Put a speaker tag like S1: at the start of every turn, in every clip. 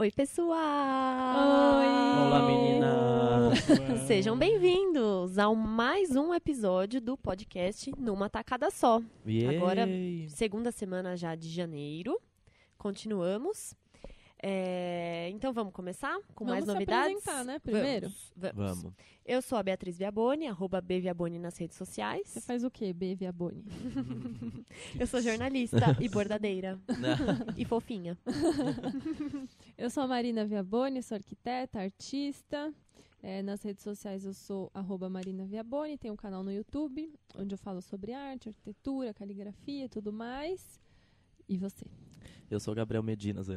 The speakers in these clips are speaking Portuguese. S1: Oi, pessoal!
S2: Olá, meninas!
S1: Sejam bem-vindos ao mais um episódio do podcast Numa Tacada Só.
S2: Yay.
S1: Agora- Segunda semana já de janeiro. Continuamos. É, então vamos começar com
S3: Vamos
S1: mais
S3: se
S1: novidades?
S3: apresentar, né, primeiro?
S1: Vamos, vamos.
S2: Vamos.
S1: Eu sou a Beatriz Viaboni, arroba Bviaboni nas redes
S3: Você
S1: sociais.
S3: faz o quê, B. Viaboni?
S1: Eu sou jornalista e bordadeira. e fofinha.
S3: Eu sou a Marina Viaboni, sou arquiteta, artista. É, nas redes sociais eu sou arroba Marina Viaboni, tenho um canal no YouTube, onde eu falo sobre arte, arquitetura, caligrafia e tudo mais. E você?
S2: Eu sou o Gabriel Medina, Zé.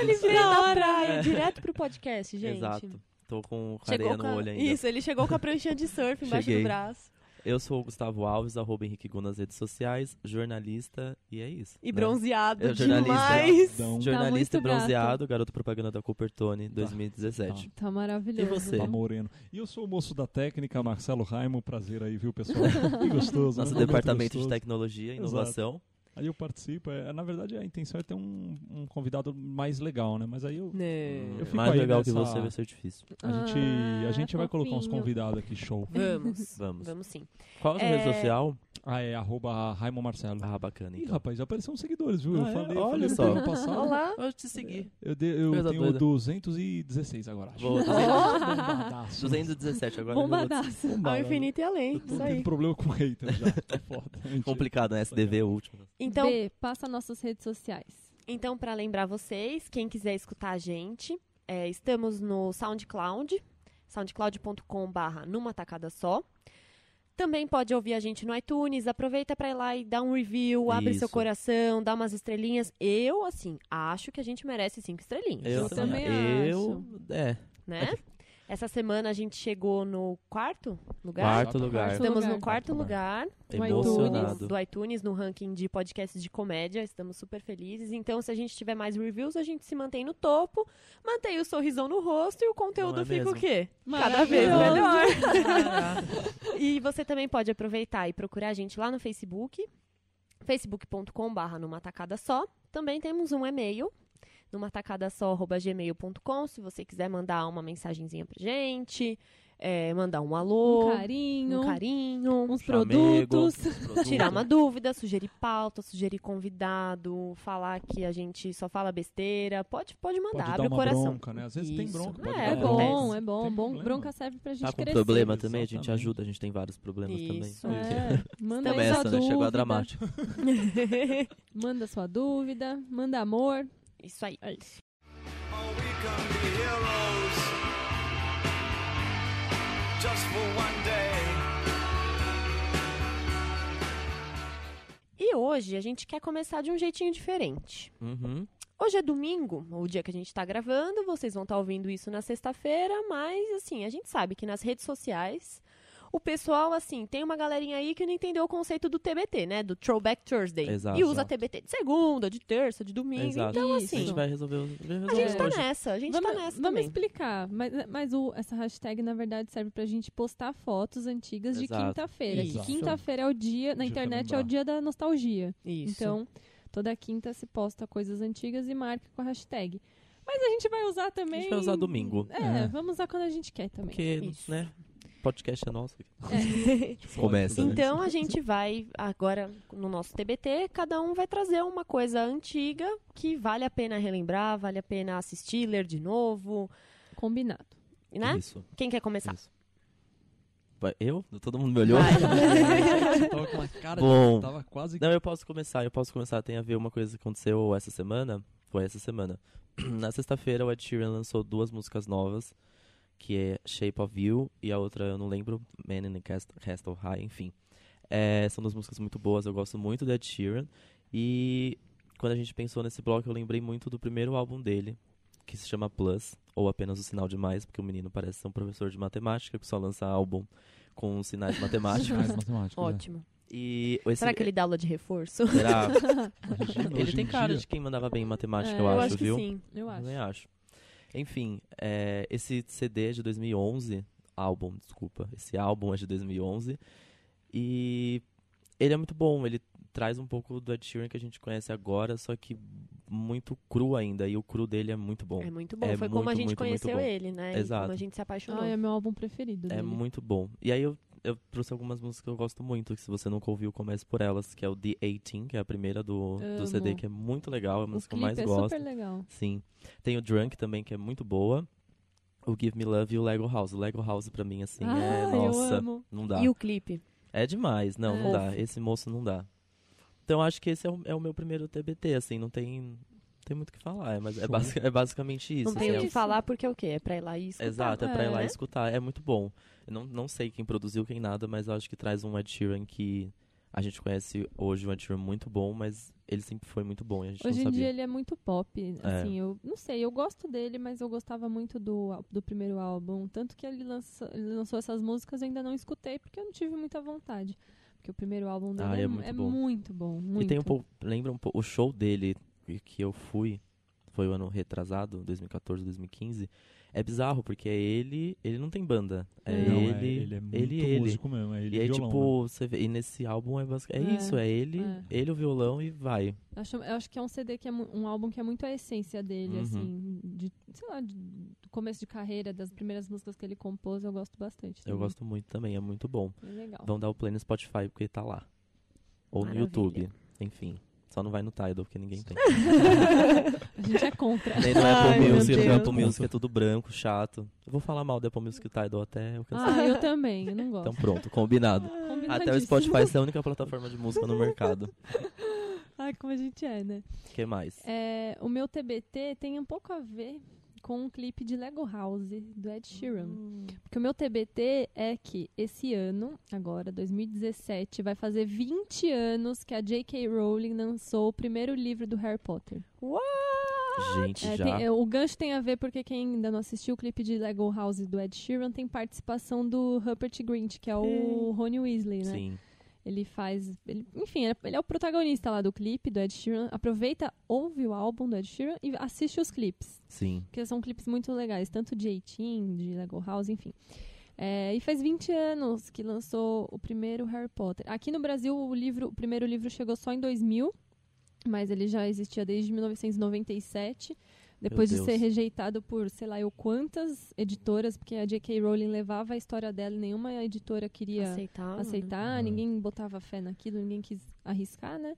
S1: Ele
S3: veio da praia,
S1: direto pro podcast, gente.
S2: Exato. Tô com areia
S1: Chegou
S2: no
S1: com a-
S2: olho ainda.
S1: Isso, ele chegou com a pranchinha de surf embaixo
S2: Cheguei.
S1: do braço.
S2: Eu sou o Gustavo Alves, arroba Henrique Gu nas redes sociais, jornalista, e é isso.
S1: E
S2: né?
S1: bronzeado
S2: É o jornalista.
S1: demais.
S4: Então,
S2: Jornalista
S3: Tá muito
S2: bronzeado, garoto propaganda da Cupertone 2017.
S3: Tá maravilhoso.
S2: E você?
S4: Tá moreno. E eu sou o moço da técnica, Marcelo Raimo. Prazer aí, viu, pessoal? Que gostoso.
S2: Nosso
S1: Uhum.
S4: né? Momento
S2: departamento de
S4: gostoso.
S2: tecnologia e
S4: Exato.
S2: inovação.
S4: Aí eu participo. é, na verdade, a intenção é ter um, um convidado mais legal, né? Mas aí eu-
S1: Né.
S4: Eu fico
S2: Hum, Mais
S4: aí
S2: legal que
S4: nessa-
S2: você vai ser difícil.
S4: a gente, a
S3: Ah,
S4: gente vai colocar uns
S3: fofinho.
S4: convidados aqui, show.
S1: Vamos.
S2: Vamos.
S1: Vamos sim.
S2: Qual a sua
S1: É-
S2: rede social?
S4: Ah, é arroba Raimo Marcelo.
S2: Ah, bacana,
S4: Ih,
S2: então.
S4: rapaz, já apareceram uns seguidores, viu?
S2: Ah, é?
S4: eu falei,
S2: Olha
S4: falei no
S2: só.
S4: programa passado.
S1: Olá.
S2: Eu te segui.
S4: Eu, dei- eu
S2: Coisa
S4: tenho
S2: doida.
S4: 216 agora, acho.
S2: Vou, 200,
S4: Bombadaço.
S2: 217 agora. né? Bombadaço.
S3: Bombadaço.
S1: Ao infinito e além.
S4: Eu tô
S1: Isso aí.
S4: tendo problema com hater já. Tá foda. Mentira.
S2: Complicado, né? SDV é o último.
S1: Então,
S3: B, passa nossas redes sociais.
S1: Então, para lembrar vocês, quem quiser escutar a gente, é, estamos no SoundCloud, soundcloud.com.br numa tacada só. Também pode ouvir a gente no iTunes, aproveita para ir lá e dar um review, abre
S2: Isso.
S1: seu coração, dá umas estrelinhas. Eu, assim, acho que a gente merece cinco estrelinhas,
S2: Eu,
S3: Eu também
S2: Eu, é,
S1: né? Essa semana a gente chegou no quarto lugar.
S2: quarto lugar.
S3: Quarto
S1: Estamos
S3: lugar.
S1: no quarto
S4: Quarto
S1: lugar
S3: Do
S2: Emocionado.
S1: do iTunes no ranking de podcasts de comédia. Estamos super felizes. Então, se a gente tiver mais reviews, a gente se mantém no topo, mantém o sorrisão no rosto e o conteúdo
S2: Não é
S1: fica
S2: mesmo?
S1: o quê? Cada vez melhor.
S3: Maravilhoso.
S1: e você também pode aproveitar e procurar a gente lá no Facebook, facebook.com.br numa tacada só. Também temos um e-mail numa tacada gmail.com se você quiser mandar uma mensagenzinha pra gente, é, mandar um alô,
S3: Um carinho,
S1: um carinho
S3: uns
S2: Chamego.
S3: produtos.
S1: tirar uma dúvida, sugerir pauta, sugerir convidado, falar que a gente só fala besteira, pode, pode mandar,
S4: Pode dar
S1: abre o
S4: uma
S1: coração.
S4: bronca, né? Às vezes tem
S1: Isso.
S4: bronca, pode
S1: É,
S3: É
S4: dar
S2: acontece.
S3: bom, é bom.
S4: Tem
S3: bom.
S4: problema.
S3: Bronca serve pra gente
S2: Tá com
S3: crescer.
S2: problema também? A gente
S4: Exatamente.
S2: ajuda, a gente tem vários problemas
S1: Isso.
S2: também.
S3: É, manda aí
S2: Começa,
S3: sua
S2: né? Chegou a
S3: dúvida,
S2: dramática.
S3: Manda sua dúvida, manda amor.
S1: Isso aí.
S3: É isso.
S5: Oh, we can be heroes just for one day.
S1: E hoje a gente quer começar de um jeitinho diferente.
S2: Uhum.
S1: Hoje é domingo, o dia que a gente tá gravando, vocês vão estar ouvindo isso na sexta-feira, mas assim, a gente sabe que nas redes sociais o pessoal, assim, tem uma galerinha aí que não entendeu o conceito do TBT, né? Do Throwback Thursday.
S2: Exato.
S1: e usa TBT de segunda, de terça, de domingo.
S2: Exato.
S1: Então,
S3: Isso.
S2: A gente
S1: assim,
S2: vai resolver, os- vai
S1: a
S2: resolver
S1: gente tá
S2: hoje.
S1: nessa, a gente
S3: vamos,
S1: tá nessa
S3: vamos
S1: também.
S3: explicar. Mas, mas o- essa hashtag, na verdade, serve pra gente postar fotos antigas
S2: Exato.
S3: de quinta-feira. Que
S4: Isso.
S3: quinta-feira é o dia, na
S4: Deixa eu
S3: internet é o
S4: lembrar.
S3: dia da nostalgia.
S1: Isso.
S3: Então, toda quinta se posta coisas antigas e marca com a hashtag. Mas a gente vai usar
S2: A
S3: também.
S2: gente vai usar domingo.
S3: É,
S4: É.
S3: vamos usar quando a gente quer também.
S2: Porque,
S1: Isso.
S2: né? Podcast é nosso.
S4: Pode,
S2: Começa,
S4: tudo
S2: né?
S1: Então a gente vai agora no nosso TBT, cada um vai trazer uma coisa antiga que vale a pena relembrar, vale a pena assistir, ler de novo,
S3: Combinado.
S1: né?
S2: Isso,
S1: Quem quer começar?
S2: isso. Vai- Eu? Todo mundo me olhou?
S4: bem. Tava com uma cara de-
S2: Bom.
S4: Tava quase...
S2: Não, eu posso começar, eu posso começar. Tem a ver uma coisa que aconteceu essa semana. Foi essa semana. Na sexta-feira, o Ed Sheeran lançou duas músicas novas, que é Shape of You e a outra eu não lembro, Man in the Cast- Castle High, enfim. É, são duas músicas muito boas, eu gosto muito do Ed Sheeran. E quando a gente pensou nesse bloco, eu lembrei muito do primeiro álbum dele, que se chama Plus, ou apenas o Sinal de Mais, porque o menino parece ser um professor de matemática que só lança álbum com sinais matemáticos.
S4: Mais matemática, né?
S1: Ótimo.
S2: e esse,
S1: Será que ele dá aula de reforço?
S2: Será?
S4: Imagina,
S2: Ele
S4: hoje
S2: tem
S4: em
S2: cara
S4: dia.
S2: de quem mandava bem em matemática,
S3: É,
S2: eu,
S3: eu
S2: acho,
S1: acho que
S2: viu?
S1: sim.
S3: Eu acho.
S2: Também acho. Enfim, é, esse CD é de 2011, álbum, desculpa, esse álbum é de 2011 e ele é muito bom, ele traz um pouco do Ed Sheeran que a gente conhece agora, só que muito cru ainda, e o cru dele é muito bom.
S1: É muito bom.
S2: É
S1: Foi como a
S2: muito,
S1: gente
S2: muito, muito
S1: conheceu
S2: bom.
S1: ele, né? E
S2: Exato.
S1: como a gente se apaixonou.
S3: Ah, é meu álbum preferido.
S2: É
S3: dele.
S2: muito bom. E aí eu, eu trouxe algumas músicas que eu gosto muito, que se você nunca ouviu, comece por elas, que é o The 18, que é a primeira do, do CD,
S3: Amo.
S2: que é muito legal, é a
S3: O
S2: música que eu
S3: clipe
S2: mais
S3: é
S2: gosto.
S3: super legal.
S2: Sim. Tem o Drunk também, que é muito boa. O Give Me Love e o Lego House. O Lego House pra mim, assim, é.
S3: Ah, eu
S2: Nossa,
S3: amo.
S2: não dá.
S1: E o clipe?
S2: É demais. Não, não
S1: É.
S2: dá. Esse moço não dá. Então acho que esse é o, é o meu primeiro TBT, assim, não tem. não tem muito o que falar. É, mas é,
S4: Show.
S2: basic- é basicamente isso.
S1: Não tem
S2: assim,
S1: o
S2: é
S1: que
S3: isso.
S1: falar porque é o quê? É pra ir lá e escutar.
S2: Exato, é pra ir lá
S1: É.
S2: e escutar. É muito bom. Eu não, não sei quem produziu, quem nada, mas eu acho que traz um Ed Sheeran que a gente conhece hoje, um Ed Sheeran muito bom, mas ele sempre foi muito bom e a gente
S3: Hoje
S2: não
S3: em
S2: sabia. É.
S3: dia ele é muito pop, assim, eu não sei, eu gosto dele, mas eu gostava muito do, al- do primeiro álbum, tanto que ele, lança, ele lançou essas músicas eu ainda não escutei, porque eu não tive muita vontade, porque o primeiro álbum dele
S2: Ah,
S3: é,
S2: é
S3: mu-
S2: muito
S3: é
S2: bom.
S3: muito bom, muito.
S2: E tem um pouco, lembra um pouco, o show dele que eu fui, foi o ano retrasado, 2014, 2015, é bizarro, porque é ele, ele não tem banda, é
S3: Não,
S4: Não, é,
S2: ele,
S4: ele é muito
S2: ele.
S4: músico mesmo. É ele
S2: E aí,
S4: violão, né?
S2: tipo, você vê, e nesse álbum é, basic- é,
S3: É,
S2: isso, é ele,
S3: é.
S2: ele o violão e vai.
S3: Acho, eu acho que é um CD que é mu- um álbum que é muito a essência dele,
S2: Uhum.
S3: assim, de, sei lá, de- do começo de carreira, das primeiras músicas que ele compôs, eu gosto bastante.
S2: Eu gosto muito também, é muito bom.
S3: É legal.
S2: Vão dar o play no Spotify porque tá lá. Ou
S1: Maravilha.
S2: no YouTube, enfim. Só não vai no Tidal, porque ninguém tem.
S3: A gente é contra.
S2: Nem no
S1: Ai,
S2: Apple
S1: meu
S2: Music, porque o
S1: Deus.
S2: Apple Music é tudo branco, chato. Eu vou falar mal do Apple Music e do Tidal até eu cansar.
S3: Ah, eu também, eu não gosto.
S2: Então pronto, combinado. Até o
S3: Combinadíssimo.
S2: Spotify ser a única plataforma de música no mercado.
S3: Ai, como a gente é, né?
S2: O que mais?
S3: É, o meu TBT tem um pouco a ver com um clipe de Lego House do Ed Sheeran.
S1: Hum.
S3: Porque o meu TBT é que esse ano, agora 2017, vai fazer 20 anos que a J.K. Rowling lançou o primeiro livro do Harry Potter.
S2: Gente,
S3: É,
S2: já.
S3: tem- é, o gancho tem a ver porque quem ainda não assistiu o clipe de Lego House do Ed Sheeran tem participação do Rupert Grint, que é o Rony Weasley, né?
S2: Sim.
S3: Ele faz. ele- enfim, ele- ele é o protagonista lá do clipe do Ed Sheeran. Aproveita, ouve o álbum do Ed Sheeran e assiste os clipes.
S2: Sim.
S3: Porque são clipes muito legais, tanto de 18, de Lego House, enfim. É, e faz 20 anos que lançou o primeiro Harry Potter. Aqui no Brasil, o, livro, o primeiro livro chegou só em 2000, mas ele já existia desde 1997. Depois de
S2: Deus.
S3: ser rejeitado por, sei lá, eu quantas editoras, porque a J.K. Rowling levava a história dela e nenhuma editora queria
S1: Aceitar.
S3: aceitar,
S4: Uhum.
S3: ninguém botava fé naquilo, ninguém quis arriscar, né?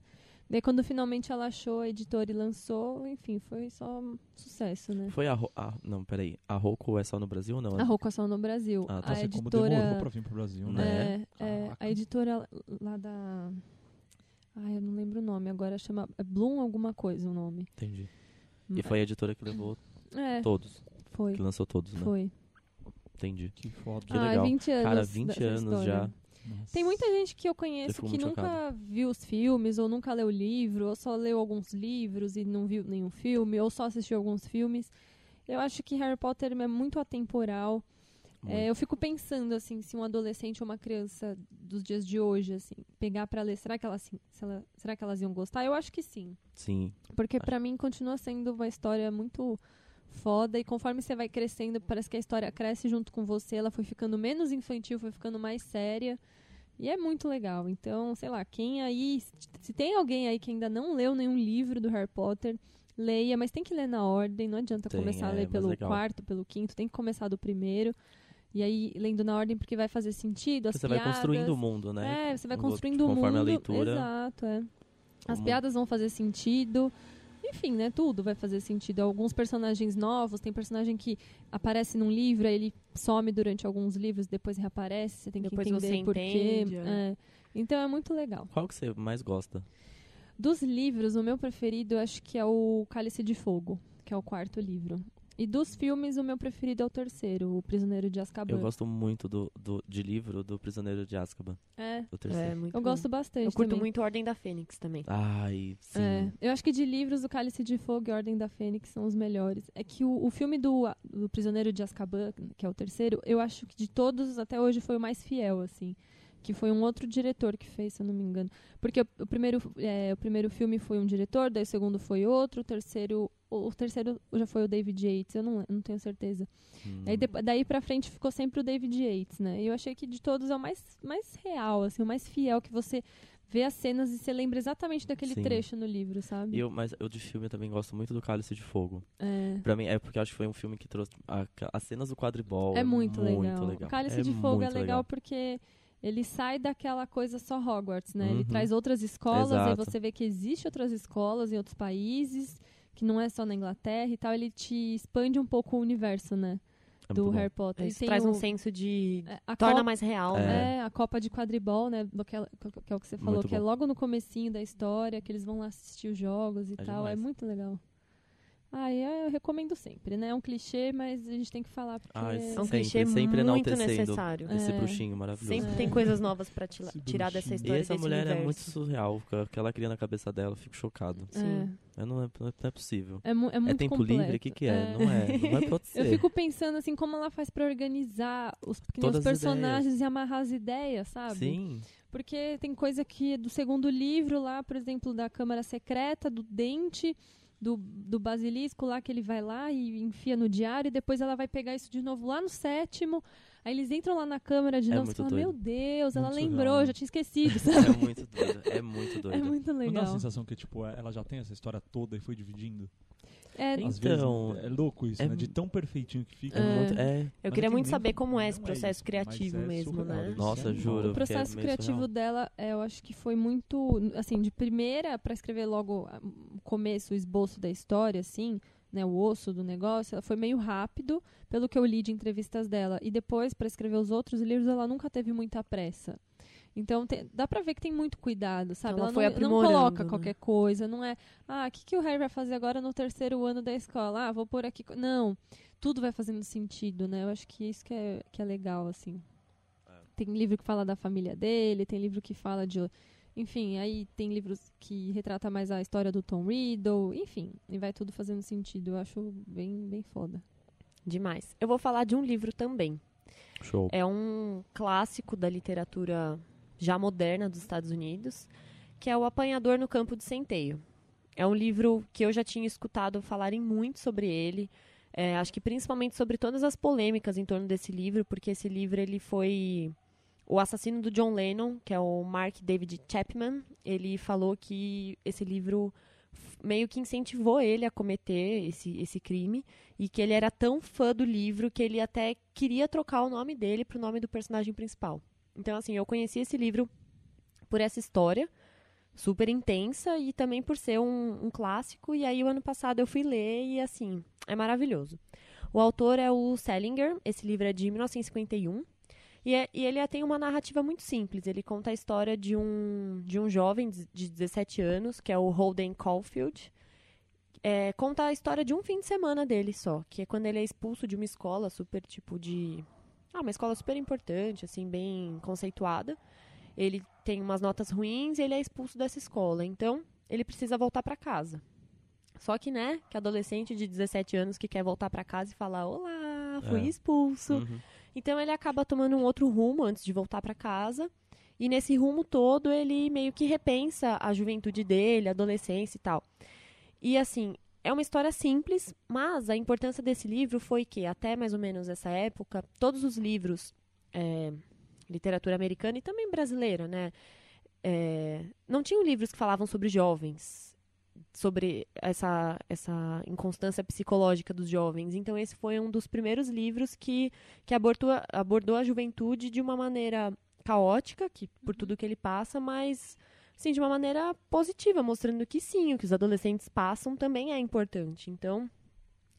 S3: Daí quando finalmente ela achou a editora e lançou, enfim, foi só um sucesso, né?
S2: Foi a, Ro- a. Não, peraí. A Roku é só no Brasil ou não?
S3: A Rocco só no Brasil.
S2: Ah,
S3: a
S2: tá.
S4: Nossa, como demorou
S3: editora.
S4: pra vir pro Brasil, né?
S2: Né?
S3: É, é,
S4: Caraca.
S3: a editora lá da. Ai, eu não lembro o nome, agora chama. É Bloom alguma coisa o nome.
S2: Entendi. E foi a editora que levou
S3: É,
S2: todos.
S3: foi.
S2: Que lançou todos, né?
S3: Foi.
S2: Entendi.
S4: Que foda. Ah,
S2: Que
S3: ah,
S2: legal.
S3: 20 anos.
S2: Cara, 20
S3: dessa
S2: anos
S3: história.
S2: já.
S4: Nossa.
S3: Tem muita gente que eu
S2: Eu
S3: conheço
S2: fico
S3: que
S2: muito
S3: nunca
S2: chocado.
S3: viu os filmes, ou nunca leu o livro, ou só leu alguns livros e não viu nenhum filme, ou só assistiu alguns filmes. Eu acho que Harry Potter é muito atemporal. É,
S2: Muito.
S3: eu fico pensando, assim, se um adolescente ou uma criança dos dias de hoje, assim, pegar pra ler, será que elas, sim- se ela- será que elas iam gostar? Eu acho que sim.
S2: Sim.
S3: Porque
S2: Acho-
S3: pra mim continua sendo uma história muito foda e conforme você vai crescendo, parece que a história cresce junto com você, ela foi ficando menos infantil, foi ficando mais séria. E é muito legal. Então, sei lá, quem aí, se tem alguém aí que ainda não leu nenhum livro do Harry Potter, leia, mas tem que ler na ordem, não adianta
S2: Tem,
S3: começar a
S2: é,
S3: ler
S2: mas
S3: pelo
S2: legal.
S3: quarto, pelo quinto, tem que começar do primeiro. E aí lendo na ordem porque vai fazer sentido, as
S2: Você vai construindo o
S3: piadas.
S2: mundo, né?
S3: É, você vai
S2: Um outro-
S3: construindo o mundo.
S2: conforme a leitura.
S3: Exato, é. As
S2: Como-
S3: piadas vão fazer sentido. Enfim, né? Tudo vai fazer sentido. Alguns personagens novos, tem personagem que aparece num livro, aí ele some durante alguns livros, depois reaparece, você tem
S1: Depois
S3: que
S1: você
S3: entender por quê.
S1: entende, é.
S3: É. Então é muito legal.
S2: Qual que você mais gosta?
S3: Dos livros, o meu preferido eu acho que é o Cálice de Fogo, que é o quarto livro. E dos filmes, o meu preferido é o terceiro, O Prisioneiro de Azkaban.
S2: Eu gosto muito do, do, de livro do Prisioneiro de Azkaban,
S3: É,
S2: o
S1: É,
S2: terceiro.
S1: muito
S3: eu
S1: bom.
S3: gosto bastante
S1: Eu curto
S3: também.
S1: muito Ordem da Fênix também.
S2: Ai, sim.
S3: É, eu acho que de livros, o Cálice de Fogo e Ordem da Fênix são os melhores. É que o, o filme do, do Prisioneiro de Azkaban, que é o terceiro, eu acho que de todos até hoje foi o mais fiel, assim. Que foi um outro diretor que fez, se eu não me engano. Porque o, o primeiro, é, o primeiro filme foi um diretor, daí o segundo foi outro, o terceiro. O, o terceiro já foi o David Yates, eu não, não tenho certeza.
S2: Hum.
S3: Aí depo- daí pra frente ficou sempre o David Yates, né? E eu achei que de todos é o mais, mais real, assim, o mais fiel que você vê as cenas e você lembra exatamente daquele
S2: Sim.
S3: trecho no livro, sabe?
S2: E eu, mas eu de filme eu também gosto muito do Cálice de Fogo.
S3: É.
S2: Pra mim, é porque eu acho que foi um filme que trouxe a- as cenas do quadribol.
S3: É muito, legal. O Cálice
S2: É
S3: de Fogo é
S2: muito
S3: legal, porque ele sai daquela coisa só Hogwarts, né? Ele
S2: Uhum.
S3: traz outras escolas, aí
S2: Exato.
S3: você vê que existe outras escolas em outros países, que não é só na Inglaterra e tal. Ele te expande um pouco o universo, né?
S2: É muito
S3: do
S2: bom.
S3: Harry Potter. E
S1: Isso
S3: tem
S1: traz
S3: o-
S1: um senso de.
S3: é, a
S1: Torna
S3: Copa-
S1: mais real, né?
S3: É, a Copa de Quadribol, né? do Que é, que é o que você falou,
S2: Muito
S3: que é
S2: bom.
S3: logo no comecinho da história, que eles vão lá assistir os jogos e
S2: É
S3: tal. É
S2: demais.
S3: muito legal. Ah, e eu recomendo sempre, né? É um clichê, mas a gente tem que falar porque...
S2: Ah,
S1: É um
S2: Sempre,
S1: clichê
S2: sempre
S1: muito
S2: enaltecendo.
S1: necessário.
S3: É.
S2: Esse bruxinho maravilhoso.
S1: Sempre
S3: É.
S1: tem coisas novas pra ti-
S4: Esse
S1: tirar dessa
S4: bruxinho.
S2: E
S1: história
S2: essa
S1: desse
S2: mulher é muito
S1: universo.
S2: surreal. com O que ela cria na cabeça dela, eu fico chocado.
S1: Sim.
S2: Eu não, é, não é possível.
S3: É, é, mu- é muito
S2: é tempo
S3: completo.
S2: livre? O que, que é? Não é. Não é pra
S3: Eu
S2: ser.
S3: fico pensando, assim, como ela faz pra organizar os, que nem os
S2: Todas as
S3: personagens e amarrar as ideias, sabe?
S2: Sim.
S3: Porque tem coisa que é do segundo livro lá, por exemplo, da Câmara Secreta, do Dente, do, do Basilisco lá, que ele vai lá e enfia no diário, e depois ela vai pegar isso de novo lá no sétimo. Aí eles entram lá na Câmara de
S2: É
S3: novo e
S2: muito
S3: falam,
S2: doido.
S3: meu Deus, ela
S2: Muito
S3: lembrou,
S2: surreal.
S3: já tinha esquecido,
S2: É
S3: sabe?
S2: muito doido. É muito
S3: É
S2: doido.
S3: muito
S4: Não dá a
S3: legal.
S4: sensação que, tipo, é- ela já tem essa história toda e foi dividindo?
S3: É,
S4: Às
S2: Então,
S4: vezes, né? é louco isso,
S2: é
S4: né? De
S2: mu-
S4: tão perfeitinho que fica. né?
S2: É muito-
S3: É.
S2: é.
S1: Eu
S4: Mas
S1: queria
S4: que
S1: muito
S4: nem-
S1: saber como é esse
S4: não
S1: processo
S4: isso,
S1: criativo
S4: mas é
S1: mesmo,
S4: surreal,
S1: né?
S4: isso
S2: Nossa,
S4: é
S2: juro.
S3: O
S4: animal.
S2: porque é
S3: processo
S2: meio
S3: criativo
S2: surreal.
S3: dela, é, eu acho que foi muito, assim, de primeira pra escrever logo ah, o começo, o esboço da história, assim, né, o osso do negócio, ela foi meio rápido, pelo que eu li de entrevistas dela. E depois pra escrever os outros livros, ela nunca teve muita pressa. Então te- dá pra ver que tem muito cuidado, sabe?
S1: Ela
S3: ela
S1: foi
S3: não, não coloca
S1: aprimorando, né?
S3: qualquer coisa, não é, ah, o que, que o Harry vai fazer agora no terceiro ano da escola? Ah, vou pôr aqui. co- Não, tudo vai fazendo sentido, né? Eu acho que isso que é, que é legal, assim. Tem livro que fala da família dele, tem livro que fala de. o- Enfim, aí tem livros que retrata mais a história do Tom Riddle, enfim, e vai tudo fazendo sentido. Eu acho bem, bem foda.
S1: Demais. Eu vou falar de um livro também.
S2: Show.
S1: É um clássico da literatura já moderna dos Estados Unidos, que é O Apanhador no Campo de Centeio. É um livro que eu já tinha escutado falarem muito sobre ele. é, acho que principalmente sobre todas as polêmicas em torno desse livro, porque esse livro ele foi o assassino do John Lennon, que é o Mark David Chapman. Ele falou que esse livro f- meio que incentivou ele a cometer esse, esse crime e que ele era tão fã do livro que ele até queria trocar o nome dele pro nome do personagem principal. Então, assim, eu conheci esse livro por essa história super intensa e também por ser um, um clássico. E aí, o ano passado, eu fui ler e, assim, é maravilhoso. O autor é o Selinger, esse livro é de 1951. E, é- e ele tem uma narrativa muito simples. Ele conta a história de um, de um jovem de de 17 anos, que é o Holden Caulfield, é, conta a história de um fim de semana dele só, que é quando ele é expulso de uma escola super tipo de. Ah, uma escola super importante, assim, bem conceituada. Ele tem umas notas ruins e ele é expulso dessa escola. Então, ele precisa voltar pra casa. Só que, né, que adolescente de 17 anos que quer voltar pra casa e falar: Olá, fui
S2: É.
S1: expulso.
S2: Uhum.
S1: Então ele acaba tomando um outro rumo antes de voltar para casa. E nesse rumo todo ele meio que repensa a juventude dele, a adolescência e tal. E assim, é uma história simples, mas a importância desse livro foi que até mais ou menos essa época, todos os livros, é, literatura americana e também brasileira, né? é, não tinham livros que falavam sobre jovens, sobre essa, essa inconstância psicológica dos jovens. Então esse foi um dos primeiros livros que que abordou, abordou a juventude de uma maneira caótica, que por tudo que ele passa, mas assim, de uma maneira positiva, mostrando que sim, o que os adolescentes passam também é importante. Então,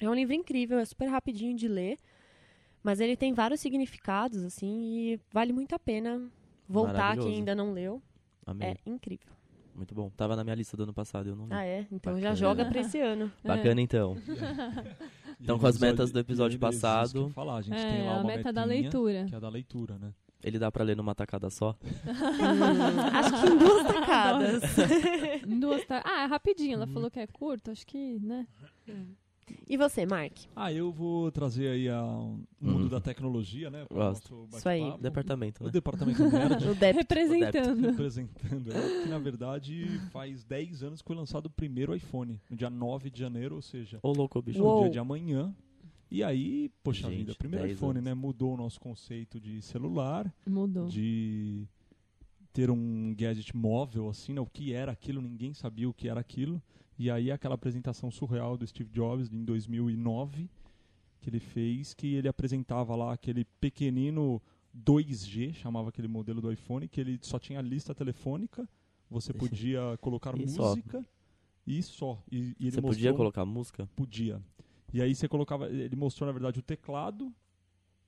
S1: é um livro incrível, é super rapidinho de ler, mas ele tem vários significados assim e vale muito a pena voltar
S2: Maravilhoso.
S1: quem ainda não leu.
S2: Amei.
S1: É incrível.
S2: Muito bom. Tava na minha lista do ano passado, eu não li.
S1: Ah, é? Então já
S2: Bacana.
S1: joga pra esse ano.
S2: Bacana, então. Então, com as metas do episódio
S4: e ainda existe
S2: passado-
S4: isso que eu ia falar, a gente
S3: é,
S4: tem
S3: a
S4: lá uma
S3: meta da
S4: metinha,
S3: leitura.
S4: Que é a da leitura, né?
S2: Ele dá pra ler numa tacada só?
S1: Acho que em duas tacadas.
S3: Duas ta- Ah, é rapidinho,
S4: Uhum.
S3: ela falou que é curto, acho que, né?
S1: E você, Mark?
S4: Ah, eu vou trazer aí a, um mundo
S2: Hum.
S4: da tecnologia, né? pro
S2: Gosto.
S4: nosso
S1: Isso aí.
S4: bate-papo.
S2: Departamento,
S4: O
S2: né?
S4: departamento
S1: O
S4: nerd
S2: É tipo
S1: Depp.
S3: Representando.
S4: representando, né? que na verdade faz 10 anos que foi lançado o primeiro iPhone, no dia 9 de janeiro, ou seja,
S2: Ô, louco, bicho.
S1: Uou.
S4: no dia de amanhã. E aí, poxa
S2: Gente,
S4: vida, primeiro
S2: 10
S4: iPhone,
S2: anos.
S4: né? Mudou o nosso conceito de celular,
S3: Mudou.
S4: de ter um gadget móvel, assim, né? O que era aquilo, ninguém sabia o que era aquilo. E aí aquela apresentação surreal do Steve Jobs em 2009 que ele fez, que ele apresentava lá aquele pequenino 2G, chamava aquele modelo do iPhone, que ele só tinha lista telefônica, você podia colocar
S2: E só.
S4: música e só. E, e ele
S2: Você podia
S4: mostrou- um
S2: colocar música?
S4: Podia. E aí você colocava, ele mostrou na verdade o teclado.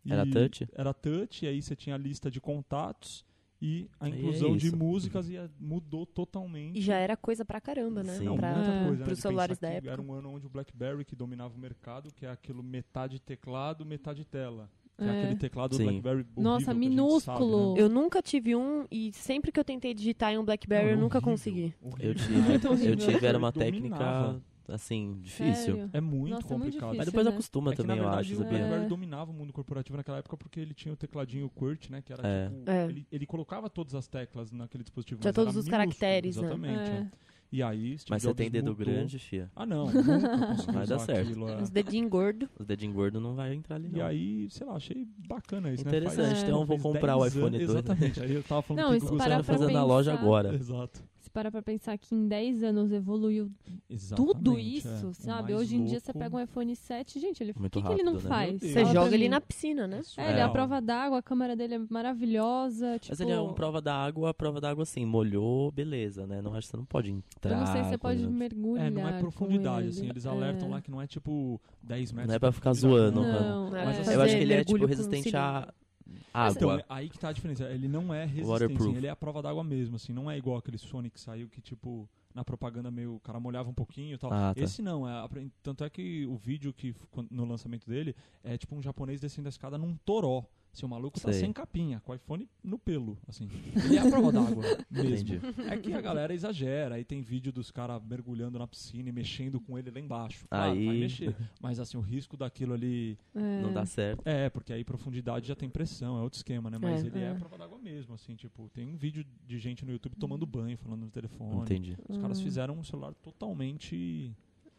S4: e-
S2: Era touch?
S4: Era touch, e aí você tinha a lista de contatos e a
S2: Aí é
S4: inclusão de
S2: isso.
S4: músicas e a- mudou totalmente.
S1: E já era coisa pra caramba, né?
S2: Sim.
S4: Não,
S1: pra,
S4: muita coisa, né,
S1: pros
S4: de
S1: celulares
S4: pensar
S1: da
S4: que
S1: época.
S4: Era um ano onde o BlackBerry que dominava o mercado, que é aquilo metade teclado, metade tela. Que é,
S3: É.
S4: aquele teclado do
S2: Sim.
S4: BlackBerry horrível
S3: Nossa,
S4: que a gente
S3: minúsculo.
S1: Eu nunca tive um e sempre que eu tentei digitar em um
S4: sabe, né?
S1: BlackBerry eu
S4: Não,
S1: nunca
S4: horrível,
S1: consegui.
S4: horrível.
S2: Eu tive, eu
S3: horrível.
S2: tive era uma
S4: Ele
S2: técnica,
S4: dominava.
S2: assim, difícil.
S3: Sério?
S4: É muito
S3: Nossa, é muito
S4: complicado.
S2: Mas
S3: Isso,
S2: depois
S3: né?
S2: acostuma
S4: É que,
S2: também,
S4: na verdade,
S2: eu
S4: o
S2: acho, sabia?
S3: é-
S4: BlackBerry dominava o mundo corporativo naquela época porque ele tinha o tecladinho QWERTY, né? Que era
S2: É.
S4: tipo...
S1: É.
S4: Ele, ele colocava todas as teclas naquele dispositivo.
S1: Tinha
S4: mas era
S1: todos os
S4: minúsculo,
S1: caracteres, né?
S4: Exatamente. é.
S3: É.
S4: E aí, Steve
S2: Mas você
S4: Jobs
S2: tem dedo
S4: mudou.
S2: grande, fia.
S4: Ah, não. Nunca consegui
S2: Vai dar
S4: usar
S2: certo.
S4: aquilo, é.
S1: Os dedinhos gordos.
S2: Os dedinhos gordos não vai entrar ali,
S4: E
S2: não.
S4: aí, sei lá, achei bacana isso, né?
S2: Interessante,
S4: Faz-
S2: então eu vou
S4: faz
S2: comprar o
S4: 10
S2: iPhone
S4: anos-
S2: 2, né?
S4: Exatamente, aí eu tava falando
S3: Não,
S4: que
S3: isso
S4: Google
S3: parar
S2: Precisando
S3: pra
S2: fazer na tá loja
S3: pensar.
S2: agora.
S4: Exato.
S3: Se parar pra pensar que em 10 anos evoluiu tudo
S4: Exatamente, é.
S3: isso,
S4: O
S3: sabe?
S4: mais
S3: Hoje em dia
S4: louco-
S3: você pega um iPhone 7, gente, ele, o que,
S2: Muito
S3: que ele não
S2: rápido, né?
S3: faz?
S4: Meu Deus.
S1: Você
S4: Fala pra
S1: joga ele
S3: mim.
S1: na piscina, né?
S4: surreal.
S3: É, ele é a
S2: É.
S3: prova d'água, a câmera dele é maravilhosa. Tipo,
S2: Mas ele é um prova da água, a prova da água assim, molhou, beleza, né? Não acho que você não pode entrar.
S3: Eu não sei se você
S2: coisa-
S3: pode mergulhar.
S4: É, não é
S3: com
S4: profundidade,
S3: ele.
S4: assim, eles alertam
S3: É.
S4: lá que não é tipo 10 metros.
S2: Não é pra ficar
S4: de profundidade,
S2: zoando,
S4: não.
S2: né?
S3: Não,
S1: Não,
S3: é.
S1: mas
S4: assim,
S1: você
S2: Eu acho que ele é
S1: mergulho
S2: tipo
S1: com
S2: resistente à
S1: Mas
S4: Então,
S2: água.
S4: é aí que tá a diferença. Ele não é resistência,
S2: Waterproof.
S4: ele é a prova d'água mesmo, assim. Não é igual aquele Sonic que saiu que, tipo, na propaganda meio o cara molhava um pouquinho e tal.
S2: Ah, tá.
S4: Esse não, é, apre- tanto é que o vídeo que f- quan- no lançamento dele é tipo um japonês descendo a escada num toró. Assim, o maluco tá
S2: Sei.
S4: sem capinha, com o iPhone no pelo, assim. Ele é a prova d'água mesmo.
S2: Entendi.
S4: É que a galera exagera, aí tem vídeo dos caras mergulhando na piscina e mexendo com ele lá embaixo. Claro, vai
S2: Aí-
S4: mexer. Mas assim, o risco daquilo ali
S3: É.
S2: Não dá certo.
S4: é, porque aí profundidade já tem pressão, é outro esquema, né? Mas
S1: É.
S4: ele é
S3: É.
S4: prova d'água mesmo, assim, tipo, tem um vídeo de gente no YouTube tomando banho, falando no telefone.
S2: Entendi.
S4: Os caras
S3: Hum.
S4: fizeram um celular totalmente.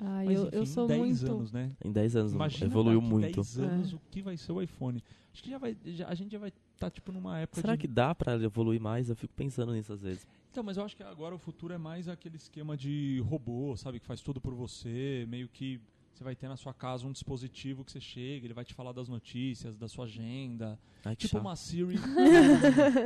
S3: Ai,
S4: Mas,
S3: eu,
S4: enfim,
S3: eu sou
S4: 10
S3: muito.
S4: anos, né?
S2: Em 10 anos
S4: Imagina
S2: evoluiu
S4: daqui
S2: muito.
S4: 10 anos
S3: É.
S4: o que vai ser o iPhone. Acho que já vai, já- a gente já vai estar, tipo, numa época
S2: Será
S4: de.
S2: que dá pra evoluir mais? Eu fico pensando nisso às vezes.
S4: Então, mas eu acho que agora o futuro é mais aquele esquema de robô, sabe? Que faz tudo por você, meio que. Você vai ter na sua casa um dispositivo que você chega, ele vai te falar das notícias, da sua agenda.
S2: Ai, que
S4: Tipo
S2: chato.
S4: uma Siri.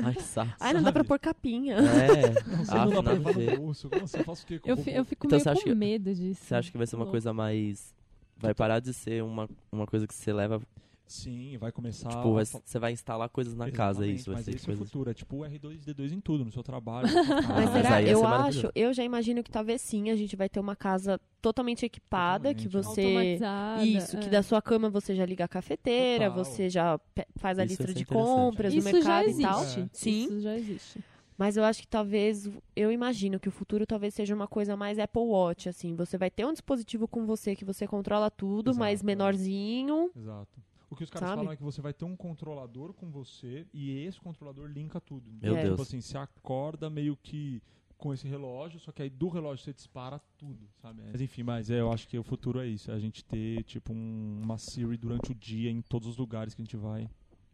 S2: Ai, que saco.
S1: Ai, não dá pra
S4: sabe?
S1: pôr capinha.
S2: É.
S4: Não, você
S2: Ah,
S4: não dá
S2: nada
S4: pra
S2: a
S4: levar
S2: ver.
S4: no bolso. Como assim? Eu faço o quê? com
S3: Eu,
S4: o
S3: fi-
S4: robô?
S3: eu fico
S2: Então, você
S3: meio
S2: acha
S3: com
S2: que-
S3: medo disso.
S2: Você acha que vai ser uma
S3: Louco.
S2: coisa mais... Vai parar de ser uma, uma coisa que você leva...
S4: Sim, vai começar...
S2: Tipo, vai-
S4: a-
S2: você vai instalar coisas na casa, é
S4: Tá Exatamente,
S2: isso. Vai
S4: Mas
S2: ser
S4: esse é o
S2: coisa...
S4: futuro. É tipo o R2-D2 em tudo, no seu trabalho. na sua
S1: Mas
S4: casa.
S2: mas
S1: será?
S2: aí ia
S1: eu
S2: ser
S1: acho,
S2: maravilhoso.
S1: eu já imagino que talvez sim, a gente vai ter uma casa totalmente equipada, que
S4: Totalmente.
S1: você.
S3: Automatizada,
S1: Isso, que
S3: é.
S1: da sua cama você já liga a cafeteira,
S4: Total.
S1: você já pe- faz a
S2: Isso ia
S1: lista
S2: ser
S1: de
S2: interessante.
S1: compras no
S3: Isso já
S1: mercado e
S2: Ah.
S1: tal.
S3: existe. É.
S1: Sim.
S3: Isso já existe.
S1: Mas eu acho que talvez, eu imagino que o futuro talvez seja uma coisa mais Apple Watch, assim. Você vai ter um dispositivo com você que você controla tudo, mas
S4: Exato.
S1: menorzinho.
S4: Exato. O que os caras
S1: Sabe?
S4: falam é que você vai ter um controlador com você e esse controlador linka tudo.
S2: Meu
S1: É.
S2: Deus.
S4: Tipo assim, você acorda meio que com esse relógio, só que aí do relógio você dispara tudo, sabe? Mas enfim, mas é, eu acho que o futuro é isso. É a gente ter, tipo, um- uma Siri durante o dia em todos os lugares que a gente vai.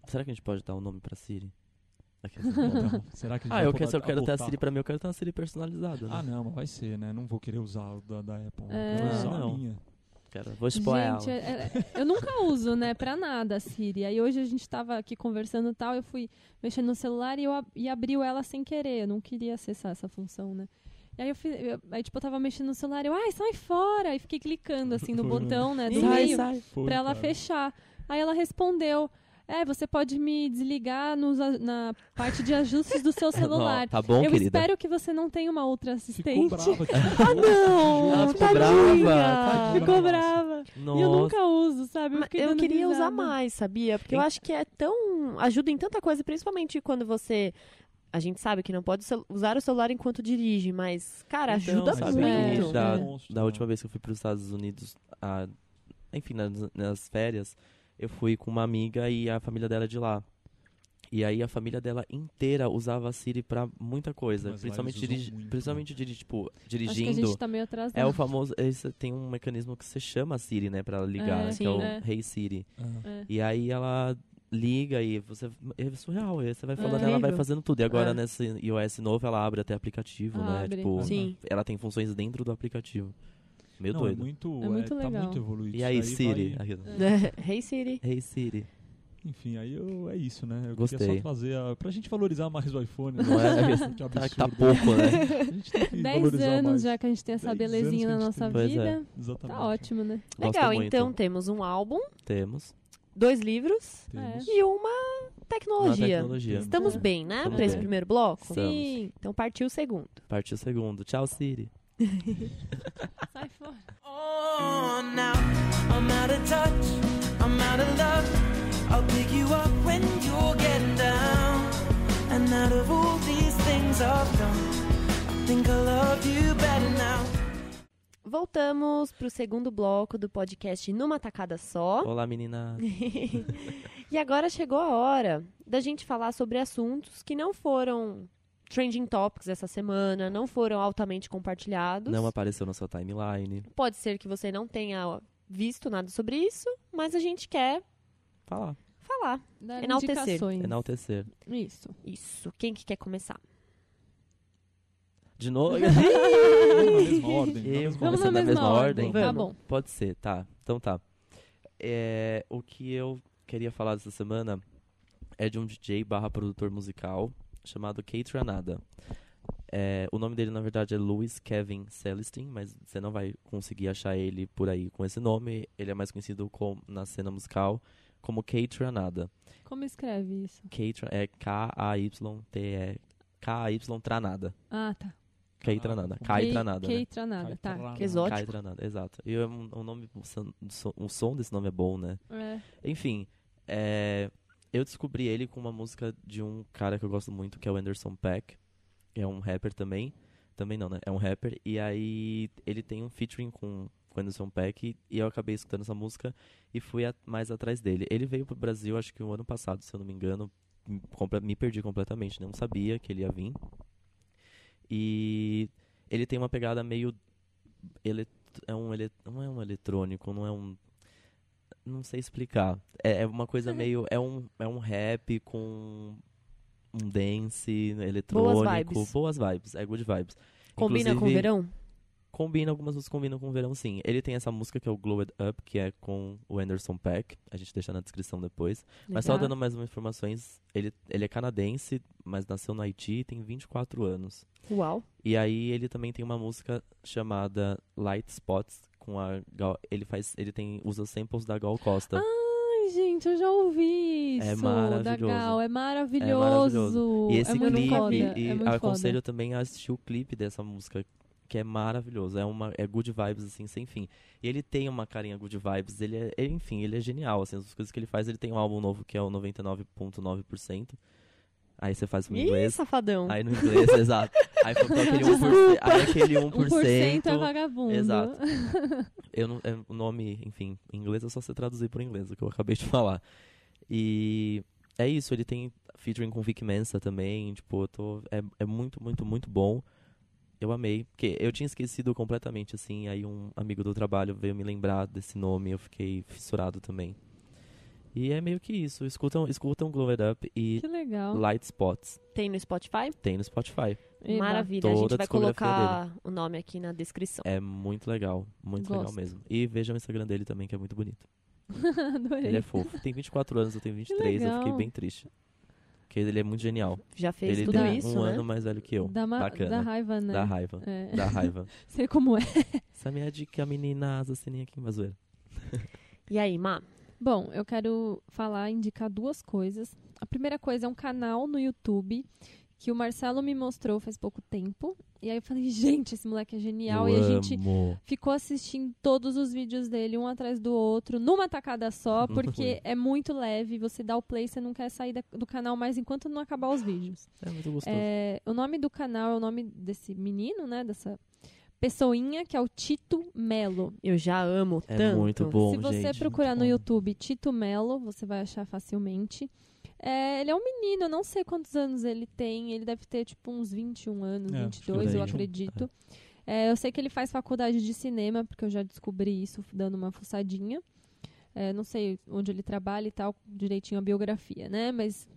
S2: Será que a gente pode dar um nome pra Siri? Aquelas-
S4: Então, será que a gente
S2: ah,
S4: vai
S2: eu
S4: poder
S2: quero, se eu quero ter a
S4: adotar?
S2: Siri pra mim, eu quero ter uma Siri personalizada. Né?
S4: Ah, não, mas vai ser, né? Não vou querer usar o da, da Apple.
S3: É.
S4: Eu Quero usar a
S2: Não.
S4: minha.
S2: Quero- vou spoiler
S3: Gente,
S2: ela.
S3: é- é- eu nunca uso, né, pra nada a Siri. Aí hoje a gente tava aqui conversando e tal, eu fui mexendo no celular e, eu, ab- e abriu ela sem querer. Eu não queria acessar essa função, né? E aí eu fiz, eu- aí tipo, eu tava mexendo no celular e eu, ai, sai fora! E fiquei clicando assim no
S4: Foi, né?
S3: botão, né, do
S2: Sai,
S3: meio,
S2: sai.
S4: Foi,
S3: pra ela
S4: cara.
S3: fechar. Aí ela respondeu, é, você pode me desligar nos a- na parte de ajustes do seu é celular.
S2: Não, tá bom,
S3: eu
S2: querida?
S3: espero que você não tenha uma outra
S4: Ficou
S3: assistente.
S4: brava. Tipo,
S3: Ah,
S1: Não,
S3: Tá
S2: Ela ficou
S1: tadinha.
S2: brava, Então,
S4: né?
S3: Ficou brava.
S2: Nossa.
S3: E eu nunca uso, sabe?
S1: Ma-
S3: fiquei
S1: Eu
S3: dando
S1: queria
S3: risada.
S1: usar mais, sabia? Porque eu
S2: Ent-
S1: acho que é tão. ajuda em tanta coisa, principalmente quando você. A gente sabe que não pode cel- usar o celular enquanto dirige, mas, cara,
S2: Então,
S1: ajuda
S2: sabe,
S1: muito.
S2: que da-
S4: monstro,
S2: Da
S4: né?
S2: última vez que eu fui para os Estados Unidos, a- enfim, nas, nas férias, eu fui com uma amiga e a família dela é de lá. E aí a família dela inteira usava a Siri pra muita coisa,
S4: Mas lá
S2: principalmente
S4: eles usam
S2: dirigi-
S4: muito, né?
S2: principalmente diri- tipo,
S3: Acho que a gente
S2: dirigindo.
S3: tá meio atrasado.
S2: É o famoso, esse tem um mecanismo que você chama a Siri, né, Pra ligar,
S3: É,
S2: que
S1: sim.
S2: é o
S3: É.
S2: Hey Siri.
S4: Ah.
S2: E aí ela liga e você. É surreal. aí Você vai
S3: É.
S2: falando, ela vai
S6: Incrível.
S2: fazendo tudo. E agora
S6: É.
S2: nesse iOS novo ela abre até aplicativo, né?
S3: Abre.
S2: Tipo,
S6: Sim.
S2: ela tem funções dentro do aplicativo. Meio
S4: Não, é
S2: doido.
S4: muito,
S3: É muito
S4: Tá
S3: legal.
S4: muito evoluído.
S2: E aí,
S4: Isso daí
S2: Siri?
S4: vai-
S2: Aquilo.
S1: É. hey Siri.
S2: Hey Siri.
S4: Enfim, aí eu- é isso, né? Eu queria
S2: Gostei.
S4: só trazer a... Pra gente valorizar mais o iPhone,
S2: Não
S4: né?
S2: é?
S4: que
S2: Tá,
S4: absurdo.
S2: tá pouco, né?
S4: A gente tem que
S3: 10
S4: valorizar
S3: anos
S4: mais.
S3: já que a gente tem essa
S4: Dez
S3: belezinha na
S4: anos que a
S3: nossa
S4: gente
S2: tem. Pois é.
S3: vida.
S4: Exatamente.
S3: Tá ótimo, né?
S2: Gosto
S1: Legal,
S2: muito.
S1: então temos um álbum,
S2: Temos
S1: dois livros
S3: É.
S4: Temos. É.
S1: e uma
S2: uma
S1: tecnologia.
S2: tecnologia. É,
S1: Estamos bem, né?
S2: Estamos
S1: Pra esse
S2: bem.
S1: primeiro bloco?
S2: Estamos.
S3: Sim,
S1: Então partiu o segundo.
S2: Partiu o segundo. Tchau, Siri.
S3: sai fora.
S7: Oh, now I'm out of touch, I'm out of love. I'll pick you up when you're getting down. And out of all these things I've done, I think I love you better now.
S1: Voltamos pro segundo bloco do podcast Numa Tacada Só.
S2: Olá, menina.
S1: e agora chegou a hora da gente falar sobre assuntos que não foram trending topics essa semana, não foram altamente compartilhados.
S2: Não apareceu na sua timeline.
S1: Pode ser que você não tenha visto nada sobre isso, mas a gente quer
S2: Falar.
S1: falar.
S3: Dar
S1: Enaltecer.
S3: indicações.
S2: Enaltecer.
S3: Isso.
S1: Isso. Quem que quer começar?
S2: De novo?
S4: Vamos na mesma ordem. na
S2: Eu-
S3: Vamos
S4: mesma
S2: Começar
S3: na
S2: da
S3: mesma,
S2: mesma
S3: ordem?
S2: ordem?
S3: Tá bom.
S1: Vamos.
S2: Pode ser, tá. Então tá. É, o que eu queria falar dessa semana é de um DJ barra produtor musical chamado Kate Ranada. É, o nome dele, na verdade, é Louis Kevin Celestin, mas você não vai conseguir achar ele por aí com esse nome. Ele é mais conhecido com- na cena musical como Kate Ranada.
S3: Como escreve isso?
S2: Kate é K-A-Y-T-E... K-A-Y-Tranada.
S3: Ah, tá.
S2: Kate
S4: Tranada,
S2: Tranada.
S4: com
S2: Kai
S3: Kei-
S2: Tranada, né?
S3: Kei Tranada, tá.
S4: Cai
S1: Que exótico.
S2: Kai Tranada, exato. E é um, um nome, o som- o som desse nome é bom, né?
S3: É.
S2: Enfim, é, eu descobri ele com uma música de um cara que eu gosto muito, que é o Anderson Pack. É um rapper também. Também não, né? É um rapper. E aí ele tem um featuring com com o Anderson Pack. E eu acabei escutando essa música e fui a- mais atrás dele. Ele veio pro Brasil, acho que o ano passado, se eu não me engano. M- comple- Me perdi completamente, não sabia que ele ia vir. E ele tem uma pegada meio. Ele é um ele... Não é um eletrônico, não é um. Não sei explicar. É, é uma coisa meio. É um, é um rap com um dance eletrônico.
S1: vibes.
S2: Boas vibes, é good vibes.
S1: Combina com o
S2: Inclusive,
S1: verão?
S2: Combina, algumas músicas combinam com o verão, sim. Ele tem essa música que é o Glow It Up, que é com o Anderson Pack. A gente deixa na descrição depois. Mas tá só
S1: Legal.
S2: dando mais umas informações, ele, ele é canadense, mas nasceu no Haiti e tem 24 anos.
S1: Uau.
S2: E aí ele também tem uma música chamada Light Spots com a Gal, ele faz ele tem usa samples da Gal Costa.
S3: Ai, gente, eu já ouvi isso.
S2: É maravilhoso.
S3: Da Gal. É maravilhoso.
S2: E esse
S3: é muito
S2: clipe,
S3: foda.
S2: e
S3: é muito
S2: aconselho
S3: foda.
S2: também a assistir o clipe dessa música, que é maravilhoso. É uma é good vibes assim, sem fim. E ele tem uma carinha good vibes, ele é, ele- enfim, ele é genial assim, as coisas que ele faz, ele tem um álbum novo que é o 99.9%. Aí você faz pro
S1: Ih,
S2: inglês.
S1: safadão.
S2: Aí no inglês, exato. Aí faltou aquele 1%. Aí aquele 1%.
S3: 1% é vagabundo.
S2: Exato. Eu não, é, o nome, enfim, em inglês é só você traduzir para inglês, o que eu acabei de falar. E é isso, ele tem featuring com Vic Mensa também, tipo, eu tô, é, é muito, muito, muito bom. Eu amei, porque eu tinha esquecido completamente, assim, aí um amigo do trabalho veio me lembrar desse nome, eu fiquei fissurado também. E é meio que isso, escutam, escutam Glow It Up e
S3: Que legal.
S2: Light Spots,
S1: Tem no Spotify?
S2: tem no Spotify.
S3: Eba.
S1: Maravilha. a
S2: Toda
S1: gente
S2: a
S1: vai
S2: discografia
S1: colocar o nome aqui na descrição.
S2: É muito legal, muito legal
S3: Gosto.
S2: mesmo. E vejam o Instagram dele também, que é muito bonito.
S3: Adorei.
S2: Ele é fofo. Tem 24 anos, eu tenho 23, eu fiquei
S3: legal.
S2: bem triste. Porque ele é muito genial.
S1: Já fez
S2: ele
S1: tudo
S2: tem
S1: isso,
S2: um
S1: né?
S2: ano mais velho que eu.
S3: Dá, ma-
S2: Bacana.
S3: dá raiva, né?
S2: Dá raiva.
S3: É.
S2: Dá raiva.
S3: Sei como é.
S2: Essa é a minha dica, menina assassininha aqui em Bazoeira.
S1: E aí, Má?
S3: Bom, eu quero falar, indicar duas coisas. A primeira coisa é um canal no YouTube que o Marcelo me mostrou faz pouco tempo. E aí eu falei, gente, esse moleque é genial. e
S2: eu
S3: a gente
S2: amo.
S3: ficou assistindo todos os vídeos dele, um atrás do outro, numa tacada só, porque é muito leve. Você dá o play, você não quer sair da- do canal mais enquanto não acabar os vídeos.
S2: É muito gostoso.
S3: É, o nome do canal é o nome desse menino, né? Dessa pessoinha, que é o Tito Melo.
S1: Eu já amo
S2: É
S1: tanto.
S2: muito bom,
S3: Se você
S2: gente.
S3: procurar
S2: muito
S3: no
S2: bom.
S3: YouTube Tito Melo, você vai achar facilmente. É, ele é um menino, eu não sei quantos anos ele tem. Ele deve ter, tipo, uns 21 anos,
S4: É,
S2: por
S3: 22,
S2: aí.
S3: eu acredito. É, eu sei que ele faz faculdade de cinema, porque eu já descobri isso dando uma fuçadinha. é, não sei onde ele trabalha e tal, direitinho a biografia, né? Mas,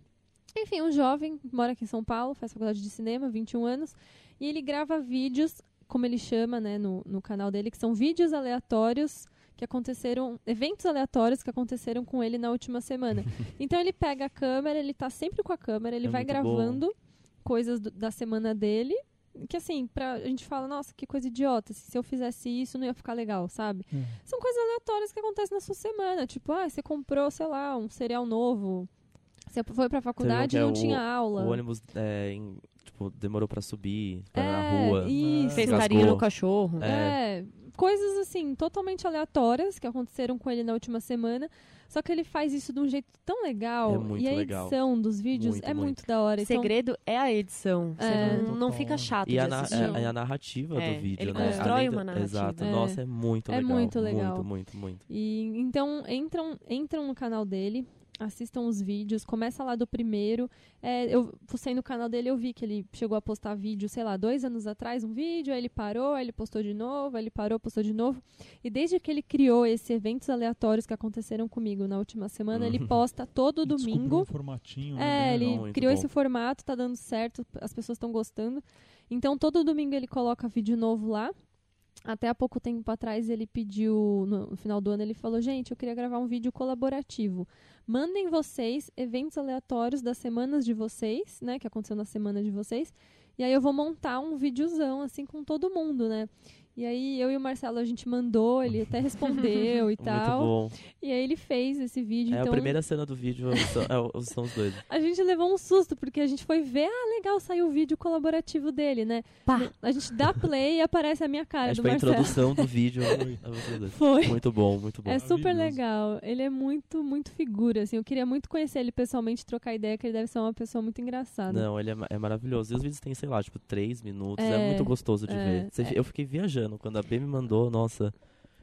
S3: enfim, um jovem, mora aqui em São Paulo, faz faculdade de cinema, 21 anos, e ele grava vídeos, como ele chama, né, no, no canal dele, que são vídeos aleatórios que aconteceram, eventos aleatórios que aconteceram com ele na última semana. então ele pega a câmera, ele tá sempre com a câmera, ele
S2: É
S3: vai
S2: muito bom.
S3: gravando coisas do- da semana dele, que assim, pra, a gente fala, nossa, que coisa idiota, assim, se eu fizesse isso não ia ficar legal, sabe?
S2: Hum.
S4: Uhum.
S3: São coisas aleatórias que acontecem na sua semana, tipo, ah, você comprou, sei lá, um cereal novo, você foi pra faculdade e
S2: que é
S3: não
S2: o-
S3: tinha aula.
S2: O ônibus é, em- tipo, demorou pra subir, tava na
S3: É,
S2: rua.
S3: Isso.
S1: Fez
S2: Cascou.
S1: carinho no cachorro.
S3: É. coisas assim, totalmente aleatórias que aconteceram com ele na última semana. Só que ele faz isso de um jeito tão legal.
S2: É muito
S3: e a
S2: legal.
S3: edição dos vídeos
S2: Muito,
S3: é muito,
S2: muito.
S3: da hora.
S1: O
S3: Então,
S1: segredo é a edição. Você
S3: É.
S1: não, não fica chato
S2: E
S1: de
S2: a, na-
S1: assistir.
S2: é- é a narrativa
S1: É,
S2: do vídeo,
S1: ele
S2: né?
S1: constrói
S2: Além da-
S1: uma narrativa. né?
S2: Exato.
S3: É.
S2: Nossa, é muito
S3: É
S2: legal.
S3: muito legal.
S2: Muito, muito, muito.
S3: E então entram, entram no canal dele, assistam os vídeos, começa lá do primeiro. É, eu fucei no canal dele, eu vi que ele chegou a postar vídeo, sei lá, dois anos atrás, um vídeo, aí ele parou, aí ele postou de novo, aí ele parou, postou de novo. E desde que ele criou esses eventos aleatórios que aconteceram comigo na última semana, ele
S2: Hum.
S3: posta todo
S4: Descobriu
S3: domingo.
S4: Um formatinho, né?
S3: É,
S4: bem
S3: ele
S4: legal.
S2: Uhum. muito
S3: criou
S2: bom.
S3: esse formato, tá dando certo, as pessoas estão gostando. Então, todo domingo ele coloca vídeo novo lá. Até há pouco tempo atrás ele pediu, no final do ano, ele falou: Gente, eu queria gravar um vídeo colaborativo. Mandem vocês eventos aleatórios das semanas de vocês, né? Que aconteceu na semana de vocês. E aí eu vou montar um videozão, assim, com todo mundo, né? E aí eu e o Marcelo, a gente mandou, ele até respondeu e
S2: Muito
S3: tal.
S2: bom.
S3: E aí ele fez esse vídeo.
S2: É a
S3: então,
S2: primeira cena do vídeo, são, é, o- são os dois.
S3: a gente levou um susto, porque a gente foi ver, ah, legal, saiu o vídeo colaborativo dele, né?
S1: Pá!
S3: A gente dá play e aparece a minha cara
S2: Acho
S3: do
S2: que É tipo a
S3: Marcelo.
S2: introdução do vídeo. é vocês dois.
S3: Foi.
S2: Muito bom, muito bom.
S3: É super
S4: Maravilhoso.
S3: legal. Ele é muito, muito figura, assim. Eu queria muito conhecer ele pessoalmente, trocar ideia, que ele deve ser uma pessoa muito engraçada.
S2: Não, ele é, ma- é maravilhoso. E os vídeos têm, sei lá, tipo, três minutos. É,
S3: É,
S2: muito gostoso de
S3: é,
S2: ver. Você fi- Eu fiquei viajando. Quando a B me mandou, nossa.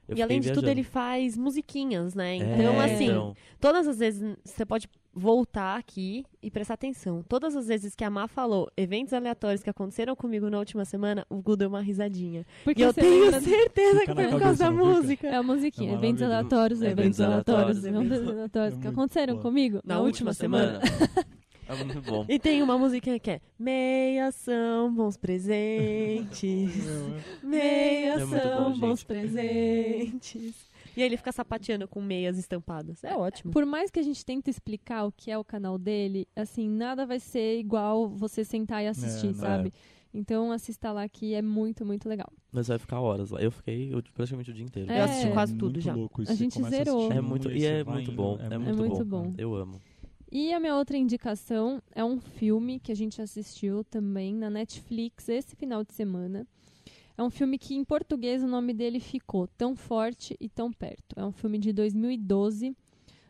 S2: Eu
S1: E além de
S2: fiquei
S1: tudo,
S2: viajando.
S1: ele faz musiquinhas, né?
S2: É,
S1: Então, assim,
S2: então,
S1: todas as vezes você pode voltar aqui e prestar atenção. Todas as vezes que a Má falou eventos aleatórios que aconteceram comigo na última semana, o Gu deu uma risadinha.
S3: Porque
S1: e eu
S3: você
S1: tenho
S3: lembra-
S1: certeza que
S4: Fica na
S1: foi por
S4: cabeça,
S1: causa da
S4: não fica?
S1: música.
S3: É a musiquinha,
S4: É
S3: eventos
S4: maravilhoso.
S3: aleatórios,
S2: Eventos
S3: eventos aleatórios,
S2: aleatórios,
S3: eventos aleatórios, que
S4: muito
S3: aconteceram
S4: boa.
S3: comigo
S1: Na
S3: na, última,
S1: última
S3: semana.
S2: é muito bom.
S1: E tem uma musiquinha que é Meias são bons presentes.
S3: É
S1: Meias
S2: muito
S1: são
S2: bom,
S1: bons
S2: gente.
S1: presentes. E aí ele fica sapateando com meias estampadas. É ótimo.
S3: Por mais que a gente tente explicar o que é o canal dele, assim, nada vai ser igual você sentar e assistir,
S4: não é.
S3: sabe? Então assista lá que é muito, muito legal.
S2: Mas vai ficar horas lá. Eu fiquei eu- praticamente o dia inteiro.
S3: É.
S1: Eu assisti quase tudo
S4: muito
S1: já.
S4: Louco isso.
S3: A
S4: Você
S3: gente
S4: começa
S3: zerou.
S2: É
S4: assistindo
S2: muito,
S4: um,
S2: e
S4: aí
S2: é
S4: você vai
S2: muito
S4: indo,
S2: bom. É, muito,
S3: muito
S2: bom.
S3: bom.
S2: Eu amo.
S3: E a minha outra indicação é um filme que a gente assistiu também na Netflix esse final de semana. É um filme que em português o nome dele ficou Tão Forte e Tão Perto. É um filme de 2012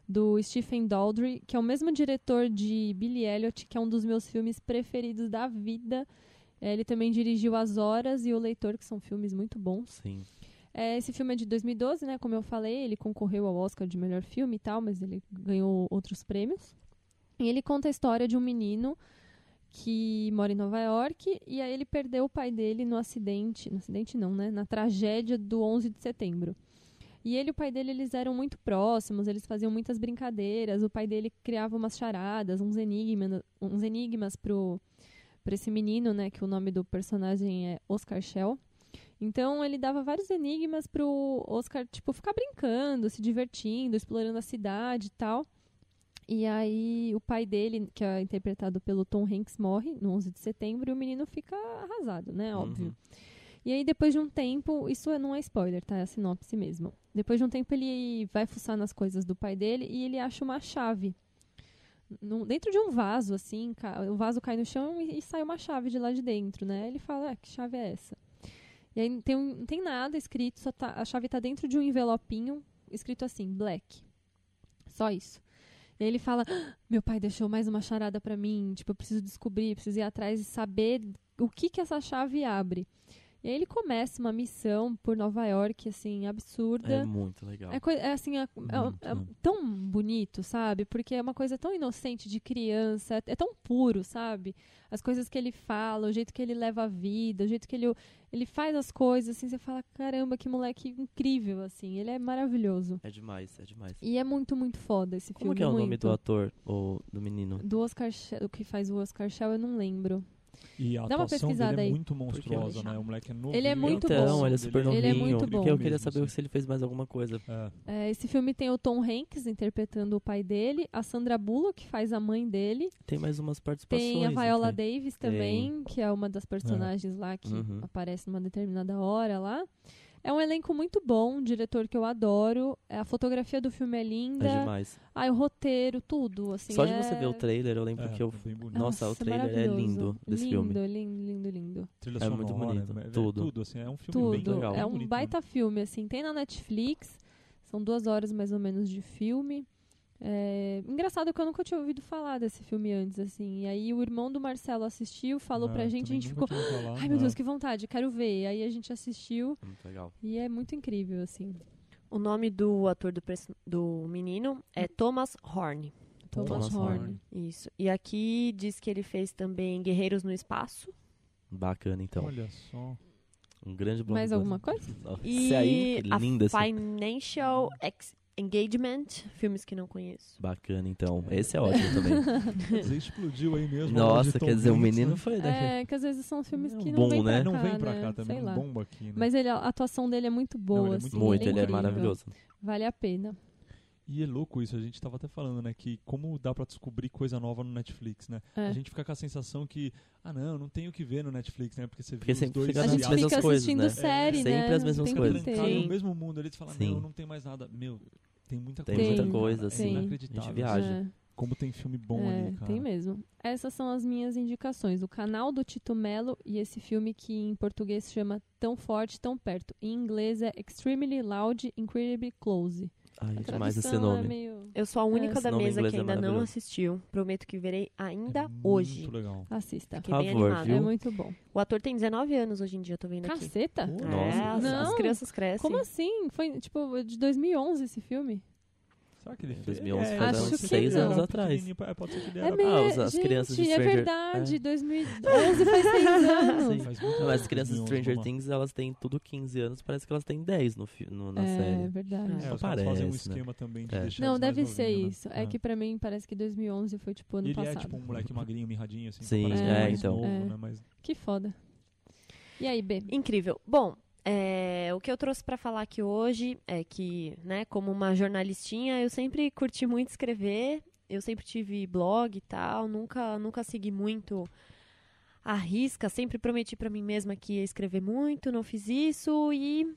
S3: do Stephen Daldry, que é o mesmo diretor de Billy Elliot, que é um dos meus filmes preferidos da vida. Eh, Ele também dirigiu As Horas e O Leitor, que são filmes muito bons.
S2: Sim.
S3: É, esse filme é de 2012, né? Como eu falei, ele concorreu ao Oscar de melhor filme e tal, mas ele ganhou outros prêmios. E ele conta a história de um menino que mora em Nova York e aí ele perdeu o pai dele no acidente, no acidente não, né? Na tragédia do 11 de setembro. E ele e o pai dele, eles eram muito próximos, eles faziam muitas brincadeiras, o pai dele criava umas charadas, uns enigmas, uns enigmas pro para esse menino, né, que o nome do personagem é Oscar Shell. Então ele dava vários enigmas pro Oscar, tipo, ficar brincando, se divertindo, explorando a cidade e tal. E aí o pai dele, que é interpretado pelo Tom Hanks, morre no 11 de setembro e o menino fica arrasado, né, óbvio.
S2: Uhum.
S3: E aí, depois de um tempo, isso não é spoiler, tá? É a sinopse mesmo. Depois de um tempo, ele vai fuçar nas coisas do pai dele e ele acha uma chave. Num- dentro de um vaso, assim, ca- o vaso cai no chão e, e sai uma chave de lá de dentro, né? Ele fala, ah, que chave é essa? E aí não tem, um- não tem nada escrito, só tá, a chave tá dentro de um envelopinho escrito assim, black. Só isso. E aí ele fala, "Ah, meu pai deixou mais uma charada pra mim, tipo, eu preciso descobrir, preciso ir atrás e saber o que que essa chave abre. E aí ele começa uma missão por Nova York, assim,
S2: É
S3: absurda.
S2: muito legal.
S3: É, coi- é assim, é, é-
S2: Muito,
S3: é
S2: né?
S3: tão bonito, sabe? Porque é uma coisa tão inocente de criança, é, é tão puro, sabe? As coisas que ele fala, o jeito que ele leva a vida, o jeito que ele, ele faz as coisas, assim, você fala, caramba, que moleque incrível, assim, ele é maravilhoso.
S2: É demais, é demais.
S3: E é muito, muito foda esse
S2: Como
S3: filme.
S2: que é o nome
S3: muito.
S2: do ator ou do menino?
S3: Do Oscar, Scha- o que faz o Oscar Schell, eu não lembro.
S4: E a
S3: Dá uma
S4: atuação
S3: pesquisada
S4: dele é
S3: aí.
S4: muito
S2: Porque-
S4: monstruosa, né? O moleque é novo.
S3: Ele é muito
S2: então,
S3: bom.
S2: ele é super novinho.
S3: Ele é muito bom.
S2: Porque eu queria
S4: Mesmo,
S2: saber
S4: assim.
S2: se ele fez mais alguma coisa.
S4: É.
S3: É, esse filme tem o Tom Hanks interpretando o pai dele, a Sandra Bullock, que faz a mãe dele,
S2: Tem mais umas participações. então.
S3: tem a
S2: não
S3: Viola
S2: tem?
S3: Davis também, que é uma das personagens lá que
S2: Uhum.
S3: aparece numa determinada hora lá. É um elenco muito bom, um diretor que eu adoro. é, A fotografia do filme é linda.
S2: É demais.
S3: ah, o roteiro, tudo. Assim,
S2: Só de
S3: é-
S2: você ver o trailer, eu lembro
S4: É,
S2: que eu.
S4: é bem bonito.
S2: Nossa, o trailer é
S3: maravilhoso.
S2: lindo desse filme.
S3: Lindo, lindo, lindo, lindo.
S4: Trilha
S2: é muito
S4: sonora,
S2: bonito.
S4: é- é
S2: Tudo.
S4: tudo, assim, é um filme bem
S3: Tudo.
S2: legal. né?
S3: É um
S4: bonito,
S3: baita filme, assim. Tem na Netflix. São duas horas mais ou menos de filme. É... Engraçado que eu nunca tinha ouvido falar desse filme antes, assim. E aí o irmão do Marcelo assistiu, falou
S2: Ah,
S4: É,
S3: pra gente, a
S4: também
S3: gente ficou.
S4: nunca tinha ouvido falar.
S3: Ai meu Deus,
S4: É.
S3: que vontade, quero ver. E aí a gente assistiu
S2: É muito legal.
S3: e é muito incrível, assim.
S1: O nome do ator do, pers- do menino é
S2: Hum.
S1: Thomas Horn.
S4: Então,
S3: Thomas,
S2: Thomas
S3: Horn.
S2: Horn.
S1: Isso. E aqui diz que ele fez também Guerreiros no Espaço.
S2: Bacana, então.
S4: Olha só.
S2: Um grande bloco.
S3: Mais alguma coisa?
S1: E
S2: Esse aí, que
S1: a
S2: lindo esse.
S1: Financial Ex- Engagement, filmes que não conheço.
S2: Bacana, então. Esse é ótimo também.
S4: Quer dizer, explodiu aí mesmo. a hora de
S2: Nossa,
S4: Tom
S2: quer dizer, o
S4: Hanks,
S2: menino
S4: né?
S2: foi daqui.
S3: É, que às vezes são filmes que não
S2: Bom,
S3: vem pra
S2: né?
S3: cá,
S4: Não vem pra cá
S3: Sei
S4: também, não
S3: lá.
S4: bomba aqui, né?
S3: Mas ele, a atuação dele é muito boa,
S4: ele é
S3: assim.
S2: Muito, ele é
S3: incrível.
S2: maravilhoso.
S3: Vale a pena.
S4: E é louco isso, a gente tava até falando, né? Que como dá pra descobrir coisa nova no Netflix, né?
S3: É.
S4: A gente fica com a sensação que, ah não, não tem o que ver no Netflix, né? Porque você
S2: Porque
S4: viu os
S2: sempre
S4: dois
S2: fica
S3: A
S2: nas
S3: gente
S4: seriados,
S2: mesmas
S3: fica
S2: coisas,
S3: assistindo
S2: né?
S3: série,
S2: Sempre
S3: né?
S2: as
S3: o
S2: mesmas
S3: tempo
S4: fica
S2: coisas.
S4: trancado
S1: Sim.
S4: no mesmo mundo. Eles falam,
S2: Sim.
S4: não, não tem mais nada. Meu, tem muita
S2: Tem
S4: coisa.
S3: muita
S4: cara.
S2: coisa,
S4: É
S2: sim.
S4: inacreditável.
S2: A gente viaja.
S3: É.
S4: Como tem filme bom
S3: É,
S4: ali, cara.
S3: tem mesmo. Essas são as minhas indicações. O canal do Tito Melo e esse filme que em português se chama Tão Forte, Tão Perto. Em inglês é Extremely Loud, Incredibly Close.
S2: Ai,
S3: A
S2: é demais esse
S3: tradução
S2: nome.
S3: É meio...
S1: Eu sou a única
S3: esse
S1: da
S2: nome em
S1: mesa
S2: inglês
S1: que
S2: é
S1: ainda não
S2: maravilhoso.
S1: assistiu. Prometo que verei
S4: É
S1: ainda hoje.
S4: Muito legal.
S3: Ah. Assista.
S1: Fiquei bem
S2: Por favor,
S1: animada.
S2: viu?
S3: É muito bom.
S1: O ator tem 19 anos hoje em dia, eu tô vendo aqui.
S3: Caceta?
S4: Nossa.
S1: É, as,
S3: Não.
S1: as crianças crescem.
S3: Como assim? Foi, tipo, de 2011 esse filme?
S4: Será que ele fez?
S2: 2011
S4: é,
S3: faz
S4: pode
S3: uns
S4: ser que
S3: seis
S4: ele era
S3: anos
S2: atrás.
S4: pequenininho, É, pode ser que ele
S3: É
S4: era...
S3: mesmo.
S2: Ah, os- as
S3: gente,
S2: crianças de
S3: é
S2: Stranger-
S3: verdade.
S2: É.
S3: 2011 faz 6 anos.
S2: Sim.
S4: Faz muito
S2: Não, mas
S4: tempo, né?
S2: as crianças de
S4: 2011,
S2: Stranger
S4: vamos lá.
S2: Things, elas têm tudo 15 anos, parece que elas têm 10 no, fi- no- na
S3: É
S2: série.
S3: verdade.
S4: É,
S2: Só
S4: os caras fazem um
S2: parece, né?
S4: esquema também de
S2: É.
S4: deixar
S3: Não,
S4: eles
S3: deve
S4: mais
S3: ser
S4: novinhos, né?
S3: isso. É.
S4: É.
S3: que pra mim parece que 2011 foi tipo ano
S4: ele
S3: passado.
S4: é tipo um moleque magrinho, mirradinho, assim.
S2: Sim,
S4: parece
S3: é,
S4: mais
S2: então.
S4: novo,
S3: É.
S4: né? Mas
S3: Que foda. E aí, B?
S1: Incrível. Bom, é, o que eu trouxe pra falar aqui hoje é que, né, como uma jornalistinha, eu sempre curti muito escrever. Eu sempre tive blog e tal, nunca, nunca segui muito a risca, sempre prometi pra mim mesma que ia escrever muito, não fiz isso e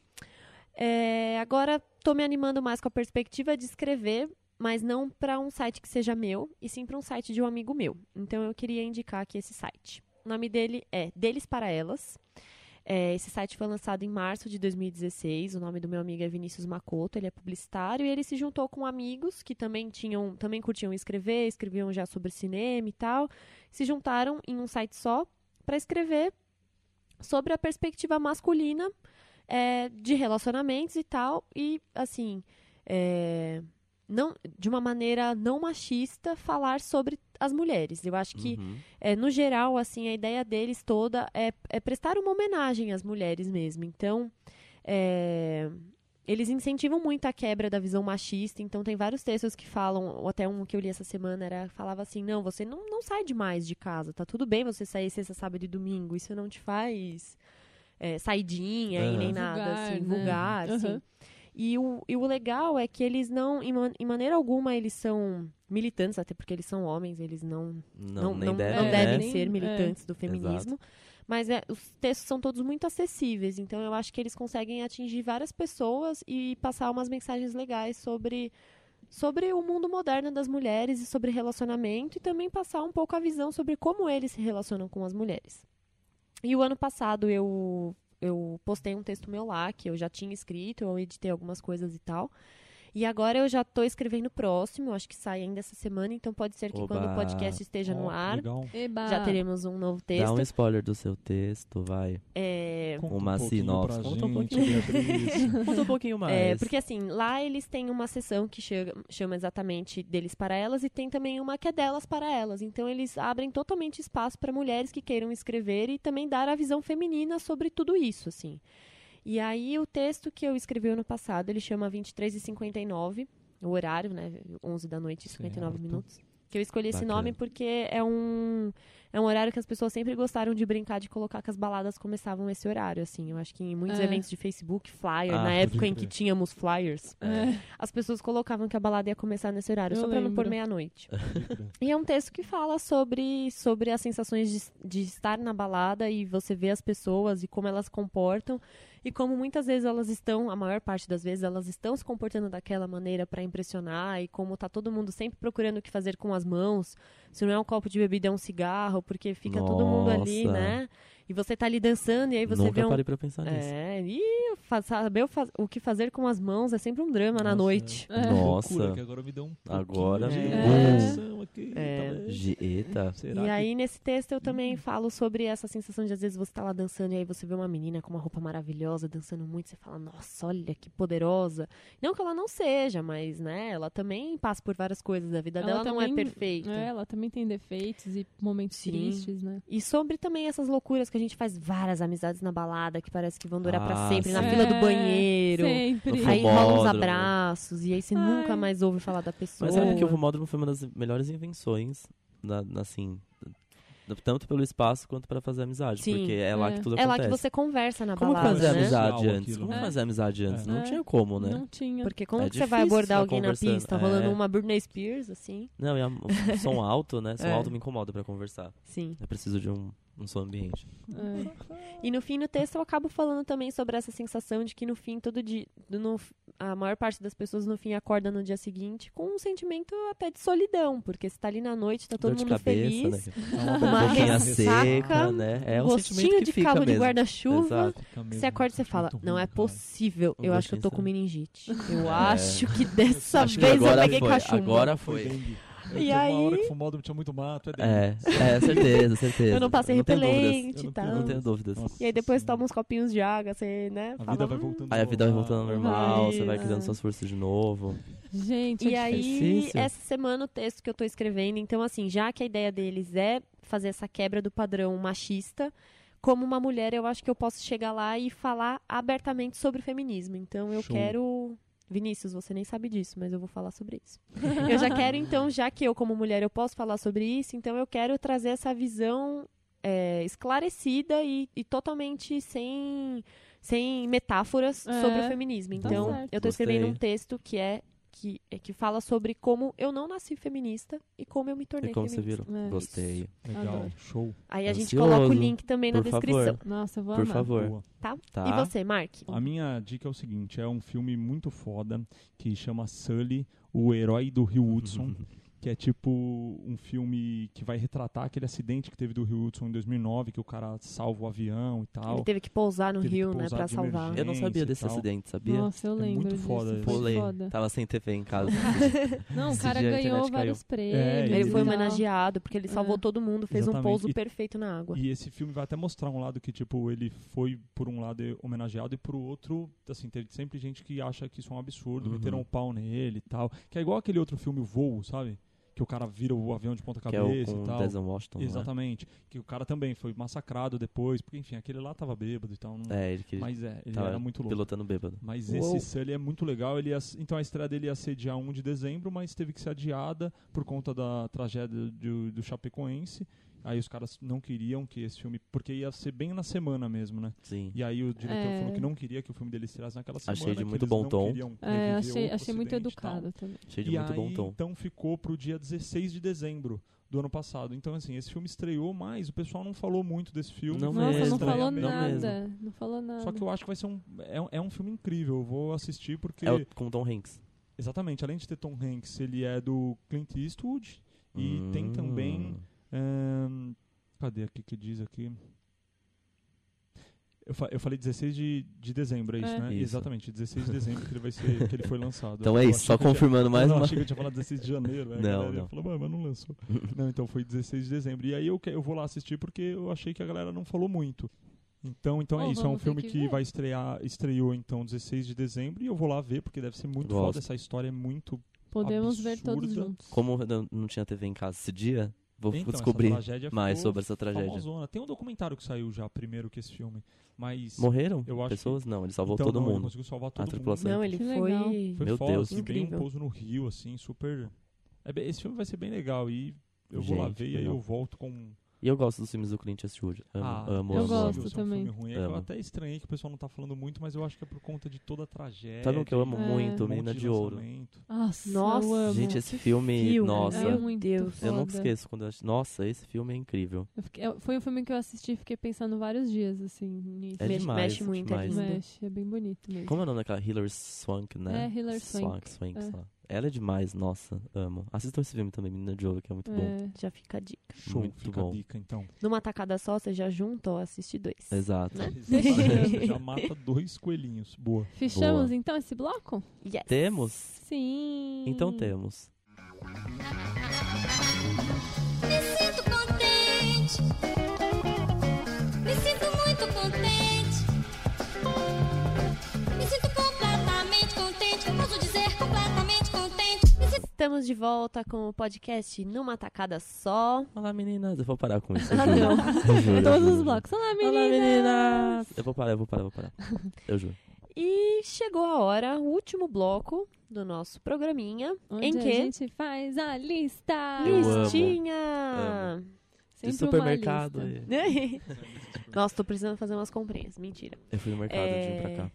S1: é, agora tô me animando mais com a perspectiva de escrever, mas não pra um site que seja meu, e sim pra um site de um amigo meu. Então eu queria indicar aqui esse site. O nome dele é Deles para Elas. É, esse site foi lançado em março de 2016. O nome do meu amigo é Vinícius Macoto, ele é publicitário e ele se juntou com amigos que também tinham, também curtiam escrever, escreviam já sobre cinema e tal. Se juntaram em um site só para escrever sobre a perspectiva masculina é, de relacionamentos e tal. E assim, é, não, de uma maneira não machista, falar sobre as mulheres. Eu acho que
S2: Uhum.
S1: é, no geral, assim, a ideia deles toda é, é prestar uma homenagem às mulheres mesmo. Então, é, eles incentivam muito a quebra da visão machista. Então, tem vários textos que falam, ou até um que eu li essa semana era falava assim: não, você não, não sai demais de casa. Tá tudo bem você sair sexta, sábado e domingo. Isso não te faz é, saidinha e
S2: Aham.
S1: nem nada
S3: Vulgar,
S1: assim,
S3: né?
S1: vulgar, assim.
S3: Aham.
S1: E o, e o legal é que eles não, em, man- em maneira alguma, eles são militantes, até porque eles são homens, eles não
S2: Não,
S1: não,
S2: nem
S1: não-
S2: deve,
S1: não
S2: né?
S1: devem
S3: Nem-
S1: ser militantes do feminismo. Mas é, os textos são todos muito acessíveis, então eu acho que eles conseguem atingir várias pessoas e passar umas mensagens legais sobre, sobre o mundo moderno das mulheres e sobre relacionamento, e também passar um pouco a visão sobre como eles se relacionam com as mulheres. E o ano passado eu, eu postei um texto meu lá, que eu já tinha escrito, eu editei algumas coisas e tal. E agora eu já tô escrevendo o próximo, eu acho que sai ainda essa semana, então pode ser que
S2: Oba.
S1: quando o podcast esteja
S4: Ó,
S1: no ar,
S4: Legal.
S3: Eba. É.
S1: já teremos um novo
S2: Dá
S1: texto.
S2: um spoiler do seu texto, vai.
S1: É,
S4: Conta
S2: Uma
S4: um pouquinho pra
S2: sinopse. Conta um
S4: gente, Beatriz.
S2: Conta um pouquinho mais.
S1: É, porque assim, lá eles têm uma sessão que chega- chama exatamente deles para elas e tem também uma que é delas para elas. Então eles abrem totalmente espaço para mulheres que queiram escrever e também dar a visão feminina sobre tudo isso, assim. E aí o texto que eu escrevi ano passado, ele chama 23 e 59, o horário, né, 11 da noite e 59
S4: Certo.
S1: minutos. Que eu escolhi esse
S2: Bacana.
S1: nome porque é um é um horário que as pessoas sempre gostaram de brincar de colocar que as baladas começavam esse horário, assim. Eu acho que em muitos
S3: É.
S1: eventos de Facebook, flyer,
S2: Ah,
S1: na
S2: pode
S1: época em
S4: crer.
S1: que tínhamos flyers,
S3: É.
S1: as pessoas colocavam que a balada ia começar nesse horário,
S3: Eu
S1: só pra não pôr
S3: lembro.
S1: meia-noite. E é um texto que fala sobre, sobre as sensações de, de estar na balada e você vê as pessoas e como elas comportam e como muitas vezes elas estão, a maior parte das vezes, elas estão se comportando daquela maneira pra impressionar e como tá todo mundo sempre procurando o que fazer com as mãos. Se não é um copo de bebida, é um cigarro, porque fica todo mundo ali,
S2: Nossa.
S1: né? E você tá ali dançando e aí você
S2: Nunca
S1: vê um
S2: parei pra pensar nisso.
S1: é, e fa- saber o, fa- o que fazer com as mãos é sempre um drama na
S4: Nossa.
S1: noite.
S3: É.
S2: Nossa.
S4: Loucura, que agora me deu um pouquinho
S2: Agora
S4: de
S1: me deu.
S4: emoção aqui,
S1: É.
S4: talvez.
S2: Ge- Eita.
S4: Será
S1: e
S4: que-
S1: aí, nesse texto, eu
S2: Hum.
S1: também falo sobre essa sensação de às vezes você tá lá dançando e aí você vê uma menina com uma roupa maravilhosa, dançando muito, você fala, nossa, olha que poderosa. Não que ela não seja, mas, né, ela também passa por várias coisas, a vida
S3: Ela
S1: dela não é
S3: também-
S1: perfeita.
S3: É, ela também tem defeitos e momentos
S1: Sim.
S3: tristes, né?
S1: E sobre também essas loucuras que a gente faz várias amizades na balada que parece que vão durar pra
S2: Ah,
S1: sempre, na
S2: sim.
S1: fila do
S3: É,
S1: banheiro.
S3: Sempre.
S2: No
S1: Aí rolam os
S2: Fumódromo.
S1: abraços, e aí você
S3: Ai.
S1: nunca mais ouve falar da pessoa.
S2: Mas olha que o Fumódromo foi uma das melhores invenções, na, na- assim, t- tanto pelo espaço quanto pra fazer amizade.
S1: Sim,
S2: porque é lá
S3: é.
S2: que tudo
S1: É lá
S2: acontece.
S1: que você conversa na
S2: Como
S1: balada,
S2: fazer
S1: né?
S4: amizade?
S2: amizade
S4: Aquilo,
S2: antes? Como
S3: né?
S2: fazer amizade antes?
S4: É.
S2: Não
S3: É.
S2: tinha como, né?
S3: Não tinha.
S1: Porque como
S2: É
S1: que você vai
S2: difícil
S1: abordar
S2: ficar
S1: alguém na
S2: conversando,
S1: pista, rolando
S2: é.
S1: uma Britney Spears, assim?
S2: Não, e a- o som alto, né? Som
S1: É.
S2: alto me incomoda pra conversar.
S1: Sim.
S2: Eu preciso de um, um som ambiente.
S3: É.
S1: E no fim, no texto, eu acabo falando também sobre essa sensação de que no fim, todo dia... No, a maior parte das pessoas, no fim, acorda no dia seguinte com um sentimento até de solidão. Porque você tá ali na noite, tá todo
S2: Dor de
S1: mundo
S2: cabeça,
S1: feliz.
S2: né?
S4: é
S1: Uma
S2: Boquinha
S1: ressaca,
S2: seca, né? É um
S1: gostinho
S2: sentimento que
S1: de
S2: fica
S1: cabo de
S2: mesmo.
S1: guarda-chuva.
S2: Exato.
S4: Fica mesmo,
S1: Você acorda e você
S4: muito
S1: fala,
S4: ruim,
S1: não é
S4: cara.
S1: possível,
S2: Eu
S1: eu acho que eu tô
S2: gostei,
S1: com
S2: Um sabe?
S1: meningite. Eu
S2: É.
S1: acho que dessa
S2: Acho que
S1: vez eu
S2: agora
S1: peguei
S2: foi,
S1: cachumba.
S2: agora
S4: Foi
S2: foi.
S4: dengue.
S1: E
S4: E Teve aí...
S1: aí-
S4: uma hora que o fumódromo tinha muito mato, é dengue.
S2: É, é, certeza, certeza.
S1: Eu não passei
S2: tenho dúvidas.
S1: repelente
S4: Eu
S1: e
S4: não
S1: tal.
S2: Não tenho dúvidas.
S4: Nossa
S1: E aí depois
S4: senhora.
S1: toma uns copinhos de água, você, né?
S4: A
S1: fala,
S4: vida vai
S1: "Hum,
S4: voltando
S2: Aí a vida vai voltando ao
S4: normal.
S2: normal,
S1: Vai,
S2: você vai
S1: né?
S2: criando suas forças de novo.
S3: Gente,
S1: E
S3: é
S1: aí,
S2: difícil.
S1: essa semana o texto que eu tô escrevendo, então assim, já que a ideia deles é fazer essa quebra do padrão machista, como uma mulher eu acho que eu posso chegar lá e falar abertamente sobre o feminismo. Então eu
S4: Show.
S1: quero... Vinícius, você nem sabe disso, mas eu vou falar sobre isso.
S3: é
S1: Eu já quero, então, já que eu, como mulher, eu posso falar sobre isso, então eu quero trazer essa visão é, esclarecida e, e totalmente sem, sem metáforas
S3: É,
S1: sobre o feminismo.
S2: tá
S1: Então,
S3: certo.
S1: eu tô escrevendo
S2: Gostei.
S1: um texto que é que, é que fala sobre como eu não nasci feminista e como eu me tornei
S2: E como você
S1: feminista.
S2: virou?
S3: É.
S2: Gostei.
S4: Legal,
S3: Adoro.
S4: show.
S1: Aí a gente
S2: Ansioso,
S1: coloca o link também na
S2: por favor.
S1: descrição,
S3: Nossa, eu vou
S2: Por
S3: amar.
S2: favor.
S4: Boa.
S1: tá?
S2: Tá.
S1: E você, Mark?
S4: A minha dica é o seguinte, é um filme muito foda que chama Sully, o herói do Rio Hudson, que é tipo um filme que vai retratar aquele acidente que teve do Rio Hudson em 2009, que o cara salva o avião e tal.
S1: Ele teve que pousar no
S4: Teve que
S1: rio, né,
S4: pousar
S1: pra
S4: de
S1: salvar.
S4: emergência.
S2: Eu não sabia
S4: e
S2: desse
S4: tal.
S2: acidente, sabia?
S3: Nossa, eu
S4: É
S3: lembro
S4: muito
S3: disso.
S4: foda
S3: foi
S4: isso.
S2: Pô, lembro.
S3: foda.
S2: Tava sem TV em casa.
S3: Não, o
S2: Tá. Esse
S3: cara
S2: dia a internet
S3: ganhou
S2: caiu.
S3: vários prêmios.
S4: É,
S1: Ele
S4: Ele
S1: foi
S4: tá-
S1: homenageado porque ele salvou
S3: É.
S1: todo mundo, fez um
S4: Exatamente.
S1: pouso
S4: E-
S1: perfeito na água.
S4: E esse filme vai até mostrar um lado que, tipo, ele foi, por um lado, eh, homenageado e por outro, assim, teve sempre gente que acha que isso é um absurdo,
S2: Uhum.
S4: meteram um pau nele e tal. Que é igual aquele outro filme, O Voo, sabe? Que o cara vira o avião de ponta
S2: Que
S4: cabeça
S2: é o com
S4: e
S2: o
S4: tal.
S2: Denzel Washington. né?
S4: Exatamente. Que o cara também foi massacrado depois, porque, enfim, aquele lá tava bêbado e tal. não-
S2: É, ele que
S4: Mas é, ele
S2: tava
S4: era muito louco.
S2: pilotando bêbado.
S4: Mas
S1: Uou.
S4: esse Sully é muito legal. Ele ia- então a estreia dele ia ser dia 1 de dezembro, mas teve que ser adiada por conta da tragédia do, do Chapecoense. Aí os caras não queriam que esse filme. Porque ia ser bem na semana mesmo, né?
S2: Sim.
S4: E aí o diretor
S3: É.
S4: falou que não queria que o filme dele estreasse naquela
S2: Achei
S4: semana.
S2: de
S4: que
S2: muito
S4: eles
S2: bom
S4: não
S2: tom.
S4: queriam
S3: É,
S4: reviver
S3: achei,
S4: o
S3: achei muito
S4: acidente e um tal.
S3: educado também.
S2: Cheio de
S4: E
S2: muito
S4: aí,
S2: bom tom.
S4: então ficou pro dia 16 de dezembro do ano passado. Então, assim, esse filme estreou, mas o pessoal não falou muito desse filme.
S2: Não
S4: Foi
S3: Nossa,
S2: mesmo,
S3: não
S4: estreia
S3: falou
S4: mesmo.
S3: nada. Não falou nada.
S4: Só que eu acho que vai ser um. É, um- é um filme incrível. Eu vou assistir porque.
S2: É o com Tom Hanks.
S4: Exatamente, além de ter Tom Hanks, ele é do Clint Eastwood e
S2: Hum.
S4: tem também. ahn, cadê aqui que diz aqui? Eu, fa- eu falei 16 de, de dezembro, é isso,
S3: É.
S4: né?
S2: Isso.
S4: Exatamente, 16 de dezembro que ele, vai ser, que ele foi lançado.
S2: Então
S4: Eu
S2: é
S4: achei
S2: isso, só
S4: que eu tinha-
S2: confirmando mais
S4: não,
S2: uma.
S4: achei que eu tinha falado 16 de janeiro. Aí a
S2: Não,
S4: galera
S2: não.
S4: falou, "Ué, mas não lançou. não, então foi 16 de dezembro. E aí eu, que- eu vou lá assistir porque eu achei que a galera não falou muito. Então, então é
S3: Bom,
S4: isso, é um
S3: vamos ter
S4: filme que,
S3: que ver.
S4: vai estrear, estreou então 16 de dezembro e eu vou lá ver porque deve ser muito
S2: Gosto.
S4: foda, essa história é muito
S3: Podemos ver todos
S4: Absurda.
S3: juntos.
S2: Como eu não- não tinha TV em casa esse dia, vou
S4: Então,
S2: descobrir
S4: essa tragédia
S2: mais
S4: ficou
S2: sobre essa tragédia.
S4: famosona. Tem um documentário que saiu já primeiro que esse filme, mas
S2: Morreram
S4: Eu acho que-
S2: pessoas? Não, ele salvou
S4: Então,
S2: todo
S4: não, ele
S2: mundo.
S4: conseguiu salvar todo
S2: A
S4: mundo.
S2: tripulação.
S1: Não, ele
S3: Que legal.
S1: foi.
S4: Foi
S2: Meu
S4: foda,
S2: Deus.
S4: e bem um
S1: Incrível.
S4: pouso no Rio, assim, super. É bem- esse filme vai ser bem legal e eu vou lá
S2: Gente,
S4: ver e aí
S2: legal.
S4: eu volto com.
S2: E eu gosto dos filmes do Clint Eastwood. Amo,
S4: Ah,
S2: amo,
S3: eu
S2: amo,
S3: gosto
S2: amo.
S4: Esse é um
S3: também.
S4: Filme ruim. É que eu
S2: Amo.
S4: até estranhei que o pessoal não tá falando muito, mas eu acho que é por conta de toda a tragédia.
S2: Sabe o que eu amo
S3: É.
S2: muito?
S4: um monte
S2: Menina de Ouro.
S4: lançamento.
S3: Nossa,
S1: Nossa,
S3: eu amo.
S2: Gente, esse filme,
S1: filme,
S2: nossa.
S3: é
S1: meu
S3: muito
S1: Deus.
S3: foda.
S2: Eu nunca esqueço quando eu acho. Nossa, esse filme é incrível.
S3: Eu fiquei- eu- foi um filme que eu assisti e fiquei pensando vários dias, assim, nisso.
S2: É
S1: Mexe-
S2: demais.
S1: mexe muito, é
S2: demais.
S1: lindo.
S3: Mexe, é bem bonito mesmo.
S2: Como é o nome daquela? Hilary Swank, né?
S3: É, Hilary Swank,
S2: Swank,
S3: é.
S2: sei lá. Ela é demais, nossa, amo. Assistam esse filme também, Menina de Ouro, que é muito bom.
S3: É.
S1: Já fica a dica.
S4: Show,
S2: Muito
S4: fica
S2: bom.
S4: a dica então.
S1: Numa tacada só, você já junta ou assiste dois.
S3: É.
S2: Exato.
S4: Já mata dois coelhinhos. Boa.
S3: Fechamos
S2: Boa.
S3: então esse bloco?
S1: Yes.
S2: Temos?
S3: Sim.
S2: Então temos.
S6: Me sinto contente. Me sinto muito contente. Me sinto completamente contente. Posso dizer completamente contente. Me sinto
S1: Estamos de volta com o podcast Numa Tacada Só.
S2: Olá, meninas. Eu vou parar com isso. eu
S1: Ah,
S2: juro.
S1: não.
S2: Eu juro, eu
S3: Todos
S2: juro.
S3: os blocos. Olá, meninas!
S2: Olá, meninas. Eu vou parar, eu vou parar, eu vou parar. Eu juro.
S1: E chegou a hora, o último bloco do nosso programinha.
S3: Onde
S1: Em
S3: a
S1: que?
S3: gente faz a lista.
S2: Eu amo.
S1: Listinha!
S2: De
S3: Sempre
S2: supermercado.
S3: Uma lista.
S2: e-
S1: Nossa, tô precisando fazer umas comprinhas. Mentira.
S2: Eu fui no mercado de
S1: É,
S2: vir pra cá.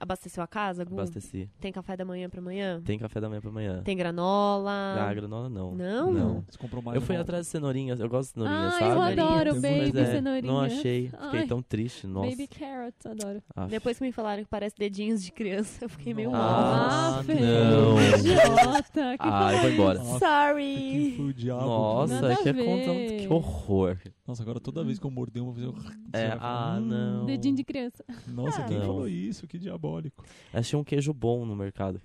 S1: Abasteceu a casa, Gu?
S2: Abasteci.
S1: Tem café da manhã pra amanhã?
S2: Tem café da manhã pra amanhã.
S1: Tem granola?
S2: Ah, granola não.
S1: Não?
S2: Não.
S4: Você comprou mais
S2: Eu
S4: um
S2: fui
S4: bom.
S2: atrás de cenourinhas. Eu gosto de cenourinhas,
S3: Ah,
S2: sabe?
S3: eu adoro,
S4: Mas
S3: baby
S2: Mas é,
S3: cenourinha.
S2: não achei. Fiquei
S3: Ai.
S2: tão triste. Nossa.
S3: Baby carrots, adoro.
S2: Aff.
S1: Depois que me falaram que parece dedinhos de criança, eu fiquei meio mal.
S2: Ah,
S3: Fê,
S2: não.
S3: Idiota. Que
S2: Ah, eu vou embora.
S4: Ah, que
S1: Sorry!
S4: foi o diabo.
S2: Nossa,
S3: Nada
S2: que
S3: a
S2: é conta.
S3: ver.
S2: Que horror.
S4: Nossa, agora toda vez que eu morder uma vez eu.
S2: É,
S4: Você vai falar,
S2: ah,
S4: "Hum,
S2: não.
S3: Dedinho de criança.
S4: Nossa, quem
S2: Não.
S4: falou isso? Que diabólico.
S2: Achei um queijo bom no mercado.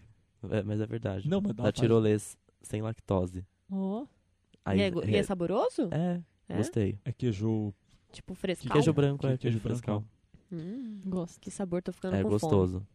S2: É, mas é verdade.
S4: Não, mas dá
S2: da tirolês sem lactose.
S3: Ó.
S1: E é, go- e é
S2: é-
S1: saboroso?
S2: é,
S1: É?
S2: gostei.
S4: É queijo.
S1: Tipo frescal?
S2: Queijo branco, é
S4: Que- queijo
S2: queijo frescal.
S4: branco.
S1: Hum,
S3: gosto.
S1: que sabor, tô ficando com
S2: É
S1: fome.
S2: gostoso.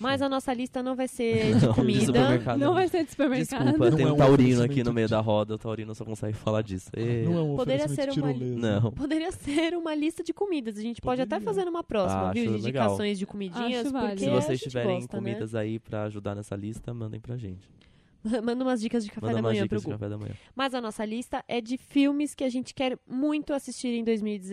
S1: Mas a nossa lista não vai ser de
S2: Não, de
S1: comida.
S2: supermercado.
S3: Não vai ser de supermercado.
S2: Desculpa,
S4: Não
S2: tem
S4: é
S2: um
S4: um
S2: taurino aqui no
S4: oferecimento
S2: meio
S4: de-
S2: da roda. O taurino só consegue falar disso. Ê,
S4: Não é um
S1: Poderia ser
S4: oferecimento
S1: uma-
S4: tirolesa.
S2: Não.
S1: Poderia ser uma lista de comidas. A gente pode até
S4: Poderia.
S1: fazer numa próxima,
S2: Ah,
S1: viu? De
S2: acho legal.
S1: indicações de comidinhas.
S3: Acho válido.
S1: porque
S2: Se
S3: É,
S1: a
S2: vocês
S1: gente
S2: tiverem
S1: gosta, né?
S2: comidas aí pra ajudar nessa lista, mandem pra gente.
S1: Manda umas dicas de café
S2: Manda
S1: da
S2: mais
S1: manhã pro
S2: dicas de
S1: Gu.
S2: café da manhã.
S1: Mas a nossa lista é de filmes que a gente quer muito assistir em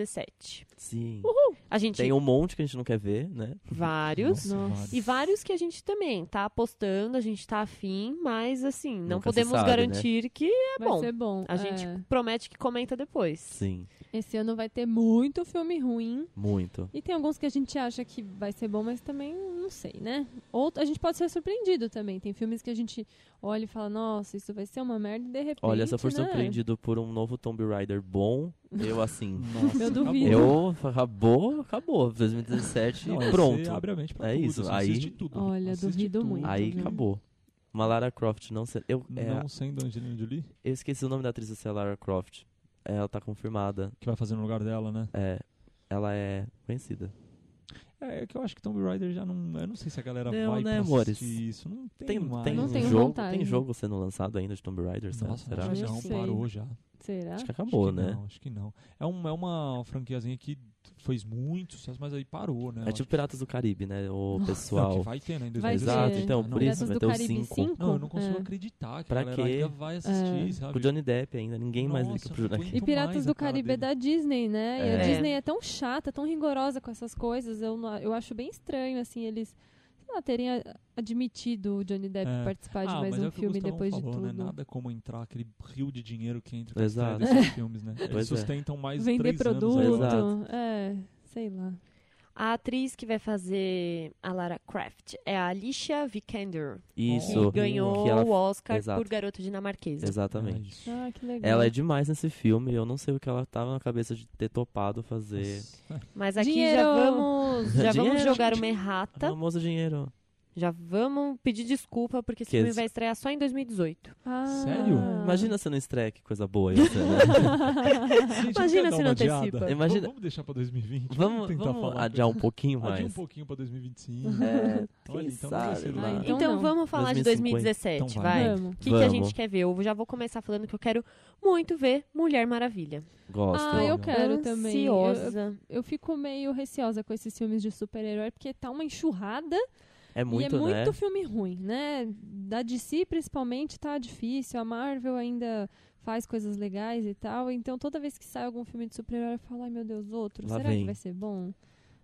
S1: 2017.
S2: Sim.
S1: A gente
S2: Tem um monte que a gente não quer ver, né?
S1: vários.
S4: Nossa,
S3: Nossa.
S4: vários.
S1: E vários que a gente também tá apostando, a gente tá afim, mas assim, não
S2: Nunca se
S1: podemos
S2: sabe, né?
S1: garantir que
S3: vai
S1: bom.
S3: ser bom.
S1: a
S3: é.
S1: gente promete que comenta depois.
S2: Sim.
S3: Esse ano vai ter muito filme ruim.
S2: Muito.
S3: E tem alguns que a gente acha que vai ser bom, mas também não sei, né? Ou a gente pode ser surpreendido também. Tem filmes que a gente olha e fala, nossa, isso vai ser uma merda e de repente.
S2: Olha, se eu for
S3: né?
S2: surpreendido por um novo Tomb Raider bom, eu assim.
S4: Nossa,
S3: Eu
S4: acabou.
S3: duvido.
S2: eu. Acabou, acabou. 2017
S4: Não,
S2: e
S4: é,
S2: pronto.
S4: Você abre a mente pra
S2: É
S4: tudo,
S2: isso,
S4: você
S2: aí-
S4: assiste tudo.
S3: Olha,
S4: Assiste
S3: duvido
S4: tudo.
S3: muito.
S2: Aí
S3: viu?
S2: acabou. Uma Lara Croft, não sei. Eu, é,
S4: Não sendo a Angelina Jolie,
S2: eu esqueci o nome da atriz, essa é a Lara Croft. Ela tá confirmada.
S4: que vai fazer no lugar dela, né?
S2: É, ela é conhecida.
S4: É, é que eu acho que Tomb Raider já não... Eu não sei se a galera
S2: Não,
S4: vai
S2: né,
S4: pra
S2: amores?
S4: assistir isso. Não tem,
S2: Tem,
S4: mais.
S2: tem,
S3: Não
S2: um
S3: tenho
S2: jogo,
S3: vontade.
S2: tem jogo sendo lançado ainda de Tomb Raider? será-
S4: Nossa,
S2: será?
S4: acho que
S3: Eu
S4: não,
S3: sei.
S4: parou já.
S3: Será?
S2: Acho que
S4: Acho
S2: acabou,
S4: que
S2: né?
S4: Não, acho que não. É, um, é uma franquiazinha que fez muito sucesso, mas aí parou, né?
S2: É tipo Piratas do Caribe, né? O
S4: Não,
S2: pessoal.
S4: que vai ter, né? Em
S3: Vai ter.
S4: 2017.
S2: Exato, então,
S4: Não,
S2: por
S3: Piratas
S2: isso vai
S3: do
S2: ter o
S3: Caribe
S2: 5.
S4: Não, eu não consigo
S3: É.
S4: acreditar que
S2: Pra
S4: a galera
S2: quê?
S4: ainda vai assistir,
S3: É.
S2: Com o
S4: sabe?
S2: Johnny Depp ainda, ninguém mais liga
S4: Nossa,
S2: pro Johnny
S4: muito
S3: E Piratas
S4: Tipo mais
S3: do
S4: a cara
S3: Caribe é da
S4: dele.
S3: Disney, né? E a
S2: É.
S3: Disney é tão chata, tão rigorosa com essas coisas. Eu, não- eu acho bem estranho, assim, eles sei lá, terem a- admitido o Johnny Depp
S4: É.
S3: participar de
S4: ah,
S3: mais
S4: mas
S3: um
S4: é o que o
S3: filme
S4: Gustavão
S3: depois
S4: falou,
S3: de
S4: Né?
S3: tudo.
S4: Nada como entrar aquele rio de dinheiro que entra com a
S2: Exato.
S4: estreia desses filmes, né? Eles
S2: Pois é.
S4: sustentam mais
S3: Vender
S4: três anos,
S3: produto,
S4: sei lá.
S2: Exato.
S3: é, sei lá.
S1: A atriz que vai fazer a Lara Croft é a Alicia Vikander,
S2: Isso.
S1: que ganhou
S2: que ela-
S1: o Oscar
S2: Exato.
S1: por Garota Dinamarquesa.
S2: Exatamente.
S4: isso.
S3: Ah, que legal.
S2: Ela é demais nesse filme. Eu não sei o que ela tava na cabeça de ter topado fazer.
S4: Nossa.
S1: Mas aqui
S3: Dinheiro!
S1: já vamos, já vamos
S2: Dinheiro.
S1: jogar uma errata.
S2: Famoso é dinheiro.
S1: Já vamos pedir desculpa, porque esse
S2: Que
S1: filme
S2: esse-
S1: vai estrear só em 2018.
S3: Ah.
S4: Sério?
S2: Imagina se não estreia, que coisa boa ia ser, né?
S3: Então
S1: Imagina
S4: Gente, quer
S1: se
S4: dar uma
S1: não
S4: adiada?
S1: antecipa.
S4: Vamos-
S2: Imagina-
S4: Vamos deixar pra 2020.
S2: vamos
S4: tentar
S2: vamos
S4: falar.
S2: adiar um pouquinho mais.
S4: Adia um pouquinho pra
S1: Uhum.
S4: 2025.
S2: É, quem
S4: Olha, então não vai
S2: sabe, né?
S4: ser
S2: lá.
S3: Ah,
S1: Então,
S3: não.
S1: vamos falar de
S2: 2050.
S1: 2017,
S4: Então vai.
S1: vai.
S3: Vamos.
S1: O que, que a
S2: Vamos.
S1: gente quer ver? Eu já vou começar falando que eu quero muito ver Mulher Maravilha.
S2: Gosto.
S3: Ah, eu quero também. Eu- Eu,
S1: Ansiosa.
S3: eu fico meio receosa com esses filmes de super-herói, porque tá uma enxurrada
S2: É muito,
S3: e é
S2: né?
S3: muito filme ruim, né? Da DC, principalmente, tá difícil. A Marvel ainda faz coisas legais e tal. Então, toda vez que sai algum filme de super-herói, eu falo, ai meu Deus, outro.
S2: Lá
S3: será que
S2: vem.
S3: vai ser bom?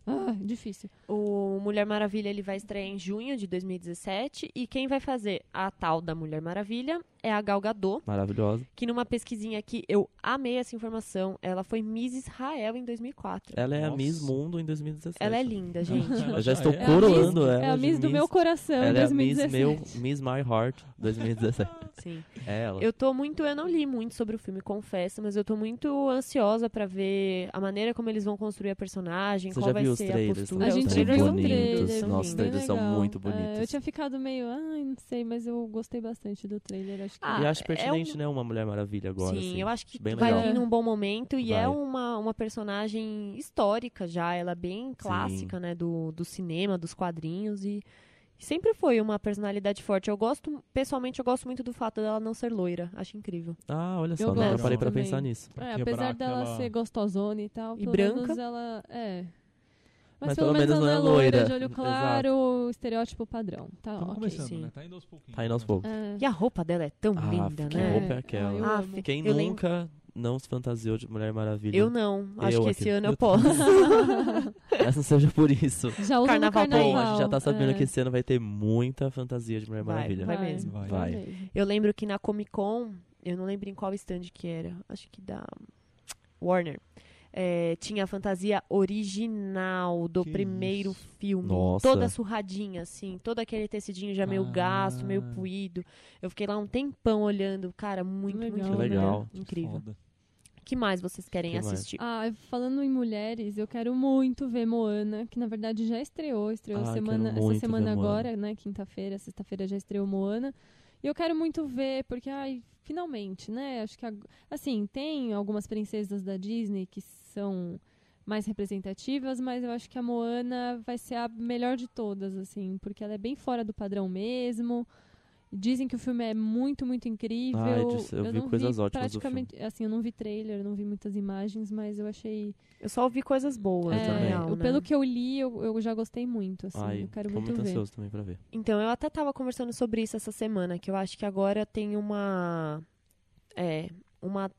S3: Ah, difícil.
S1: O Mulher Maravilha ele vai estrear em junho de 2017 e quem vai fazer a tal da Mulher Maravilha é a Gal Gadot,
S2: Maravilhosa.
S1: que numa pesquisinha aqui eu amei essa informação, ela foi Miss Israel em 2004.
S2: Ela é a Miss
S4: Nossa.
S2: Mundo em 2017.
S1: Ela é linda, gente.
S2: Eu já
S4: Ah,
S2: estou
S4: é?
S3: a
S2: coroando
S3: Miss-
S2: ela.
S3: É a
S2: de
S3: Miss do meu coração,
S2: Ela é a Miss,
S3: 2017.
S2: meu, Miss My Heart 2017.
S1: Sim.
S2: É ela.
S1: Eu tô muito, eu não li muito sobre o filme, confesso, mas eu tô muito ansiosa pra ver a maneira como eles vão construir a personagem,
S2: Você
S1: qual
S2: já
S1: vai
S2: viu os
S1: ser
S2: trailers,
S1: a
S2: né?
S1: postura.
S3: A
S2: Os
S1: Os
S3: gente
S2: trailers
S1: trailers
S3: viu
S2: são
S3: um
S1: lindos,
S2: bonitos.
S3: trailer.
S1: são
S2: Nossa, os
S1: lindos.
S3: bem
S2: trailers são
S3: legal.
S2: muito
S3: É, eu
S2: bonitos.
S3: tinha ficado meio, ai, não sei, mas eu gostei bastante do trailer. Acho que
S1: Ah,
S2: e acho
S1: é
S2: pertinente,
S1: um-
S2: né? Uma Mulher Maravilha agora.
S1: Sim,
S2: assim.
S1: eu acho que
S2: Bem
S1: vai
S2: legal.
S1: vir num bom momento e é
S2: Vai.
S1: uma, uma personagem histórica já, ela é bem clássica, né, do, do cinema, dos quadrinhos e sempre foi uma personalidade forte. Eu gosto, pessoalmente, eu gosto muito do fato dela não ser loira, acho incrível.
S2: Ah, olha só,
S3: Eu
S2: nunca
S3: gosto
S2: parei pra
S3: também.
S2: pensar nisso.
S4: Pra
S3: É,
S4: quebrar
S3: apesar dela
S4: aquela-
S3: ser gostosona e tal,
S1: E
S3: pelo
S1: branca.
S3: menos ela é. Mas,
S2: Mas
S3: pelo, menos ela não é loira, de olho
S2: Exato.
S3: claro, estereótipo padrão. Tá,
S4: Estamos
S3: ok.
S4: começando,
S1: sim.
S4: né? Tá indo aos pouquinhos.
S2: Tá indo aos
S4: né?
S2: poucos.
S3: É.
S1: E a roupa dela é tão
S2: Ah,
S1: linda,
S2: que
S1: né?
S2: roupa é aquela?
S3: Ah, eu
S1: Ah,
S3: amo.
S1: fi-
S2: Quem
S1: eu lembro-
S2: nunca não se fantasiou de Mulher Maravilha?
S1: Eu não, acho
S2: Eu
S1: que
S2: aqui.
S1: esse ano eu
S2: Eu
S1: posso.
S2: Mas não seja por isso.
S3: Já usa
S1: Carnaval
S3: no
S1: bom,
S3: carnaval.
S2: Bom, a gente já tá sabendo
S3: é.
S2: que esse ano vai ter muita fantasia de Mulher
S1: Vai,
S2: Maravilha.
S1: vai mesmo.
S4: Vai.
S2: Vai.
S3: mesmo.
S1: Eu lembro que na Comic Con, eu não lembro em qual stand que era, acho que da Warner. é, tinha a fantasia original do
S4: Que
S1: primeiro
S4: isso.
S1: filme.
S2: Nossa.
S1: Toda surradinha, assim. Todo aquele tecidinho já meio
S4: Ah.
S1: gasto, meio puído. Eu fiquei lá um tempão olhando. Cara, muito,
S3: Legal,
S1: muito né?
S3: Que
S2: legal.
S4: Que
S1: Incrível.
S4: foda.
S1: O que mais vocês querem
S2: Que mais?
S1: assistir?
S3: Ah, falando em mulheres, eu quero muito ver Moana, que na verdade já estreou, estreou
S2: Ah,
S3: semana,
S2: quero
S3: essa
S2: muito
S3: semana
S2: ver Moana.
S3: agora, né? Quinta-feira, sexta-feira já estreou Moana. E eu quero muito ver, porque, ai, finalmente, né? Acho que, ag- assim, tem algumas princesas da Disney que são mais representativas, mas eu acho que a Moana vai ser a melhor de todas, assim, porque ela é bem fora do padrão mesmo. Dizem que o filme é muito, muito incrível.
S2: Ah, eu disse- eu vi
S3: não
S2: coisas ótimas do
S3: praticamente, assim, eu não vi trailer, não vi muitas imagens, mas eu achei
S1: Eu só ouvi coisas boas, na
S2: Eu
S3: é,
S2: também.
S1: real,
S3: eu-
S1: né?
S3: Pelo que eu li, eu, eu já gostei muito, assim.
S2: Ai,
S3: eu quero
S2: tô
S3: muito, ver.
S2: ansioso também pra ver.
S1: Então, eu até tava conversando sobre isso essa semana, que eu acho que agora tem uma. É, uma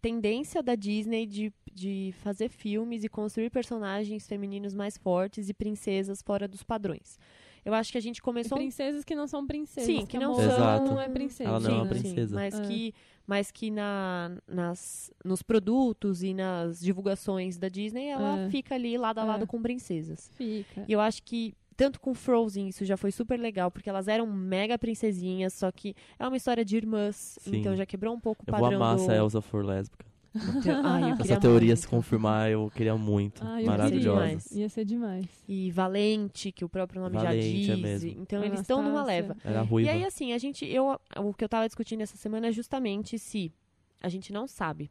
S1: tendência da Disney de, de fazer filmes e construir personagens femininos mais fortes e princesas fora dos padrões. Eu acho que a gente
S3: E
S1: começou. um-
S3: É princesas que não são princesas.
S1: Sim, que não
S3: a Moana
S2: Exato.
S3: não é princesa.
S2: Ela não é uma
S3: né?
S2: princesa.
S1: mas
S3: É.
S1: que, mas que na, nas, nos produtos e nas divulgações da Disney, ela
S3: É.
S1: fica ali lado a
S3: É.
S1: lado com princesas.
S3: Fica.
S1: E eu acho que tanto com Frozen isso já foi super legal, porque elas eram mega princesinhas, só que é uma história de irmãs,
S2: Sim.
S1: então já quebrou um pouco o
S2: Eu vou
S1: padrão
S2: amar
S1: do...
S2: se a Elsa for lésbica.
S1: Ai, eu queria
S2: Essa teoria
S1: muito.
S2: se confirmar, eu queria muito.
S3: Ai, Ah, eu
S2: Maravilhosa.
S1: demais.
S3: queria. Ia ser demais.
S1: E Valente, que o próprio nome
S2: Valente,
S1: já
S2: é
S1: diz.
S2: mesmo.
S1: Então eles estão numa
S3: Anastácia.
S1: leva.
S2: Era
S1: E
S2: ruiva.
S1: aí, assim, a gente. Eu, o que eu tava discutindo essa semana é justamente se a gente não sabe.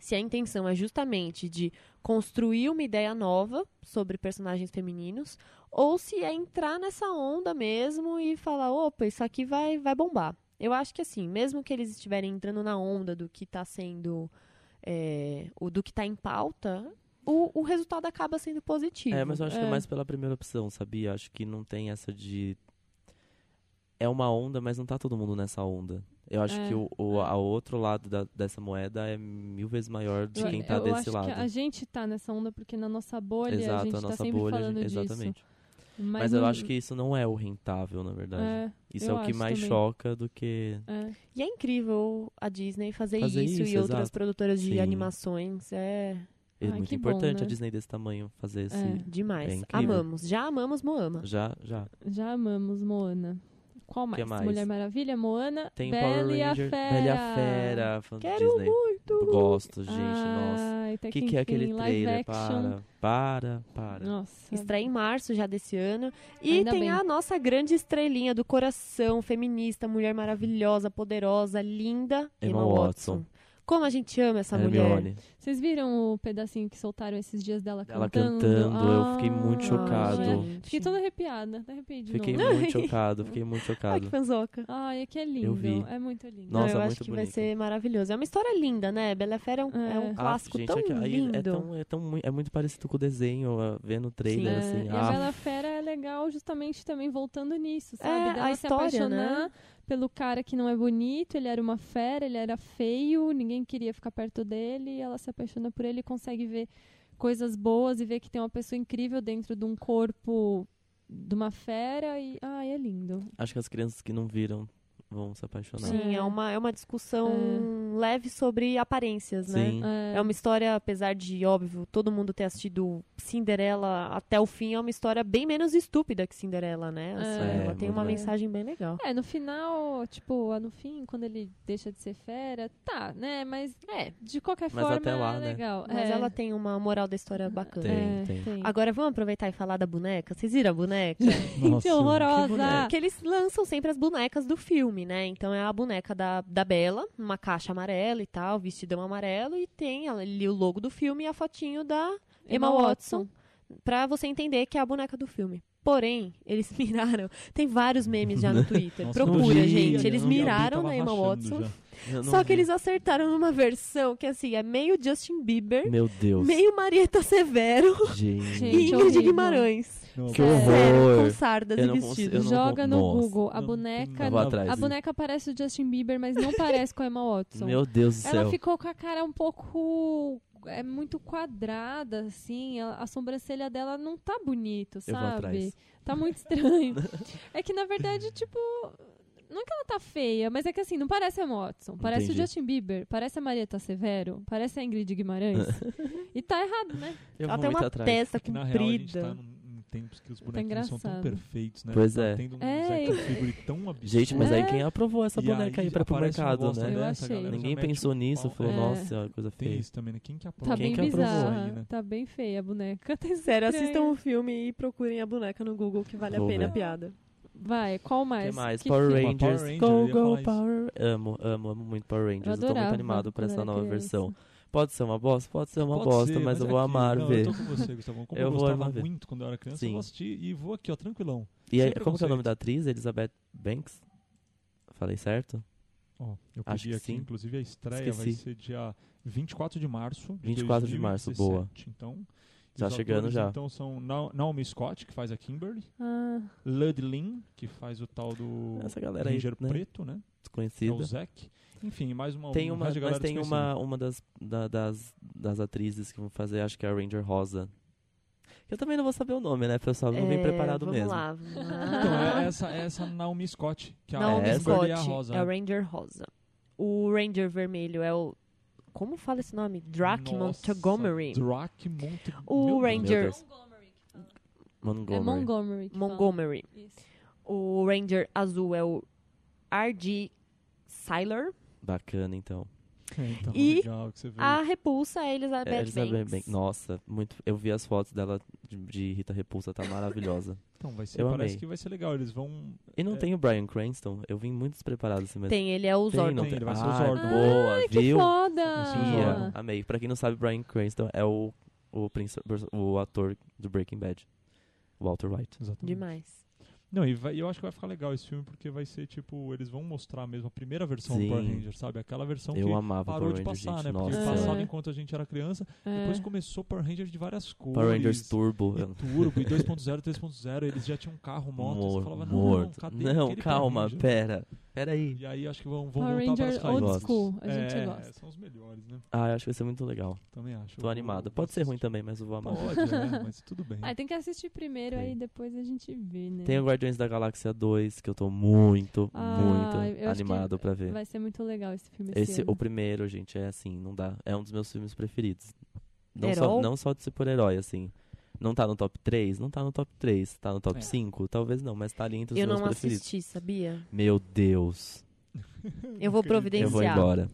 S1: Se a intenção é justamente de construir uma ideia nova sobre personagens femininos, ou se é entrar nessa onda mesmo e falar, opa, isso aqui vai, vai bombar. Eu acho que assim, mesmo que eles estiverem entrando na onda do que está sendo. é, o do que está em pauta, o, o resultado acaba sendo positivo.
S2: É, mas eu acho que
S3: É.
S2: é mais pela primeira opção, sabia? Acho que não tem essa de. É uma onda, mas não tá todo mundo nessa onda. Eu acho
S3: É,
S2: que o, o
S3: é.
S2: a outro lado da- dessa moeda é mil vezes maior de
S3: Eu-
S2: quem tá
S3: eu
S2: desse
S3: acho
S2: lado.
S3: que a gente tá nessa onda porque na nossa bolha a
S2: Exato,
S3: gente tá
S2: a nossa
S3: sempre
S2: bolha. a
S3: falando
S2: gente-
S3: disso.
S2: Exatamente.
S3: Mas,
S2: Mas, eu
S3: não-
S2: acho que isso não é o rentável, na verdade.
S3: É,
S2: isso
S3: eu
S2: é o que
S3: acho
S2: mais
S3: também.
S2: choca do que.
S3: é.
S1: E é incrível a Disney fazer,
S2: Fazer
S1: isso, e
S2: isso,
S1: outras
S2: exato.
S1: produtoras de
S2: Sim.
S1: animações. É,
S2: É
S3: Ai,
S2: muito
S3: que bom,
S2: importante
S3: né?
S2: a Disney desse tamanho fazer esse.
S3: É.
S2: É
S1: Demais.
S2: incrível. Tá
S1: amamos. Já amamos Moama.
S2: Já, já.
S3: Já amamos Moana. Qual mais?
S2: mais?
S3: Mulher Maravilha, Moana,
S2: Tem
S3: Bela
S2: Power
S3: e a
S2: Ranger.
S3: Fera.
S2: Bela e a Fera. Fã do
S1: Quero
S2: Disney.
S1: muito.
S2: Gosto, gente. nossa.
S3: Ai, até
S2: O que, que é
S3: enfim,
S2: aquele
S3: live
S2: trailer?
S3: action.
S2: Para, para, para.
S3: Nossa.
S1: Estreia em março já desse ano. E
S3: Ainda
S1: tem
S3: bem.
S1: a nossa grande estrelinha do coração, feminista, mulher maravilhosa, poderosa, linda,
S2: Emma
S1: Emma Watson.
S2: Watson.
S1: Como a gente ama essa mulher.
S2: Hermione.
S3: Vocês viram o pedacinho que soltaram esses dias dela
S2: Ela
S3: cantando?
S2: cantando, eu fiquei muito
S3: Ah,
S2: chocado.
S3: olha,
S1: gente.
S3: Fiquei toda arrepiada, até arrepiei de
S2: Fiquei
S3: novo.
S2: muito chocado, fiquei muito
S1: Ai, que
S2: chocado.
S1: fanzoca.
S3: Ai, é que é
S2: Eu
S3: lindo.
S2: vi.
S3: É muito lindo.
S1: Não,
S2: Nossa,
S1: eu
S2: é
S1: acho
S2: muito
S1: que vai
S2: bonito.
S1: ser maravilhoso. É uma história linda, né? Bela e a Fera é um,
S3: É.
S1: é um
S3: Ah,
S1: clássico
S2: gente,
S1: tão
S2: é que- aí
S1: lindo.
S2: É, tão, é, tão, mui- é muito parecido com o desenho, ah, vendo o
S1: Sim.
S2: trailer,
S3: É,
S2: assim.
S3: e
S2: ah,
S3: a Bela Fera é legal justamente também voltando nisso, sabe?
S1: É,
S3: Dela
S1: a história,
S3: se apaixonar
S1: né?
S3: pelo cara que não é bonito, ele era uma fera, ele era feio, ninguém queria ficar perto dele, e ela se apaixona por ele e consegue ver coisas boas e ver que tem uma pessoa incrível dentro de um corpo de uma fera e ai, é lindo.
S2: acho que as crianças que não viram vão se apaixonar.
S1: Sim, é.
S3: É.
S1: uma, é uma discussão leve sobre aparências, né?
S3: Ah,
S2: Sim.
S1: É uma história, apesar de, óbvio, todo mundo ter assistido Cinderela até o fim, é uma história bem menos estúpida que Cinderela, né? Assim,
S3: É,
S1: ela tem
S2: muito
S1: uma
S2: bem.
S1: mensagem bem legal.
S3: É, no final, tipo, ah, no fim, quando ele deixa de ser fera, tá, né? Mas é, de qualquer
S2: Mas
S3: forma
S2: até lá,
S3: é
S2: né?
S3: legal.
S1: Mas
S3: É,
S1: ela tem uma moral da história bacana.
S2: Tem,
S3: é,
S2: tem.
S1: Agora vamos aproveitar e falar da boneca. Vocês viram a boneca?
S3: Gente, horrorosa!
S2: boneca.
S1: Que eles lançam sempre as bonecas do filme, né? Então é a boneca da, da Bela, uma caixa amarela e tal, vestidão amarelo, e tem ali o logo do filme e a fotinho da Emma Watson. pra você entender que é a boneca do filme. Porém, eles miraram. Tem vários memes já no Twitter.
S4: Nossa,
S2: eu não
S1: Procura,
S2: vi,
S1: gente.
S2: eu
S1: Eles
S2: não vi,
S1: miraram na Emma Watson.
S2: Eu não
S1: Só que
S2: vi.
S1: eles acertaram numa versão que, assim, é meio Justin Bieber,
S2: Meu Deus.
S1: meio Marieta Severo
S2: Gente.
S1: e
S3: Gente,
S1: Ingrid
S3: horrível.
S1: Guimarães.
S2: Que
S3: Sério,
S1: Sério,
S2: horror.
S1: com sardas
S2: Eu
S1: e
S2: não consigo- eu
S1: vestidos.
S2: não
S3: Joga no
S2: Nossa,
S3: Google a
S4: não-
S3: boneca.
S2: Eu vou
S4: não-
S2: atrás.
S3: A boneca parece o Justin Bieber, mas não parece com a Emma Watson.
S2: Meu Deus do céu.
S3: Ela ficou com a cara um pouco. É muito quadrada, assim. A, a sobrancelha dela não tá bonito,
S2: Eu vou
S3: sabe?
S2: atrás.
S3: Tá muito estranho. é que, na verdade, tipo. Não é que ela tá feia, mas é que assim, não parece a Emma Watson. Parece
S2: Entendi.
S3: o Justin Bieber, parece a Marieta Severo, parece a Ingrid Guimarães. e tá errado, né?
S2: Eu
S1: Ela
S2: vou
S1: tem
S2: muito
S1: uma
S2: atrás.
S1: testa
S4: que na real a gente
S1: comprida. Tá
S4: tá num, em tempos que os bonecos não são tão
S3: engraçado.
S4: perfeitos, né?
S2: Pois
S4: Tá
S2: é.
S4: Tendo um
S3: É,
S4: action
S3: e-
S4: figure tão absurdo.
S2: Gente, mas aí
S3: É.
S2: quem aprovou essa
S4: E
S2: boneca aí pra pro
S4: aparece um
S2: mercado,
S4: negócio
S2: né?
S3: Eu
S4: dessa, a
S3: achei.
S4: galera já
S2: Ninguém
S4: mete
S2: pensou
S4: o
S2: nisso,
S4: pau.
S2: falou,
S4: É,
S2: nossa, coisa
S4: Tem
S2: feia.
S4: isso também, né? Quem que aprova?
S3: Tá
S2: Quem
S3: bem
S2: que aprovou
S3: bizarra.
S4: aí, né?
S3: Tá bem feia a boneca. Tá
S1: Sério,
S3: estranha.
S1: assistam o filme e procurem a boneca no Google, que vale
S2: Vou
S1: a pena
S2: ver.
S1: a piada.
S3: Vai, qual
S2: O
S3: mais?
S2: que mais?
S3: Que
S2: Power
S3: filme?
S4: filme?
S2: Rangers.
S4: Power Ranger, eu
S2: go,
S4: ia
S2: go,
S4: falar
S2: Power. Amo, amo, amo muito Power Rangers.
S3: Eu
S2: tô muito
S3: adorava
S2: animado pra
S3: quando
S2: essa
S3: era
S2: nova
S3: criança.
S2: versão. Pode ser uma bosta? Pode ser uma
S4: Pode
S2: bosta,
S4: ser,
S2: mas eu vou
S4: aqui-
S2: amar
S4: não,
S2: ver.
S4: Eu tô com você, Gustavo. Como
S2: Eu
S4: eu,
S2: vou amar
S4: gostava
S2: ver.
S4: muito quando eu era criança,
S2: Sim.
S4: eu vou assistir e vou aqui, ó, tranquilão.
S2: E aí,
S4: Sem
S2: como que é o nome
S4: preconceito.
S2: da atriz? Elizabeth Banks? Falei certo?
S4: Ó, eu
S2: Acho
S4: pedi
S2: que
S4: aqui,
S2: sim.
S4: inclusive a estreia vai
S2: Esqueci.
S4: ser dia 24 de março. De
S2: 24 de março,
S4: 2017.
S2: boa.
S4: Então,
S2: Já
S4: os
S2: chegando
S4: atores,
S2: já.
S4: Então são Na- Naomi Scott, que faz a Kimberly,
S3: Ah,
S4: Lud Lin, que faz o tal do
S2: Essa galera aí,
S4: Ranger
S2: né?
S4: Preto, né? É o
S2: Desconhecida.
S4: Zack. Enfim, mais uma
S2: Tem
S4: um
S2: uma,
S4: resto de
S2: mas
S4: galera
S2: tem
S4: desconhecida.
S2: uma, uma das, da- das, das atrizes que vão fazer, acho que é a Ranger Rosa. Eu também não vou saber o nome, né, pessoal? Eu Não vim
S1: É,
S2: preparado
S1: vamos
S2: mesmo.
S1: Lá, vamos lá.
S4: Então, é essa, é essa Naomi Scott, que é
S1: Não,
S4: a
S2: Naomi
S1: o
S2: essa?
S4: Kimberly e a
S1: Scott
S4: Rosa. né?
S1: é o Ranger Rosa. O Ranger Vermelho é o. Como fala esse nome? Drac
S4: Nossa,
S1: Montgomery.
S4: Drac Mont-
S1: O
S4: Meu Deus.
S2: Meu
S1: Ranger
S2: Deus. Montgomery.
S3: É Montgomery. que fala.
S1: Montgomery.
S3: Isso.
S1: O Ranger Azul é o R.G. Siler.
S2: Bacana, então.
S4: É, então,
S1: E
S4: legal que você vê.
S1: A Repulsa é Elizabeth,
S2: É, Elizabeth
S1: Banks.
S2: Banks. Nossa, muito. Eu vi as fotos dela de, de Rita Repulsa, tá maravilhosa.
S4: Então, vai ser,
S2: eu
S4: parece
S2: amei.
S4: que vai ser legal. Eles vão.
S2: E não
S4: É.
S2: tem o Brian Cranston? Eu vim muito despreparado assim mesmo.
S1: Tem, ele é o
S2: Tem,
S1: Zordon.
S2: não
S4: Tem,
S2: tem.
S4: ele vai ser o
S2: ah,
S4: Zordon.
S2: boa,
S3: Que
S2: viu?
S3: foda!
S2: Ia, Amei. Pra quem não sabe, Brian Cranston é o, o, princ- o ator do Breaking Bad. Walter White.
S4: Exatamente.
S1: Demais.
S4: Não, e vai- e eu acho que vai ficar legal esse filme, porque vai ser tipo, eles vão mostrar mesmo a primeira versão
S2: Sim.
S4: do Power Ranger, sabe? Aquela versão
S2: Eu
S4: Então que
S2: amava
S4: parou
S2: Power
S4: de
S2: Rangers,
S4: passar,
S2: gente.
S4: né? Porque
S2: Nossa.
S4: passava
S3: É.
S4: enquanto a gente era criança,
S3: É.
S4: depois começou Power Ranger de várias cores.
S2: Power Rangers Turbo.
S4: E Turbo, e 2.0, 3.0, eles já tinham um carro, moto, você falava, não, não,
S2: morto.
S4: cadê
S2: Não,
S4: aquele
S2: calma,
S4: Power Ranger?
S2: pera. Pera aí.
S4: E aí acho que vão, vão
S3: Power
S4: voltar para as
S3: Ranger
S4: raízes.
S3: Old
S2: Gosto.
S3: School, a gente
S4: é,
S3: gosta.
S4: são os melhores, né?
S2: Ah, eu acho que vai ser muito legal.
S4: Também acho.
S2: Tô
S4: Eu-
S2: animado.
S4: eu
S2: Pode ser ruim
S4: assisti.
S2: também, mas eu vou amar.
S4: Pode, né? Mas tudo bem.
S3: Ah, tem que assistir primeiro, aí depois a gente vê, né?
S2: Tem o Guardiões da Galáxia 2, que eu tô muito,
S3: Ah,
S2: muito
S3: eu acho que
S2: animado pra ver.
S3: Vai ser muito legal esse filme.
S2: Esse,
S3: ano.
S2: o primeiro, gente, é assim, não dá. É um dos meus filmes preferidos. Não
S1: Herol?
S2: só, não só de ser por herói, assim. Não tá no top 3? Não tá no top 3. Tá no top
S4: É.
S2: 5? Talvez não, mas tá ali entre os
S1: Eu
S2: meus
S1: não
S2: preferidos.
S1: assisti, sabia?
S2: Meu Deus.
S1: Eu vou
S2: Eu vou
S1: providenciar.
S2: embora.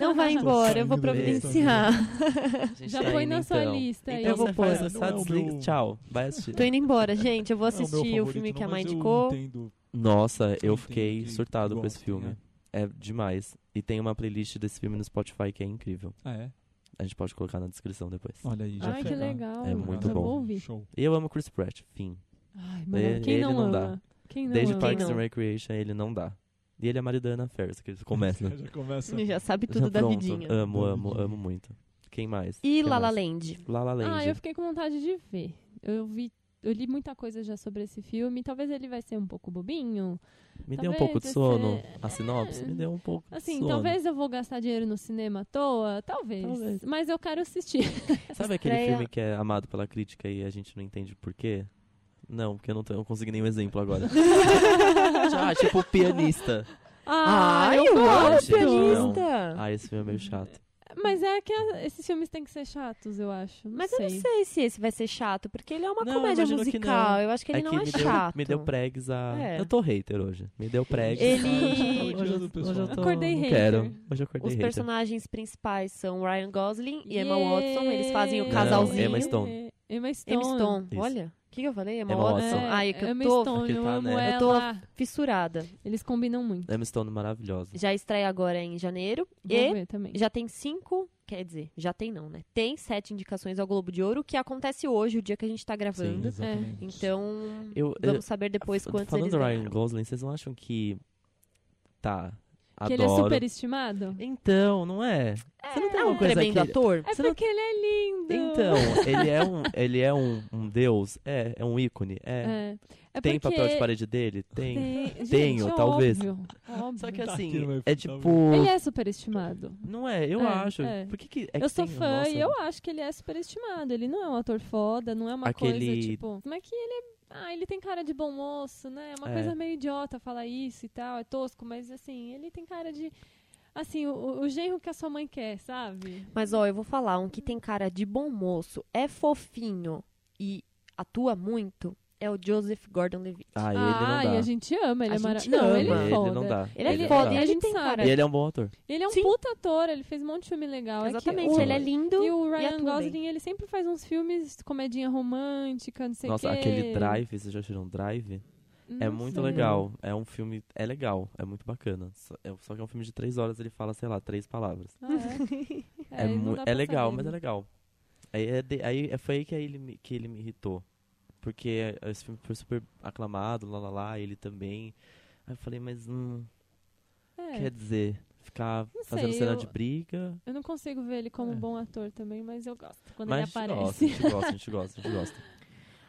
S1: Não vai
S3: Tô
S1: embora, eu vou
S4: saindo da
S1: providenciar.
S3: Já
S4: tá
S3: põe na sua lista aí.
S2: Então
S1: Eu vou
S2: você
S1: pôr.
S2: faz,
S4: Não
S2: só
S4: é o
S2: desliga,
S4: meu-
S2: tchau. Vai assistir.
S1: Tô indo embora, gente. Eu vou
S4: Não é meu
S1: assistir o
S4: favorito,
S1: filme que a
S4: não,
S1: mãe
S4: mas eu
S1: indicou.
S4: entendo-
S2: Nossa, É, eu
S4: entendo
S2: fiquei
S4: que
S2: surtado com esse
S4: gostem,
S2: filme.
S4: né?
S2: É demais. E tem uma playlist desse filme no Spotify que é incrível.
S4: Ah, é?
S2: A gente pode colocar na descrição depois.
S4: Olha aí, já
S3: Ai,
S4: fica.
S3: que legal.
S2: É muito
S3: Já
S2: bom.
S3: vou ouvir.
S4: Show.
S2: E eu amo Chris Pratt, fim.
S3: Ai, mano,
S2: Ele-
S3: quem não,
S2: ele não dá.
S3: ama? Quem não
S2: Desde
S3: ama?
S2: Parks
S1: não?
S2: and Recreation ele não dá. E ele é marido da Ana Ferris, que eles começam.
S4: Já começa.
S1: Já sabe
S2: Já
S1: tudo da
S2: Tá pronto.
S1: vidinha.
S2: Amo,
S4: É, Da
S2: amo,
S4: vidinha.
S2: amo muito. Quem mais?
S1: E
S2: Quem
S1: La La
S2: mais?
S1: Land.
S2: La La Land.
S3: Ah, eu fiquei com vontade de ver. Eu vi, eu li muita coisa já sobre esse filme. Talvez ele vai ser um pouco bobinho.
S2: Me deu um
S3: talvez
S2: pouco de
S3: esse-
S2: sono. A sinopse
S3: É.
S2: me deu um pouco
S3: Assim,
S2: de sono.
S3: talvez eu vou gastar dinheiro no cinema à toa, talvez.
S2: Talvez.
S3: Mas eu quero assistir.
S2: Sabe aquele
S1: estreia-
S2: filme que é amado pela crítica e a gente não entende por quê? Não, porque eu não, tenho- eu não consegui nenhum exemplo agora. ah, tipo pianista.
S3: Ah, eu,
S2: amo
S3: gosto.
S2: gente, pianista. Ah, esse filme é meio chato.
S3: Mas é que a- esses filmes têm que ser chatos, eu acho.
S1: Mas eu não sei se esse vai ser chato, porque ele é uma
S2: Não,
S1: comédia
S2: imagino que
S1: musical.
S2: não.
S1: Eu acho que ele
S2: é que
S1: não é
S2: me
S1: chato.
S2: Deu, me deu pregs a.
S1: É.
S2: Eu tô hater hoje. Me deu pregs.
S1: Ele-
S2: Hoje eu,
S4: Odiando o pessoal.
S2: hoje eu tô...
S3: Acordei
S2: não
S3: hater.
S2: Quero. Hoje eu acordei
S1: Os
S2: hater.
S1: personagens principais são Ryan Gosling e Emma
S3: Yeah. É,
S1: Watson. Eles fazem o
S2: Não,
S1: casalzinho.
S2: Emma Stone.
S3: Emma Stone.
S1: Emma Stone.
S2: Isso.
S1: Olha, o que, que eu falei? Emma,
S2: Emma
S1: Watson.
S2: Watson.
S1: Ai, é que eu
S3: Emma
S1: tô
S3: Stone,
S2: Porque
S3: eu
S2: tá,
S3: amo
S2: né?
S1: Eu tô-
S3: ela.
S1: fissurada.
S3: Eles combinam muito.
S2: Emma Stone maravilhosa.
S1: Já estreia agora em janeiro.
S3: Vou
S1: e
S3: ver também.
S1: já tem cinco... Quer dizer, já tem não, né? Tem sete indicações ao Globo de Ouro, que acontece hoje, o dia que a gente tá
S3: É,
S1: gravando.
S4: Exatamente.
S1: Então,
S2: Eu, eu,
S1: vamos saber depois
S2: É, f-
S1: quantos
S2: Falando
S1: eles
S2: do Ryan
S1: ganharam.
S2: Gosling, vocês não acham que. Tá.
S3: Que
S2: Adoro.
S3: ele é superestimado?
S2: Então, não é? Você não tem
S1: É
S2: uma
S1: um
S2: coisa
S1: tremendo
S2: que...
S1: ator?
S3: É
S2: Você não-
S3: porque ele é lindo.
S2: Então, ele é um, ele é um, um deus? É, é um ícone? É.
S3: É, é
S2: tem
S3: porque
S2: papel de parede dele? Tem.
S3: Tem,
S2: Tenho,
S3: Gente, é
S2: talvez.
S3: Óbvio, óbvio.
S2: Só que
S4: Tá
S2: assim,
S4: aqui, vai
S2: é
S4: ficar
S2: tipo.
S3: Ele é superestimado.
S2: Não é, eu
S3: É,
S2: acho.
S3: é.
S2: Por que que. é
S3: eu
S2: que
S3: sou
S2: tem-
S3: fã
S2: nossa,
S3: e eu acho que ele é superestimado. Ele não é um ator foda, não é uma coisa
S2: Aquele-
S3: tipo. Como é que ele é. Ah, ele tem cara de bom moço, né? É uma
S2: É.
S3: coisa meio idiota falar isso e tal, é tosco, mas assim, ele tem cara de. Assim, o, o genro que a sua mãe quer, sabe?
S1: Mas ó, eu vou falar, um que tem cara de bom moço, é fofinho e atua muito, é o Joseph Gordon-Levitt.
S2: Ah, ele
S3: ah,
S2: não dá.
S3: e a gente ama, ele
S1: A
S3: é
S1: gente
S3: maravilhoso. Não,
S1: ama.
S3: ele é
S2: Ele
S3: foda.
S2: não dá.
S1: Ele é
S3: Ele-
S1: foda,
S3: ele-
S1: e a
S3: a
S1: gente
S3: gente
S1: tem
S3: sabe.
S1: cara.
S2: E ele é um bom ator.
S3: Ele é um
S1: Sim.
S3: puta ator, ele fez um monte de filme legal. É que
S1: Exatamente,
S3: o-
S1: ele é lindo.
S3: E o
S1: e
S3: Ryan
S1: atua bem.
S3: Gosling, ele sempre faz uns filmes, comedinha romântica, não sei o
S2: Nossa,
S3: quê.
S2: aquele Drive, vocês já assistiram Drive? é
S3: Não
S2: muito
S3: sei.
S2: legal. É um filme. É legal, é muito bacana. Só, é- só que é um filme de três horas, ele fala, sei lá, três palavras.
S3: Ah, é?
S2: É,
S3: É, não
S2: mu-
S3: dá
S2: é
S3: pra
S2: legal,
S3: saber,
S2: mas é
S3: né?
S2: legal. Aí, é de- aí é- foi aí que, aí ele, me- que ele me irritou. Porque esse filme foi super aclamado, lá lá lá, ele também. Aí eu falei, mas hum,
S3: É,
S2: quer dizer, ficar
S3: Não
S2: fazendo
S3: sei,
S2: cena
S3: eu-
S2: de briga.
S3: Eu não consigo ver ele como
S2: É.
S3: bom ator também, mas eu gosto quando
S2: mas
S3: ele
S2: a gente gosta,
S3: aparece.
S2: a gente gosta, a gente gosta, a gente gosta.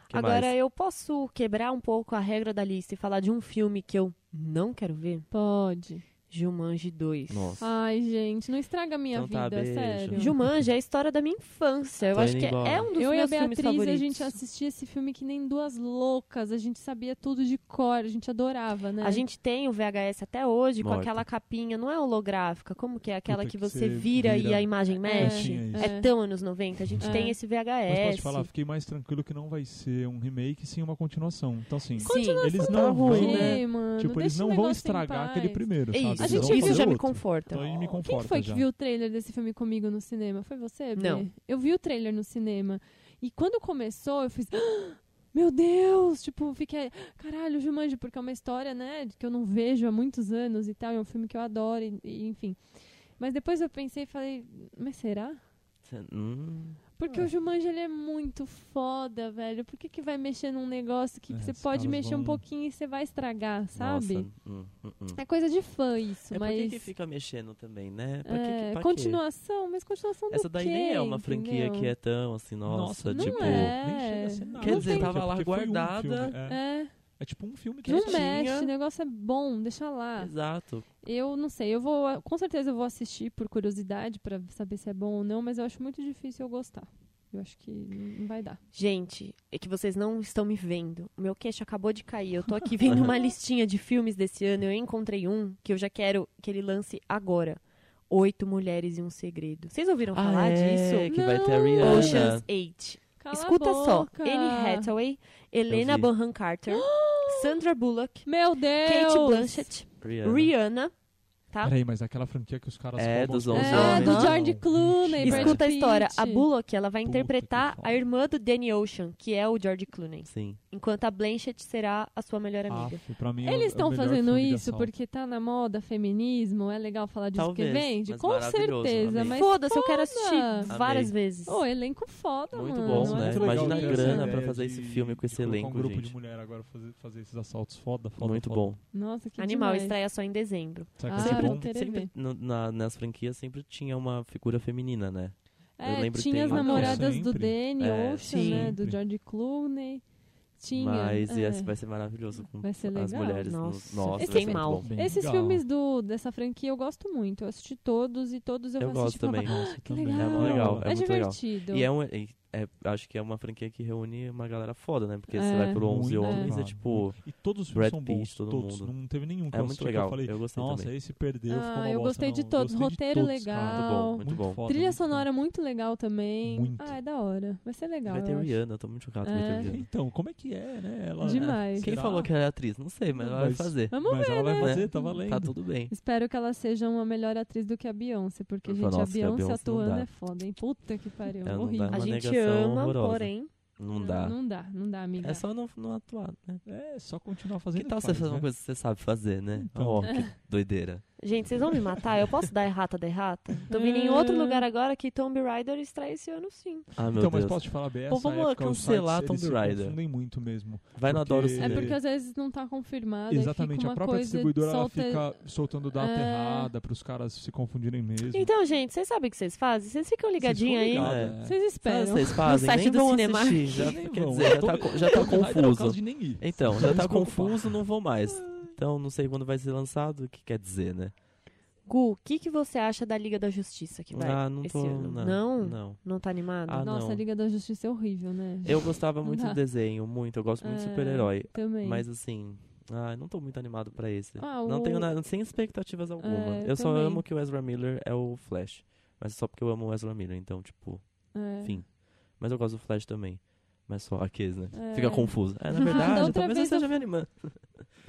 S2: Que
S1: Agora
S2: mais?
S1: eu posso quebrar um pouco a regra da lista e falar de um filme que eu não quero ver?
S3: Pode.
S1: Jumanji 2.
S2: Nossa.
S3: Ai, gente, não estraga a minha
S2: Então tá,
S3: vida,
S2: beijo.
S3: sério.
S1: Jumanji é a história da minha infância. Eu
S2: Tô
S1: acho
S2: Tá indo
S1: que é-
S2: embora.
S1: é um dos
S3: Eu e a
S1: meus filmes
S3: Beatriz,
S1: favoritos.
S3: a gente assistia esse filme que nem duas loucas, a gente sabia tudo de cor, a gente adorava, né?
S1: A gente tem o VHS até hoje com
S2: Morta.
S1: aquela capinha, não é holográfica, como que é aquela
S4: Puta,
S1: que
S4: que
S1: você
S4: você
S1: vira, e
S4: vira.
S1: a imagem mexe?
S4: tinha isso.
S1: É tão anos 90, a gente
S3: É.
S1: tem esse
S4: Mas
S1: VHS.
S4: posso te falar, fiquei mais tranquilo que não vai ser um remake, sim uma continuação. Então, assim,
S1: Sim,
S4: eles
S2: tá
S4: não vão,
S2: ruim, né?
S3: Ei, mano,
S4: tipo, eles
S3: deixa o
S4: não vão
S3: negócio em
S4: estragar
S3: paz.
S4: aquele primeiro,
S1: É
S4: sabe?
S1: isso,
S3: A
S4: Eles
S3: gente
S4: vão
S1: isso
S4: fazer
S1: já me
S4: outro.
S1: conforta.
S4: Então, aí me
S3: Quem
S4: conforta
S3: foi
S4: já.
S3: que viu o trailer desse filme comigo no cinema? Foi você, Bê?
S1: Não.
S3: Eu vi o trailer no cinema. E quando começou, eu fiz. "Ah, Meu Deus! Tipo, fiquei. Caralho, Jumanji, porque é uma história, né? Que eu não vejo há muitos anos e tal. e É um filme que eu adoro, e- e, enfim. Mas depois eu pensei e falei, mas será?
S2: Cê- hum,
S3: Porque
S4: É.
S3: o Jumanji ele é muito foda, velho. Por que, que vai mexer num negócio que
S4: É,
S3: você
S4: os
S3: pode
S4: caras
S3: mexer um
S4: vão-
S3: pouquinho e você vai estragar, sabe?
S2: Nossa, hum, hum, hum.
S3: É coisa de fã isso,
S2: É por que
S3: mas.
S2: que fica mexendo também, né? Pra que que,
S3: É,
S2: pra quê?
S3: continuação, mas continuação do
S2: Essa daí nem
S3: quê,
S2: é uma franquia
S3: entendeu?
S2: que é tão assim, nossa,
S3: não
S2: tipo.
S3: é.
S4: Nem chega a ser nada,
S2: Quer dizer, é
S4: porque
S2: tava lá
S4: foi um filme,
S2: guardada.
S4: é.
S3: É,
S4: É tipo um filme que
S3: não
S4: assim,
S3: mexe, o negócio é bom, deixa lá.
S2: Exato.
S3: Eu não sei, eu vou, com certeza eu vou assistir por curiosidade pra saber se é bom ou não, mas eu acho muito difícil eu gostar. Eu acho que não vai dar.
S1: Gente, é que vocês não estão me vendo. O meu queixo acabou de cair. Eu tô aqui vendo uma listinha de filmes desse ano. Eu encontrei um que eu já quero que ele lance agora. Oito Mulheres e um Segredo. Vocês ouviram
S2: Ah,
S1: falar
S2: é,
S1: disso?
S2: que vai ter a
S3: Não.
S2: Rihanna.
S1: Ocean's Eight.
S3: Cala
S1: Escuta
S3: a
S1: só.
S3: boca.
S1: Anne Hathaway, Helena
S2: vi.
S1: Bonham Carter, Sandra Bullock,
S3: Meu Deus!
S1: Kate Blanchett,
S2: Rihanna.
S1: Rihanna, tá?
S4: Peraí, mas é aquela franquia que os caras
S2: É,
S4: roubam
S2: dos
S4: os
S2: onze
S3: É,
S2: Homens.
S3: do
S1: Aham.
S3: George Clooney,
S4: Gente.
S3: Brad
S1: Escuta a história.
S3: Pitt.
S1: A Bullock, ela vai
S4: Puta que
S1: interpretar a
S4: pariu.
S1: irmã do Danny Ocean, que é o George Clooney.
S2: Sim.
S1: Enquanto a Blanchett será a sua melhor amiga.
S4: Aff, pra mim é o- é o
S3: Eles estão
S4: melhor
S3: fazendo
S4: filme de
S3: isso
S4: ação.
S3: porque tá na moda feminismo, é legal falar disso
S2: Talvez,
S3: porque vende?
S2: mas
S3: Com
S2: maravilhoso,
S3: certeza,
S2: amei.
S3: mas
S1: Foda-se, eu quero
S3: foda.
S1: assistir várias vezes.
S3: Ô, elenco foda,
S2: Muito
S3: mano.
S2: bom,
S3: olha
S2: né?
S3: só.
S4: Muito legal
S2: Imagina a
S4: ter essa
S2: grana pra
S4: ideia
S2: fazer
S4: de-
S2: esse filme com
S4: de
S2: esse
S4: colocar
S2: elenco,
S4: um grupo
S2: gente.
S4: de mulher agora fazer, fazer esses assaltos foda, foda.
S2: Muito
S4: foda.
S2: bom.
S3: Nossa, que
S1: Animal,
S3: demais.
S1: estreia só em dezembro.
S4: Será
S3: Ah,
S4: que vai ser
S3: eu
S4: bom?
S3: não terei
S2: Sempre
S3: ver.
S2: no- na- nas franquias sempre tinha uma figura feminina, né?
S3: É,
S2: Eu lembro que
S3: tinha
S2: tem
S3: as
S2: um-
S3: namoradas do
S4: Sempre.
S3: Danny
S2: É,
S3: Ocean, né?
S4: sempre.
S3: Do George Clooney. Tinha.
S2: Mas
S3: é.
S2: esse vai ser maravilhoso com
S3: Vai ser
S2: as
S3: legal. é
S2: mulheres. no-
S1: Nossa,
S2: Nossa
S3: fiquei
S2: vai ser muito
S1: mal.
S2: bom.
S4: Bem
S3: Esses
S4: legal.
S3: filmes do, dessa franquia eu gosto muito. Eu assisti todos e todos eu,
S2: Eu
S3: assisti
S2: gosto
S3: e falava,
S2: também.
S3: "Ah,
S4: Nossa,
S3: que
S4: também.
S3: legal.
S2: É muito legal,
S3: É
S2: é muito legal.
S3: divertido.
S2: E é um. e- é- acho que é uma franquia que reúne uma galera foda, né? Porque
S3: É.
S2: você vai pro 11
S4: Muito,
S2: homens, é
S4: cara.
S2: tipo.
S4: E todos os
S2: Brad
S4: filmes são
S2: Pitt,
S4: bons,
S2: todo
S4: todos.
S2: mundo.
S4: Não teve nenhum que
S2: É
S4: eu
S2: muito
S4: assisti
S2: legal.
S4: que eu falei,
S2: eu gostei
S4: nossa,
S2: também.
S4: esse perdeu, ficou uma
S3: Ah, eu
S4: bosta.
S3: gostei de
S4: Não,
S3: todos.
S4: gostei de
S3: Roteiro
S4: todos, cara.
S2: Muito Ah, bom,
S3: legal.
S2: muito bom.
S4: foda,
S3: Trilha
S4: muito foda.
S3: sonora muito legal também.
S4: Muito.
S3: Ah, é da hora. Vai ser legal.
S2: Vai ter
S3: eu acho.
S2: Rihanna, eu tô muito chocado que vai
S3: É.
S2: ter Rihanna.
S4: Então, como é que é, né? Ela,
S3: Demais.
S2: Quem
S4: Será?
S2: falou que ela é atriz? Não sei, mas ela vai
S4: Mas-
S2: fazer.
S3: Vamos
S4: Mas
S3: ver,
S4: ela vai
S3: né?
S4: fazer, tá valendo.
S2: Tá tudo bem.
S3: Espero que ela seja uma melhor atriz do que a Beyoncé, porque,
S2: Eu
S3: gente,
S2: falo,
S3: a
S2: nossa, que a
S3: Beyoncé
S2: Beyoncé não
S3: atuando
S2: dá.
S3: é foda, hein? Puta que pariu,
S2: Ela não dá.
S3: horrível.
S1: A
S2: Uma
S1: gente
S2: negação
S1: ama,
S2: horrorosa.
S1: porém.
S2: Não dá.
S3: Não dá, não dá, amiga.
S2: É só não, não atuar, né?
S4: É, só continuar fazendo
S2: Que tal
S4: e
S2: você
S4: faz,
S2: fazer uma
S4: né?
S2: coisa que você sabe fazer, né?
S4: Então.
S2: Ó, que doideira.
S1: Gente, vocês vão me matar? Eu posso dar errata da errata? Tô vindo
S3: É.
S1: em outro lugar agora que Tomb Raider estreia esse ano, sim.
S2: Ah, meu
S4: Então, mas
S2: Deus.
S4: posso te falar bem,
S2: Pô,
S4: essa
S2: vamos
S4: época, os
S2: cancelar
S4: sites, eles
S2: Tomb Rider.
S4: se confundem muito mesmo.
S2: Vai no
S4: porque-
S2: Adoro
S4: É
S3: É
S2: Cinema.
S3: porque às vezes não tá confirmado. aí
S4: Exatamente,
S3: fica
S4: a
S3: uma
S4: própria
S3: coisa
S4: distribuidora
S3: solta...
S4: ela fica soltando data
S3: É.
S4: errada pros caras se confundirem mesmo.
S1: Então, gente, vocês sabem o que vocês fazem? Vocês ficam ligadinhos aí.
S2: ligados.
S3: Vocês
S2: Sabe o que
S3: esperam.
S2: vocês fazem?
S1: site
S2: nem
S1: do
S2: vão
S1: cinema.
S2: assistir, já, quer dizer, já tá, co- já tá confuso.
S4: de nem ir.
S2: Então, já
S4: Vamos
S2: tá
S4: preocupar.
S2: confuso, não vou mais. Então, não sei quando vai ser lançado, o que quer dizer, né?
S1: Gu, o que, que você acha da Liga da Justiça que vai
S2: ah, não
S1: esse
S2: tô...
S1: ano?
S2: Não?
S1: não?
S2: não.
S1: Não tá animado?
S2: Ah,
S3: Nossa,
S2: não.
S3: a Liga da Justiça é horrível, né?
S2: Eu gostava muito
S3: dá.
S2: do desenho, muito. Eu gosto muito de
S3: É,
S2: super-herói.
S3: Também.
S2: Mas assim, ah, não tô muito animado pra esse.
S3: Ah,
S2: Não
S3: o-
S2: tenho nada, sem expectativas alguma.
S3: É,
S2: eu só
S3: também.
S2: amo que o Ezra Miller é o Flash. Mas só porque eu amo o Ezra Miller, então, tipo,
S3: É.
S2: enfim. Mas eu gosto do Flash também. Mas só aqueles, né?
S3: É.
S2: Fica confuso. É, na
S3: Da
S2: verdade,
S3: outra
S2: talvez eu
S3: vez eu
S2: esteja me animando.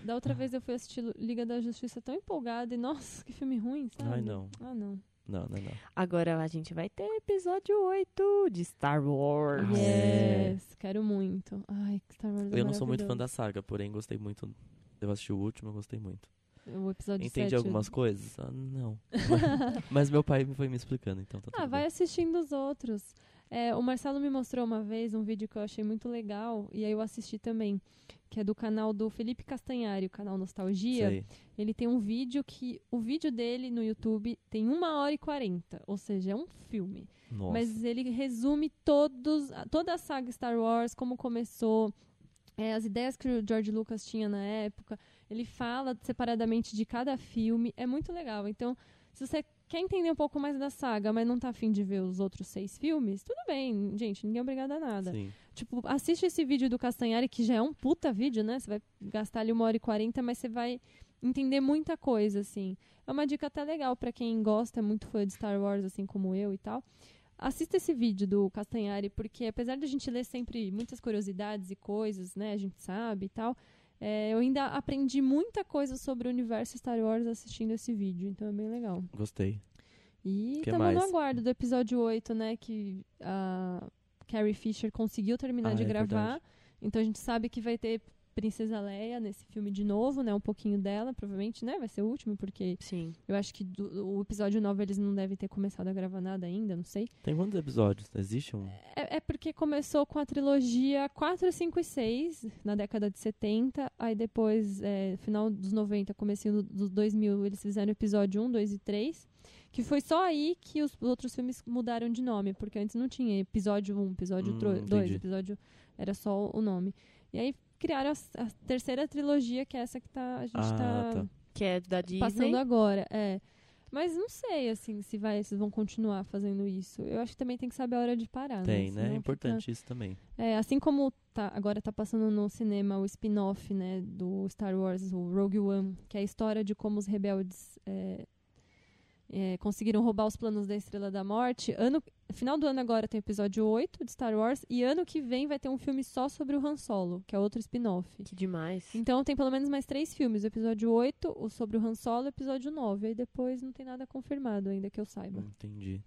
S3: Da outra vez eu fui assistir Liga da Justiça tão empolgada e, nossa, que filme ruim, sabe?
S2: Ai, não.
S3: Ah, não.
S2: Não, não, não.
S1: Agora a gente vai ter episódio 8 de Star Wars.
S2: Ah, é.
S3: Yes, quero muito. Ai, que Star Wars é
S2: Eu não sou muito fã
S3: maravilhoso.
S2: da saga, porém gostei muito. Eu assisti o último, eu gostei muito.
S3: O episódio
S2: Entendi
S3: sete,
S2: algumas
S3: eu-
S2: coisas? Ah, não. Mas meu pai foi me explicando, então tá tudo
S3: Ah, vai
S2: bem.
S3: assistindo os outros. É, o Marcelo me mostrou uma vez um vídeo que eu achei muito legal, e aí eu assisti também, que é do canal do Felipe Castanhari, o canal Nostalgia.
S2: Sei.
S3: Ele tem um vídeo que. O vídeo dele no YouTube tem 1 hora e 40, ou seja, é um filme.
S2: Nossa.
S3: Mas ele resume todos, a- toda a saga Star Wars, como começou, é, as ideias que o George Lucas tinha na época. Ele fala separadamente de cada filme. É muito legal. Então, se você quer entender um pouco mais da saga, mas não tá afim de ver os outros seis filmes, tudo bem, gente. Ninguém é obrigado a nada.
S2: Sim.
S3: Tipo, assiste esse vídeo do Castanhari, que já é um puta vídeo, né? Você vai gastar ali uma hora e quarenta, mas você vai entender muita coisa, assim. É uma dica até legal pra quem gosta, é muito fã de Star Wars, assim como eu e tal. Assista esse vídeo do Castanhari, porque apesar de a gente ler sempre muitas curiosidades e coisas, né? A gente sabe e tal. é, eu ainda aprendi muita coisa sobre o universo Star Wars assistindo esse vídeo, então é bem legal.
S2: Gostei.
S3: E
S2: Que
S3: tamo no
S2: mais?
S3: aguardo do episódio 8, né? Que a Carrie Fisher conseguiu terminar
S2: Ah,
S3: de
S2: é
S3: gravar.
S2: verdade.
S3: Então a gente sabe que vai ter Princesa Leia nesse filme de novo, né? Um pouquinho dela, provavelmente, né? Vai ser o último, porque
S1: Sim.
S3: eu acho que do- o episódio 9 eles não devem ter começado a gravar nada ainda, não sei.
S2: Tem quantos episódios? Existe um?
S3: É, é porque começou com a trilogia 4, 5 e 6, na década de 70. Aí depois, é, final dos 90, comecinho do- dos 2000, eles fizeram episódio 1, 2 e 3. Que foi só aí que os outros filmes mudaram de nome. Porque antes não tinha episódio 1, episódio
S2: Hum,
S3: 2,
S2: entendi.
S3: episódio... Era só o nome. E aí criaram a, s- a terceira trilogia, que é essa que tá, a gente
S2: Ah,
S3: tá,
S2: tá.
S1: Que é da Disney.
S3: passando agora, é. Mas não sei, assim, se vai, se vão continuar fazendo isso. Eu acho que também tem que saber a hora de parar,
S2: Tem, né?
S3: Senão
S2: É
S3: fica-
S2: importante isso também.
S3: é, assim como tá, agora tá passando no cinema o spin-off, né, do Star Wars, o Rogue One, que é a história de como os rebeldes é, é, conseguiram roubar os planos da Estrela da Morte. Ano, final do ano agora tem o episódio 8 de Star Wars, e ano que vem vai ter um filme só sobre o Han Solo, que é outro spin-off.
S1: Que demais.
S3: Então tem pelo menos mais três filmes, o episódio 8, o sobre o Han Solo e o episódio 9. Aí depois não tem nada confirmado ainda que eu
S2: Hum.
S3: saiba.
S2: Entendi.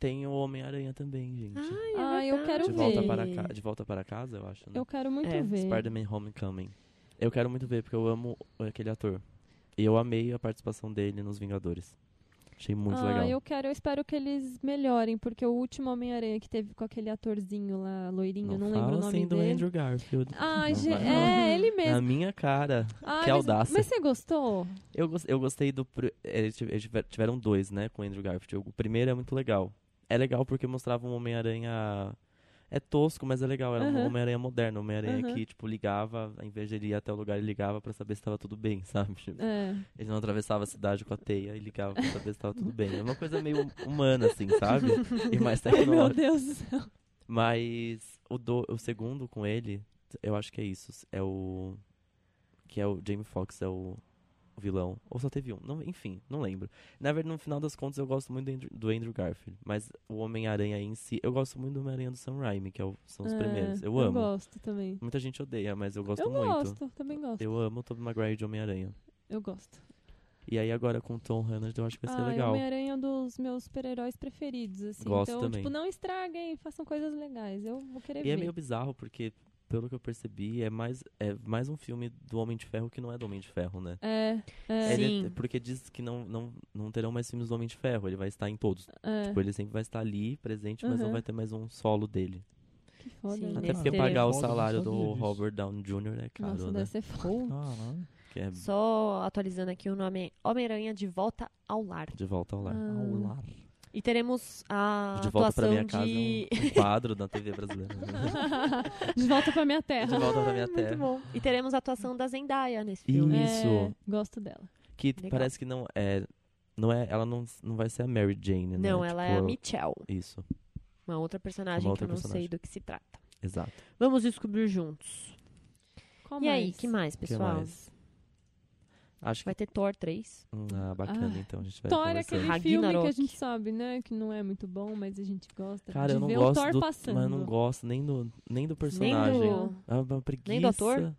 S2: Tem o Homem-Aranha também, gente.
S1: Ai, é
S3: Ah, eu quero
S2: de, volta
S3: ver.
S2: para ca... de volta para casa, eu acho, né?
S3: Eu quero muito
S1: É,
S3: ver.
S2: Spider-Man Homecoming. Eu quero muito ver, porque eu amo eh, aquele ator. E eu amei a participação dele nos Vingadores. Achei é muito
S3: ah,
S2: legal.
S3: eu quero, eu espero que eles melhorem, porque o último Homem-Aranha que teve com aquele atorzinho lá, loirinho, não,
S2: fala
S3: lembro o nome
S2: assim do
S3: dele.
S2: Andrew Garfield.
S3: Ah,
S2: Não
S3: ge-
S2: vai,
S3: é, ele
S2: não. Na
S3: mesmo.
S2: minha cara.
S3: Ah,
S2: Ah, que
S3: mas-
S2: audácia.
S3: Mas você gostou?
S2: Eu, gos- eu gostei do. pr- Eles tive- eles tiver- tiveram dois, né, com o Andrew Garfield. O primeiro é muito legal. É legal porque mostrava um Homem-Aranha. É tosco, mas é legal. Era um
S3: Aham.
S2: Homem-Aranha moderno. Um Homem-Aranha
S3: Aham.
S2: que, tipo, ligava, ao invés de ele ir até o lugar, ele ligava pra saber se tava tudo bem, sabe? Tipo,
S3: É.
S2: Ele não atravessava a cidade com a teia e ligava pra saber se tava tudo bem. É uma coisa meio humana, assim, sabe? E mais
S3: Ai, meu
S2: tecnológica.
S3: Deus do céu.
S2: Mas o, do, o segundo com ele, eu acho que é isso. É o. Que é o Jamie Foxx, é o o vilão. Ou só teve um. Não, enfim, não lembro. Na verdade, no final das contas, eu gosto muito do Andrew, do Andrew Garfield. Mas o Homem-Aranha em si, eu gosto muito do Homem-Aranha do Sam Raimi, que é o- são os
S3: É,
S2: primeiros. Eu amo.
S3: gosto também.
S2: Muita gente odeia, mas eu gosto
S3: eu
S2: muito.
S3: gosto, também gosto. Eu,
S2: Eu amo o Tobey Maguire de Homem-Aranha.
S3: gosto.
S2: E aí agora com o Tom Holland, eu acho que vai ser
S3: ah,
S2: legal.
S3: Homem-Aranha é um dos meus super-heróis preferidos, assim.
S2: Gosto
S3: então,
S2: também.
S3: tipo, não estraguem, façam coisas legais. Eu vou querer
S2: E
S3: ver.
S2: é meio bizarro, porque, pelo que eu percebi, é mais, é mais um filme do Homem de Ferro que não é do Homem de Ferro, né?
S3: É, é,
S1: Sim.
S2: Ele- porque diz que não, não, não terão mais filmes do Homem de Ferro, ele vai estar em todos.
S3: é.
S2: Tipo, ele sempre vai estar ali, presente, mas não
S3: Uhum.
S2: vai ter mais um solo dele.
S3: que foda.
S1: Sim,
S3: né?
S2: Até
S1: Nesse
S2: porque
S1: teve.
S2: pagar o
S4: Foda, não
S2: salário
S4: sabia
S2: do
S4: disso.
S2: Robert Downey Jr. é caro,
S3: Nossa,
S2: né?
S3: deve ser foda.
S4: Caralho.
S2: Que é
S1: Só atualizando aqui o nome é Homem-Aranha de Volta ao Lar.
S2: de volta ao lar.
S4: Ao lar.
S1: E teremos a
S2: De volta pra
S1: Ah, atuação
S2: minha casa
S1: de.
S2: é um, um quadro da TV brasileira. né?
S3: De volta pra minha terra.
S2: De volta pra minha
S1: Muito
S2: terra.
S1: bom. E teremos a atuação da Zendaya nesse
S2: E-
S1: filme.
S3: É,
S2: Isso. né?
S3: gosto dela.
S2: Que
S1: Legal.
S2: parece que não é. Não é, ela não, não vai ser a Mary Jane, né?
S1: Não, ela é a
S2: Tipo,
S1: Michelle,
S2: Isso,
S1: uma outra personagem
S2: Uma outra
S1: que eu não
S2: personagem.
S1: sei do que se trata.
S2: exato.
S1: Vamos descobrir juntos.
S3: Qual
S1: e
S3: mais?
S1: aí, que mais, pessoal?
S2: mais? Acho que.
S1: Vai ter Thor 3.
S2: Ah, bacana,
S3: Ah,
S2: então. A gente vai
S3: Thor é
S2: conversando.
S3: aquele filme que a
S1: Ragnarok.
S3: gente sabe, né? Que não é muito bom, mas a gente gosta
S2: Cara,
S3: de
S2: eu não
S3: ver
S2: gosto
S3: o Thor
S2: do,
S3: passando.
S2: Mas não gosto nem do, nem do
S1: Nem
S2: personagem.
S1: do...
S2: É uma preguiça.
S1: ator?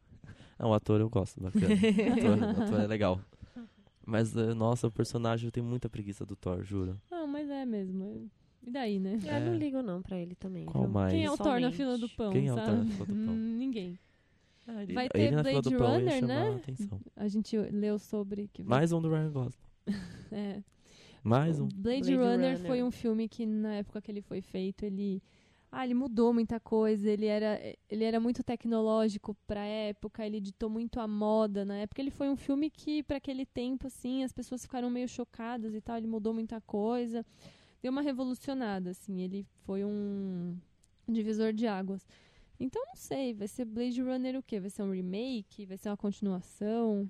S2: Não, o ator eu gosto, bacana. O ator, o ator é legal. Mas, eh, nossa, o personagem eu tenho muita preguiça do Thor, juro.
S3: Ah, mas é mesmo. E daí, né?
S1: Eu não ligo não pra ele também.
S2: É. Qual
S1: viu?
S2: mais?
S3: Quem é o Thor na
S1: Somente.
S3: fila do pão,
S2: Quem é o
S3: sabe?
S2: Thor na fila do pão?
S3: Hum, ninguém.
S2: Ah, ele,
S3: Vai
S2: ele
S3: ter
S2: na fila
S3: Blade
S2: do pão ia
S3: Runner,
S2: chamar
S3: né?
S2: a atenção.
S3: A gente leu sobre que vai-
S2: Mais um do Ryan Gosling.
S3: é.
S2: Mais um.
S3: Blade,
S1: Blade
S3: Runner,
S1: Runner.
S3: foi um filme que na época que ele foi feito, ele ah, ele mudou muita coisa, ele era ele era muito tecnológico pra época, ele ditou muito a moda na época. Ele foi um filme que pra aquele tempo assim, as pessoas ficaram meio chocadas e tal, ele mudou muita coisa. Deu uma revolucionada assim, ele foi um divisor de águas. Então não sei, vai ser Blade Runner o quê? Vai ser um remake? Vai ser uma continuação?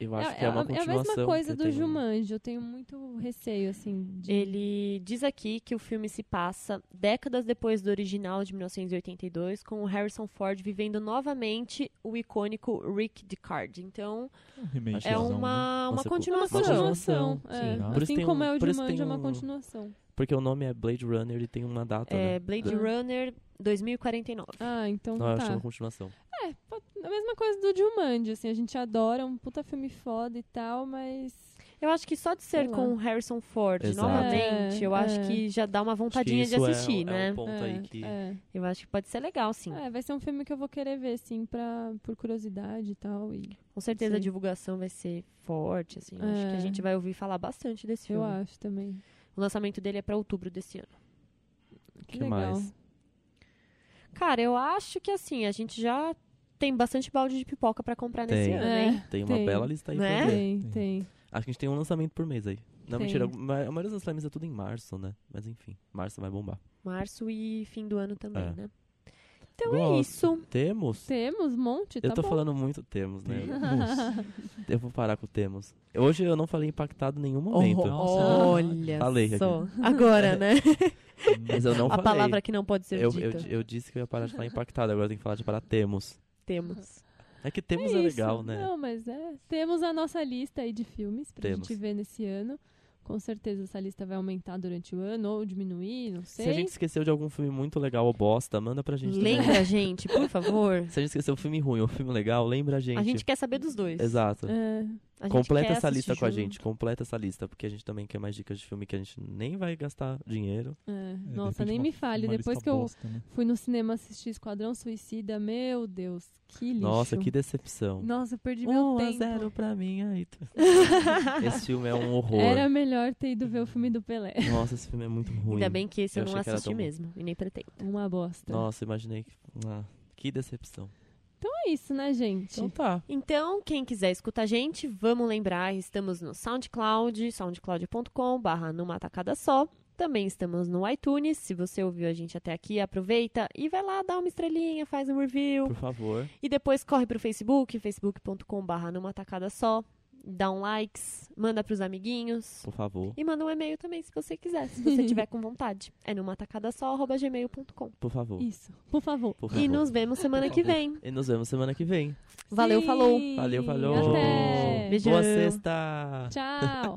S2: Eu acho que é
S3: a-
S2: uma
S3: a
S2: continuação.
S3: mesma coisa
S2: porque
S3: do
S2: tem um-
S3: Jumanji. Eu tenho muito receio, assim, de...
S1: Ele diz aqui que o filme se passa décadas depois do original de 1982, com o Harrison Ford vivendo novamente o icônico Rick Deckard. Então,
S4: Um remake,
S1: é
S2: Tiozão, né?
S1: uma, uma
S2: Nossa,
S3: Uma
S1: é continuação.
S3: continuação.
S2: Sim.
S3: é.
S2: isso
S4: Por
S3: Assim
S2: tem
S3: como
S2: um-
S3: é o
S2: por isso
S3: Jumanji, é
S2: tem
S3: uma
S2: um-
S3: continuação.
S2: Porque o nome é Blade Runner e tem uma data,
S1: É,
S2: né?
S1: Blade
S3: Ah.
S1: Runner 2049.
S3: Ah, então
S2: Não, eu acho
S3: tá.
S2: uma continuação.
S3: É, pode- a mesma coisa do Jumanji, assim. A gente adora, é um puta filme foda e tal, mas...
S1: Eu acho que só de ser
S3: Sei lá.
S1: com o Harrison Ford
S2: Exato.
S1: novamente, eu
S3: É,
S1: acho
S3: é.
S1: que já dá uma
S2: Acho que
S1: vontadinha de
S2: isso é-
S1: assistir,
S2: é,
S1: né?
S2: um ponto
S3: é,
S2: aí que...
S3: é.
S1: Eu acho que pode ser legal, sim.
S3: É, vai ser um filme que eu vou querer ver, assim, pra... por curiosidade e tal. E
S1: Com certeza a
S3: Sim.
S1: divulgação vai ser forte, assim. Eu Acho que
S3: É.
S1: a gente vai ouvir falar bastante desse
S3: eu
S1: filme.
S3: acho também.
S1: O lançamento dele é pra outubro desse ano.
S3: Que,
S2: Que
S3: legal.
S2: mais?
S1: Cara, eu acho que assim, a gente já tem bastante balde de pipoca pra comprar nesse
S2: Tem.
S1: ano, hein?
S3: É,
S2: Tem uma
S3: Tem.
S2: bela lista aí pra
S1: Né?
S2: ver.
S3: tem, tem.
S2: Acho que a gente É. tem um lançamento por mês aí. Não,
S3: Tem.
S2: mentira. A ma- a maioria dos lançamentos é tudo em março, né? Mas enfim, março vai bombar.
S1: Março e fim do ano também,
S2: É.
S1: né? Então é
S2: Gosto.
S1: isso.
S2: Temos?
S3: Temos um monte, tá
S2: eu tô
S3: bom.
S2: falando muito temos, né?
S1: Uhum.
S4: Nossa.
S2: Eu vou parar com temos. Hoje eu não falei impactado em nenhum
S1: Oh,
S2: momento. Então, assim,
S4: Nossa.
S1: Olha
S2: Falei aqui.
S1: só. Agora, né?
S2: Mas eu não
S1: a
S2: falei.
S1: palavra que não pode ser
S2: eu, eu,
S1: dita.
S2: eu disse que eu ia parar de falar impactado, agora eu tenho que falar de parar temos.
S1: Temos.
S2: É que temos é,
S3: isso.
S2: legal, né?
S3: Não, mas é. Temos a nossa lista aí de filmes pra
S2: Temos.
S3: gente ver nesse ano. Com certeza essa lista vai aumentar durante o ano ou diminuir, não sei.
S2: Se a gente esqueceu de algum filme muito legal ou bosta, manda pra gente também.
S1: Lembra, gente, por favor.
S2: Se a gente esqueceu um filme ruim ou um filme legal, lembra a gente.
S1: A gente quer saber dos dois.
S2: Exato.
S3: É,
S1: A gente
S2: Completa
S1: quer
S2: essa lista
S1: assistir
S2: com a
S1: junto.
S2: gente, completa essa lista, porque a gente também quer mais dicas de filme que a gente nem vai gastar dinheiro.
S3: é.
S4: É, de
S3: Nossa,
S4: repente
S3: nem
S4: uma-
S3: me fale.
S4: uma
S3: Depois
S4: lista
S3: que eu
S4: bosta, né?
S3: fui no cinema assistir Esquadrão Suicida, meu Deus, que lixo.
S2: Nossa, que decepção.
S3: Nossa, eu perdi meu
S2: Um a
S3: tempo.
S2: zero pra mim aí. tá. tu- Esse filme é um horror.
S3: Era melhor ter ido ver o filme do Pelé.
S2: Nossa, esse filme é muito ruim.
S1: Ainda bem que esse eu,
S2: Eu
S1: não
S2: achei que era
S1: assisti
S2: tão bom.
S1: mesmo. E nem pretendo.
S3: Uma bosta.
S2: Nossa, imaginei que. Ah, que decepção.
S3: É isso, né, gente?
S2: Então tá.
S1: Então, quem quiser escutar a gente, vamos lembrar, estamos no SoundCloud, soundcloud.com barra numa tacada só. Também estamos no iTunes, se você ouviu a gente até aqui, aproveita e vai lá dar uma estrelinha, faz um review.
S2: Por favor.
S1: E depois corre pro Facebook, facebook.com barra numa tacada só. Dá um likes, manda pros amiguinhos.
S2: Por favor.
S1: E manda um e-mail também, se você quiser, se você tiver com vontade. É numa tacada só, arroba gmail.com.
S2: Por favor.
S3: Isso. Por favor.
S2: Por favor.
S1: E nos vemos semana que vem.
S2: E nos vemos semana que vem.
S1: Valeu, falou.
S3: Sim.
S2: Valeu, falou.
S3: Até.
S1: Beijão.
S2: Boa sexta.
S3: Tchau.